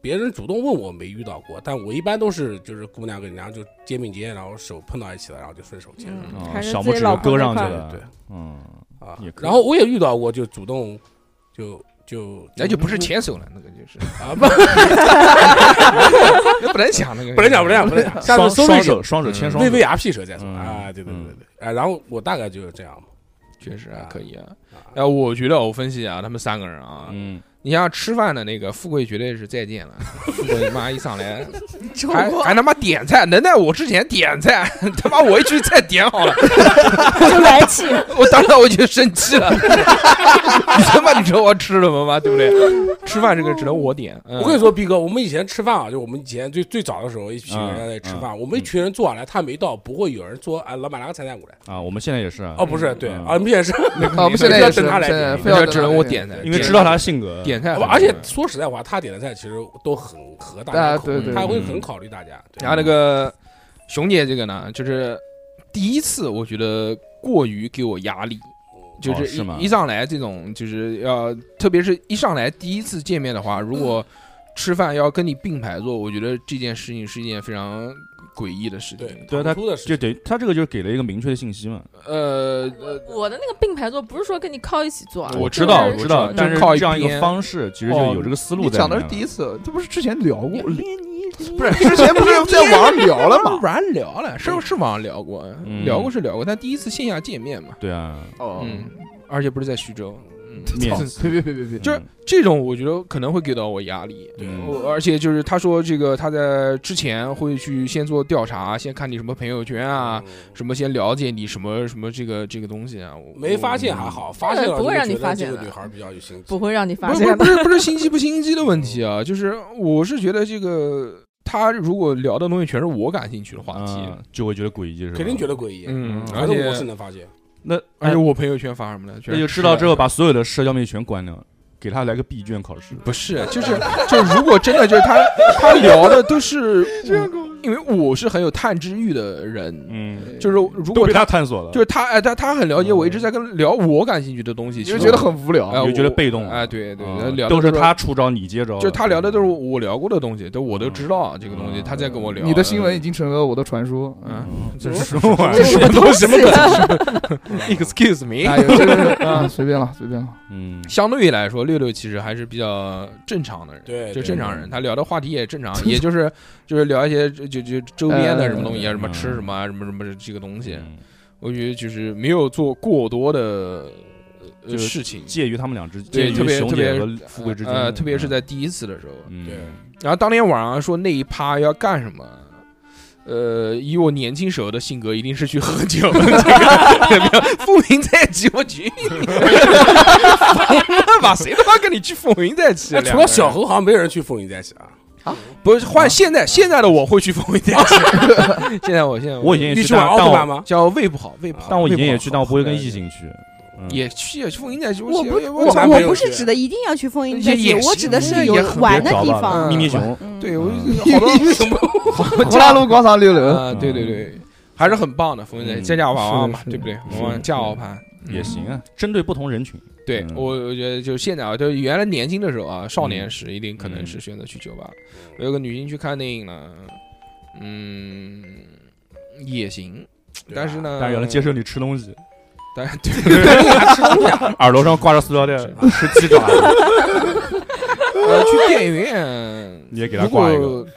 Speaker 6: 别人主动问我没遇到过，但我一般都是就是姑娘跟人家就肩并肩，然后手碰到一起了，然后就顺手牵手。
Speaker 7: 嗯
Speaker 2: 啊
Speaker 7: 还是
Speaker 2: 小
Speaker 7: 自
Speaker 2: 拇
Speaker 7: 己
Speaker 2: 指
Speaker 7: 老
Speaker 2: 就
Speaker 7: 婆
Speaker 2: 勾上去
Speaker 7: 那块儿
Speaker 2: 了，
Speaker 6: 对对，
Speaker 2: 嗯，
Speaker 6: 啊
Speaker 2: 也可以
Speaker 6: 然后我也遇到过，就主动就就
Speaker 1: 那就不是牵手了，那个就是，
Speaker 6: 啊，不
Speaker 1: 那不能讲那个，
Speaker 6: 不能讲，不能讲，不能讲，下
Speaker 2: 双
Speaker 6: 次搜
Speaker 2: 双
Speaker 6: 一搜
Speaker 2: 手双手牵双
Speaker 6: 微
Speaker 2: 手
Speaker 6: 微，R P 蛇再说
Speaker 2: 嗯
Speaker 6: 啊，对对对
Speaker 2: 嗯
Speaker 6: 对对，啊，然后我大概就是这样嘛，
Speaker 1: 确实啊，可以啊。
Speaker 6: 啊
Speaker 1: 哎，我觉得我分析啊，他们三个人啊，
Speaker 2: 嗯，
Speaker 1: 你像吃饭的那个富贵绝对是再见了，富
Speaker 7: [laughs]
Speaker 1: 贵妈一上来还还他妈点菜，能在我之前点菜，他妈我一句菜点好了，
Speaker 7: [laughs] 就来气，
Speaker 1: 我当时我就生气了， [laughs] 他妈你说我吃什么吗？对不对？吃饭这个只能我点，嗯
Speaker 6: 我跟你说，逼哥，我们以前吃饭啊，就我们以前最最早的时候，一群人在吃饭，
Speaker 2: 嗯
Speaker 6: 我们一群人坐下来，他没到，不会有人说，哎，老板拿个菜单过来。
Speaker 2: 啊，我们现在也是啊
Speaker 6: 哦，，不是，对，
Speaker 2: 嗯
Speaker 6: 啊，明显是， [laughs]
Speaker 3: 啊，我们现在也是，
Speaker 6: 非要等他来
Speaker 3: 现在
Speaker 6: 点
Speaker 3: 非要
Speaker 1: 那就
Speaker 3: 等他
Speaker 1: 只能我点嗯菜
Speaker 6: 来，
Speaker 2: 因为
Speaker 1: 点
Speaker 2: 知道他的性格，
Speaker 1: 点菜很难，
Speaker 6: 而且说实在话，他点的菜其实都很合大家
Speaker 3: 啊
Speaker 6: 口
Speaker 3: 对
Speaker 6: 味，
Speaker 1: 对啊
Speaker 6: 他会
Speaker 2: 嗯
Speaker 6: 很考虑大家。对
Speaker 1: 然后那个熊姐这个呢，就是第一次，我觉得过于给我压力，就
Speaker 2: 哦
Speaker 1: 是一、
Speaker 2: 是吗
Speaker 1: 一上来这种就是要，特别是一上来第一次见面的话，如果吃饭要跟你并排坐，我觉得这件事情是一件非常诡异的事情。
Speaker 6: 对
Speaker 2: 对
Speaker 6: 他出的是
Speaker 2: 就等于他这个就是给了一个明确的信息嘛，
Speaker 1: 呃呃，
Speaker 10: 我的那个并排坐不是说跟你靠一起坐啊，
Speaker 1: 我
Speaker 10: 就是
Speaker 1: 知道我
Speaker 2: 知
Speaker 1: 知道
Speaker 2: 道，但是
Speaker 1: 就靠一
Speaker 2: 这样一
Speaker 1: 边
Speaker 2: 个方式其实就
Speaker 3: 哦
Speaker 2: 有这个思路
Speaker 3: 你
Speaker 2: 在
Speaker 3: 讲
Speaker 2: 里面了。
Speaker 3: 的是第一次，这不是之前聊过，
Speaker 7: 不
Speaker 3: 不是之前不是在网上聊了
Speaker 1: [laughs]
Speaker 3: 吗？
Speaker 1: 软聊了，是是网上聊过，
Speaker 2: 嗯
Speaker 1: 聊过是聊过，但第一次线下见面嘛，
Speaker 2: 对啊，
Speaker 3: 哦
Speaker 1: 嗯，而且不是在徐州，嗯，
Speaker 2: 面
Speaker 3: 操别别别别
Speaker 2: 嗯
Speaker 3: 别，
Speaker 1: 就是这种，我觉得可能会给到我压力。
Speaker 2: 对
Speaker 1: 我而且就是他说这个，他在之前会去先做调查，先看你什么朋友圈
Speaker 2: 哦
Speaker 1: 啊，，
Speaker 6: 嗯
Speaker 1: 什么先了解你什么什么这个这个东西啊。我嗯
Speaker 6: 没发现还好，发现了
Speaker 10: 不会
Speaker 6: 就
Speaker 10: 让你
Speaker 6: 觉得
Speaker 10: 发
Speaker 6: 这
Speaker 10: 现
Speaker 6: 个
Speaker 10: 的
Speaker 6: 女孩比较有心机。
Speaker 10: 不会让你
Speaker 1: 不
Speaker 10: 发
Speaker 1: 是
Speaker 10: 现
Speaker 1: 不
Speaker 10: 的。
Speaker 1: 是不是不是心机不心机的问题啊，就是我是觉得这个他如果聊的东西全是我感兴趣的话题，
Speaker 2: 嗯，就会觉得诡异是吧？
Speaker 6: 肯定觉得诡异，
Speaker 1: 嗯，
Speaker 2: 嗯
Speaker 1: 而
Speaker 6: 反正我是
Speaker 1: 且
Speaker 6: 能发现。
Speaker 2: 那
Speaker 1: 而且
Speaker 2: 哎
Speaker 1: 我朋友圈发什么的，全
Speaker 2: 那
Speaker 1: 是
Speaker 2: 就知道
Speaker 1: 吃
Speaker 2: 之
Speaker 1: 的
Speaker 2: 后把所有的社交媒体全关掉，给他来个闭卷考试。
Speaker 1: 不是，就是就是，如果真的就是他他聊的都是
Speaker 10: [laughs]
Speaker 1: 我，因为我是很有探知欲的人，
Speaker 2: 嗯，啊
Speaker 1: 就是如
Speaker 2: 都
Speaker 1: 果
Speaker 2: 被
Speaker 1: 他
Speaker 2: 他探索了，
Speaker 1: 就是他哎他他很了解我，一直在跟聊我感兴趣的东西，
Speaker 3: 你
Speaker 1: 其
Speaker 3: 就
Speaker 1: 实
Speaker 3: 觉得很无聊
Speaker 1: 哎，
Speaker 2: 嗯你就觉得
Speaker 1: 我
Speaker 2: 被动了
Speaker 1: 哎对对，
Speaker 2: 啊
Speaker 1: 他聊的
Speaker 2: 都是
Speaker 1: 是
Speaker 2: 他，出招你接招，
Speaker 1: 就他聊的都是我聊过的东西，都我都知道这个东西，
Speaker 2: 嗯
Speaker 1: 他在跟我聊
Speaker 3: 你的新闻已经成了我的传说，嗯。
Speaker 1: 嗯，
Speaker 2: 这
Speaker 1: 这
Speaker 2: 是
Speaker 1: 是
Speaker 2: [laughs] 什么玩意
Speaker 1: 这
Speaker 2: 儿？
Speaker 1: 是什么东西？Excuse me，
Speaker 3: 哎呦，这个啊，随便了，随便
Speaker 2: [laughs]
Speaker 3: 了。
Speaker 2: 嗯，
Speaker 1: 相对于来说，六六其实还是比较正常的人，
Speaker 6: 对
Speaker 1: 就
Speaker 6: 对
Speaker 1: 正常人，
Speaker 2: 对
Speaker 1: 他聊的话题也正常
Speaker 3: 正，常
Speaker 1: 也就是就是聊一些就就就周边的什么东西啊，
Speaker 2: 嗯
Speaker 1: 什么吃
Speaker 2: 嗯
Speaker 1: 什么啊什么什么这个东西，
Speaker 2: 嗯
Speaker 1: 我觉得就是没有做过多的呃
Speaker 2: 就是
Speaker 1: 事情，
Speaker 2: 介于他们俩之介
Speaker 1: 对，
Speaker 2: 于
Speaker 1: 特别
Speaker 2: 熊
Speaker 1: 特
Speaker 2: 姐
Speaker 1: 别
Speaker 2: 和富贵之间
Speaker 1: 呃，
Speaker 2: 的，
Speaker 1: 特别是
Speaker 4: 嗯
Speaker 1: 在啊第一次的时候，
Speaker 2: 嗯
Speaker 6: 对
Speaker 1: 然后当天晚上说那一趴要干什么。呃，以我年轻时候的性格，一定是去喝酒。
Speaker 4: [laughs]
Speaker 1: 这个风云再起，我 [laughs] 去你妈，疯了吧？谁他妈跟你去风云再起？
Speaker 6: 哎，
Speaker 1: 两
Speaker 6: 除
Speaker 1: 个
Speaker 6: 了
Speaker 1: 人
Speaker 6: 小何，好像没有人去风云再起啊。
Speaker 3: 啊
Speaker 1: 不是换现在现在的我会去疯一点。
Speaker 2: [laughs]
Speaker 1: 现在我现在
Speaker 2: 我以前也
Speaker 6: 你
Speaker 2: 去，
Speaker 6: 去玩
Speaker 2: 但
Speaker 6: 奥
Speaker 2: 但
Speaker 6: 特曼
Speaker 2: 我
Speaker 6: 吗？
Speaker 1: 叫胃不好，胃不好。
Speaker 2: 但我以前也去，
Speaker 1: 胃
Speaker 2: 但
Speaker 1: 好
Speaker 2: 我不会跟异性去。嗯
Speaker 1: 也去也去疯一点去。
Speaker 4: 我不
Speaker 1: 我
Speaker 4: 我
Speaker 6: 我男
Speaker 4: 我
Speaker 6: 朋友
Speaker 4: 不
Speaker 6: 去
Speaker 4: 是指的一定要去风云
Speaker 1: 也
Speaker 4: 再
Speaker 1: 也
Speaker 4: 去，我
Speaker 1: 是
Speaker 4: 指的
Speaker 1: 那
Speaker 4: 是
Speaker 1: 也
Speaker 4: 有
Speaker 1: 很
Speaker 4: 玩的
Speaker 2: 别搞
Speaker 4: 地
Speaker 2: 吧
Speaker 4: 方。
Speaker 2: 秘密熊，
Speaker 4: 嗯
Speaker 1: 对，我就
Speaker 3: 好多
Speaker 4: [laughs]
Speaker 1: 好
Speaker 3: [laughs] 乌拉路广场六楼，
Speaker 1: 啊，对对对，还是很棒的疯一点，
Speaker 2: 嗯
Speaker 1: 加加娃娃嘛，
Speaker 3: 是的
Speaker 1: 对不对？
Speaker 2: 是的
Speaker 1: 我们加娃娃盘
Speaker 2: 也。行啊，针对不同人群。
Speaker 1: 对
Speaker 2: 嗯
Speaker 1: 我，我觉得就是现在啊，就是原来年轻的时候啊，少年时一定可能是选择去酒吧。我有个女性去看电影呢，嗯，也行，
Speaker 6: 对
Speaker 1: 但
Speaker 6: 吧
Speaker 1: 是，呢，
Speaker 2: 但是有人接受你吃东西，
Speaker 1: 但是对，
Speaker 2: 耳朵上挂着塑料袋
Speaker 1: 嗯是
Speaker 2: 吃鸡爪，
Speaker 1: [laughs] 呃，去电影院，
Speaker 2: 你也给他
Speaker 1: 如
Speaker 2: 挂一
Speaker 1: 果 [laughs]
Speaker 2: 个。嗯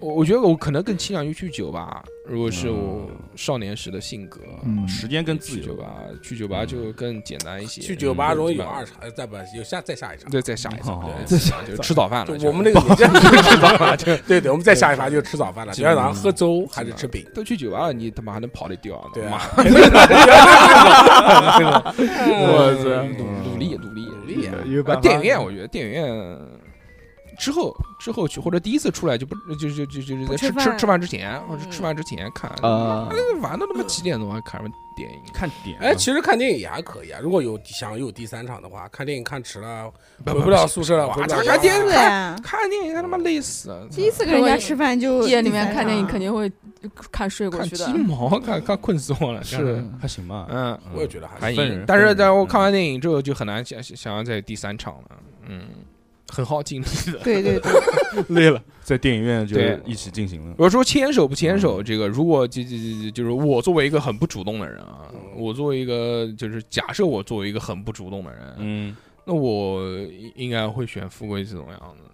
Speaker 1: 我我觉得我可能更倾向于去酒吧，如果是我
Speaker 2: 嗯
Speaker 1: 少年时的性格，
Speaker 3: 嗯，
Speaker 2: 时间跟自
Speaker 1: 去酒
Speaker 2: 由。嗯
Speaker 1: 吧去酒吧就更简单一些，
Speaker 6: 去酒吧容易有
Speaker 1: 嗯
Speaker 6: 二场，呃，再不有下再下一场。
Speaker 1: 对，再下一场，
Speaker 2: 哦
Speaker 1: 对，就
Speaker 6: [laughs]
Speaker 1: 吃早饭了。
Speaker 6: 就
Speaker 1: 就
Speaker 6: 我们那个 [laughs] 年纪，
Speaker 1: 吃早
Speaker 6: [laughs]
Speaker 1: 饭，就
Speaker 6: 对对，我们再下一盘就吃早饭了。
Speaker 1: 基
Speaker 6: 今
Speaker 1: 本
Speaker 6: 天早上喝粥还是吃饼？
Speaker 1: [laughs] 都去酒吧了，你他妈还能跑得掉呢？
Speaker 6: 对啊
Speaker 1: 妈，[laughs]
Speaker 6: [laughs]
Speaker 2: 哇塞
Speaker 1: 努努力努力努力啊！
Speaker 3: 有办
Speaker 1: 啊
Speaker 3: 法
Speaker 1: 电影院，我觉得电影院之后之后去，或者第一次出来就不就就就就是在
Speaker 7: 不
Speaker 1: 吃吃
Speaker 7: 吃饭
Speaker 1: 吃饭之前，或者
Speaker 6: 嗯
Speaker 1: 吃饭之前看
Speaker 3: 啊，
Speaker 1: 晚上都他妈几点钟还看什么电影？
Speaker 2: 看点啊，
Speaker 6: 哎，其实看电影也还可以啊。如果有想有第三场的话，看电影看迟了，回不了宿舍了，
Speaker 1: 哇
Speaker 6: 回不
Speaker 1: 咋
Speaker 6: 了
Speaker 1: 看
Speaker 6: 家。
Speaker 1: 电影
Speaker 5: 对
Speaker 1: [laughs]
Speaker 5: 啊，
Speaker 1: 看电影他妈累死了，
Speaker 5: 第一次跟人家吃饭就
Speaker 10: 夜里面看电影肯
Speaker 5: 定
Speaker 10: 定会看睡过
Speaker 1: 看
Speaker 10: 去
Speaker 1: 鸡
Speaker 10: 的。
Speaker 1: 毛， [laughs] 看看困死我了，
Speaker 3: 是
Speaker 2: 还行吧。
Speaker 1: 嗯。
Speaker 6: 我也觉得还
Speaker 1: 还
Speaker 6: 行。
Speaker 2: 分人
Speaker 1: 行，但是
Speaker 2: 分人
Speaker 1: 在我看
Speaker 2: 嗯
Speaker 1: 完电影之后就很难想想要在第三场了，嗯，很耗精力的。
Speaker 5: 对对对，
Speaker 2: [laughs] 累了，在电影院就
Speaker 1: 对
Speaker 2: 一起进行了。
Speaker 1: [laughs] 我说牵手不牵手，这个如果就就就就是我作为一个很不主动的人啊，我作为一个就是假设我作为一个很不主动的人，
Speaker 2: 嗯，
Speaker 1: 那我应应该会选富贵这种样子，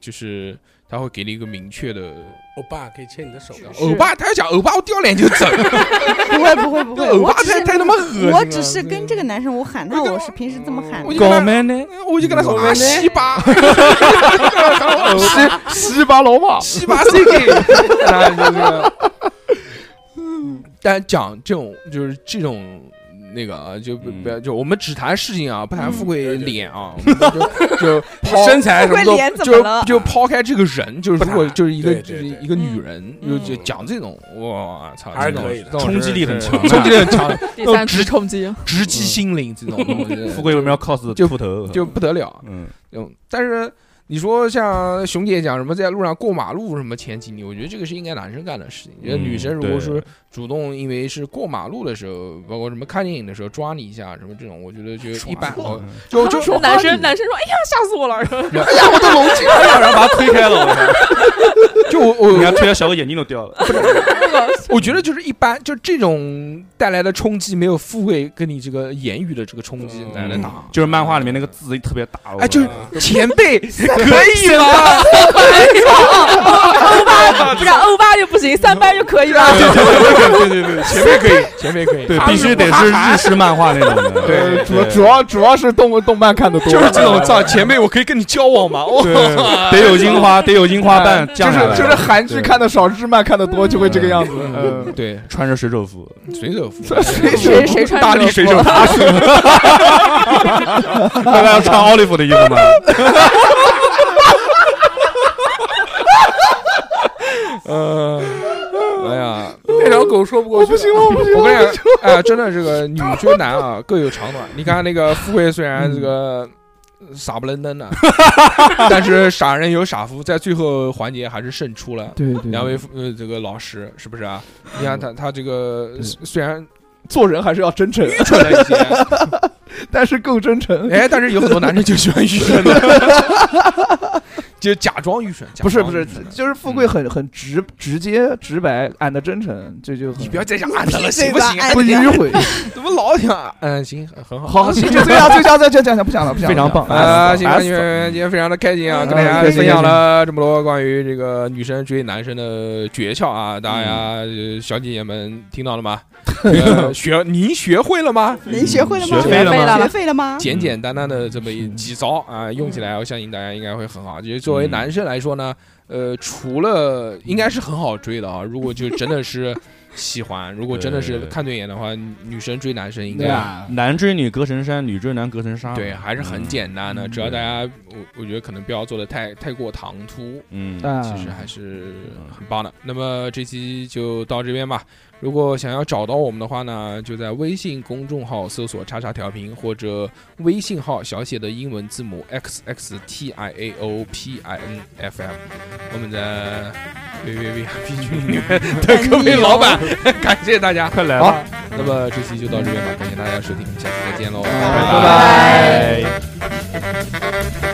Speaker 1: 就是他会给你一个明确的
Speaker 6: 欧巴可以牵你的手啊吗？
Speaker 1: 欧巴，他要讲欧巴，我掉脸就走，
Speaker 5: [laughs] 不会不会不会，
Speaker 1: 欧
Speaker 5: 我
Speaker 1: 巴
Speaker 5: 只
Speaker 1: 太太
Speaker 5: 是
Speaker 1: 他妈恶心了。
Speaker 5: 我只是跟这个男生，我喊他，我是平时这么喊
Speaker 1: 我
Speaker 5: 的
Speaker 1: 就。跟他，
Speaker 2: man 呢？
Speaker 1: 我就跟他说啊西巴，
Speaker 5: [laughs]
Speaker 3: 西西巴老马，
Speaker 1: 西巴 CK，然后就是，但讲这种就是这种那个啊就不
Speaker 2: 嗯
Speaker 1: 不要就我们只谈事
Speaker 5: 嗯
Speaker 1: 情啊，不谈富贵
Speaker 6: 对对
Speaker 1: 脸啊，我们就就
Speaker 6: [laughs]
Speaker 1: 抛
Speaker 6: 身材什么都
Speaker 7: 脸怎么
Speaker 1: 就
Speaker 7: 了？
Speaker 1: 就抛开这个人，就是
Speaker 6: 不
Speaker 1: 如果
Speaker 6: 谈
Speaker 1: 就是一个
Speaker 6: 对
Speaker 1: 就是
Speaker 6: 对对
Speaker 1: 一个女人，就
Speaker 7: 嗯
Speaker 1: 就讲这种，我操，
Speaker 6: 还是
Speaker 1: 这种
Speaker 6: 可以的
Speaker 1: 这种
Speaker 2: 冲击
Speaker 1: 是
Speaker 2: 力很
Speaker 1: 是 [laughs]
Speaker 2: 强
Speaker 1: 冲击力很强，
Speaker 10: [laughs] 第三次冲击，
Speaker 1: 哦直击心灵这种东
Speaker 10: [laughs]
Speaker 1: 西，
Speaker 2: 富贵为什么要 cos
Speaker 1: 就
Speaker 2: 秃头？
Speaker 1: 就不得了。
Speaker 2: 嗯，
Speaker 1: 嗯，但是你说像熊姐讲什么在路上过马路什么前几年，我觉得这个是应该男生干的事
Speaker 10: 嗯
Speaker 1: 情。觉得女生如果说
Speaker 2: 对
Speaker 1: 主动，因为是过马路的时候，包括什么看电影的时候抓你一下什么这种，我觉得就一般。哦
Speaker 2: 嗯
Speaker 1: 就就说
Speaker 10: 男生男生说：“哎呀，吓死我了！”
Speaker 1: [laughs] 哎呀，我的龙井，
Speaker 2: 然后把他推开了，我操！
Speaker 1: 就我
Speaker 2: 你看
Speaker 1: 我
Speaker 2: 推开小狗眼睛都掉了。
Speaker 1: 我觉得就是一般，就这种带来的冲击没有富贵跟你这个言语的这个冲击来
Speaker 10: 嗯
Speaker 1: 的大。
Speaker 2: 就是漫画里面那个字特别大，
Speaker 1: 哎，就是
Speaker 6: 啊
Speaker 1: 前辈 [laughs] 可以吗？
Speaker 10: 不然哎欧巴就不行，三班就可以了。
Speaker 1: 对对对，前辈可以，前辈可以，
Speaker 2: 对，必须得是日式漫画那种
Speaker 3: [laughs]
Speaker 2: 的。
Speaker 1: 对
Speaker 3: 呃主主要主要是动动漫看的多，
Speaker 1: 就是这 [laughs] 种造前辈，我可以跟你交往吗？哦，
Speaker 2: 对，得有樱花，得有樱花瓣
Speaker 3: 就
Speaker 2: 降下来。
Speaker 3: 是呃就是韩剧看的少，日漫看的多，就会这个样子。嗯，
Speaker 1: 对，
Speaker 2: 穿着水手服，
Speaker 1: 水手服，
Speaker 3: 谁
Speaker 10: 谁谁穿
Speaker 2: 大
Speaker 10: 着
Speaker 2: 力水 [laughs] 手服，大家要穿奥利弗的衣服吗？
Speaker 1: 呃，哎呀，
Speaker 6: 那条狗说不过去，不行
Speaker 3: [laughs] 我不行
Speaker 1: 我跟你 [laughs] 讲，哎呀，真的这个女追男啊，各有长短。你看那个富贵，虽然这个。傻不愣登 [laughs] 的，但是傻人有傻福，在最后环节还是胜出了。
Speaker 3: 对对
Speaker 1: 两位呃，这个老师是不是啊？你看他他这个
Speaker 3: 对
Speaker 1: 虽虽然
Speaker 3: 做人还是要真诚， [laughs]
Speaker 1: 愚蠢了一
Speaker 6: [laughs]
Speaker 1: 些，
Speaker 3: 但是够真诚。
Speaker 1: 哎，但是有很多男生就喜欢愚蠢的， [laughs] 就假装愚蠢。假
Speaker 3: 不是
Speaker 1: 装
Speaker 3: 不是
Speaker 1: 愚蠢，
Speaker 3: 就是富贵很很直直接直白，俺的真诚，这就很
Speaker 1: 你不要再讲暗的了，行
Speaker 4: 这
Speaker 1: 不
Speaker 4: 个
Speaker 1: 行啊？
Speaker 3: 不迂回。
Speaker 1: 怎么老讲啊？嗯，行，很好。
Speaker 3: 好，行，就这样，就这样，就这样，不讲了，不讲了，
Speaker 2: 非常棒
Speaker 1: 啊，行吧，
Speaker 2: 烦
Speaker 1: 今
Speaker 2: 死了
Speaker 1: 天今天非常的开心啊，
Speaker 4: 嗯
Speaker 1: 跟大家
Speaker 3: 嗯开心
Speaker 1: 分享了这么多关于这个女生追男生的诀窍啊，大家呃小姐姐们听到了吗？呃学您学会了吗？
Speaker 4: 您学会了吗？
Speaker 2: 学费了吗
Speaker 4: 学费了
Speaker 5: 啊
Speaker 4: 吗？
Speaker 1: 简简单单的这么一几招啊，用起来我相信大家应该会很好。就是作为男生来说呢，呃，除了应该是很好追的啊，如果就真的是喜欢。如果真的是
Speaker 2: 对
Speaker 1: 看对眼的话，女生追男生应
Speaker 11: 对
Speaker 1: 该
Speaker 11: 啊，
Speaker 2: 男追女隔层山，女追男隔层纱。
Speaker 1: 对，还是很简单的。
Speaker 11: 嗯
Speaker 1: 只要大家，我我觉得可能不要做的太太过唐突，
Speaker 2: 嗯，
Speaker 11: 啊
Speaker 1: 其实还是很棒的。那么这期就到这边吧。如果想要找到我们的话呢，就在微信公众号搜索“叉叉调频”或者微信号小写的英文字母 x x t i a o p i n f m。我们的 V V V I P 群里面的各位老板，感谢大家，快来
Speaker 3: 吧！
Speaker 1: 那么这期就到这边吧，感谢大家收听，下期再见喽，拜
Speaker 3: 拜拜。
Speaker 2: 拜。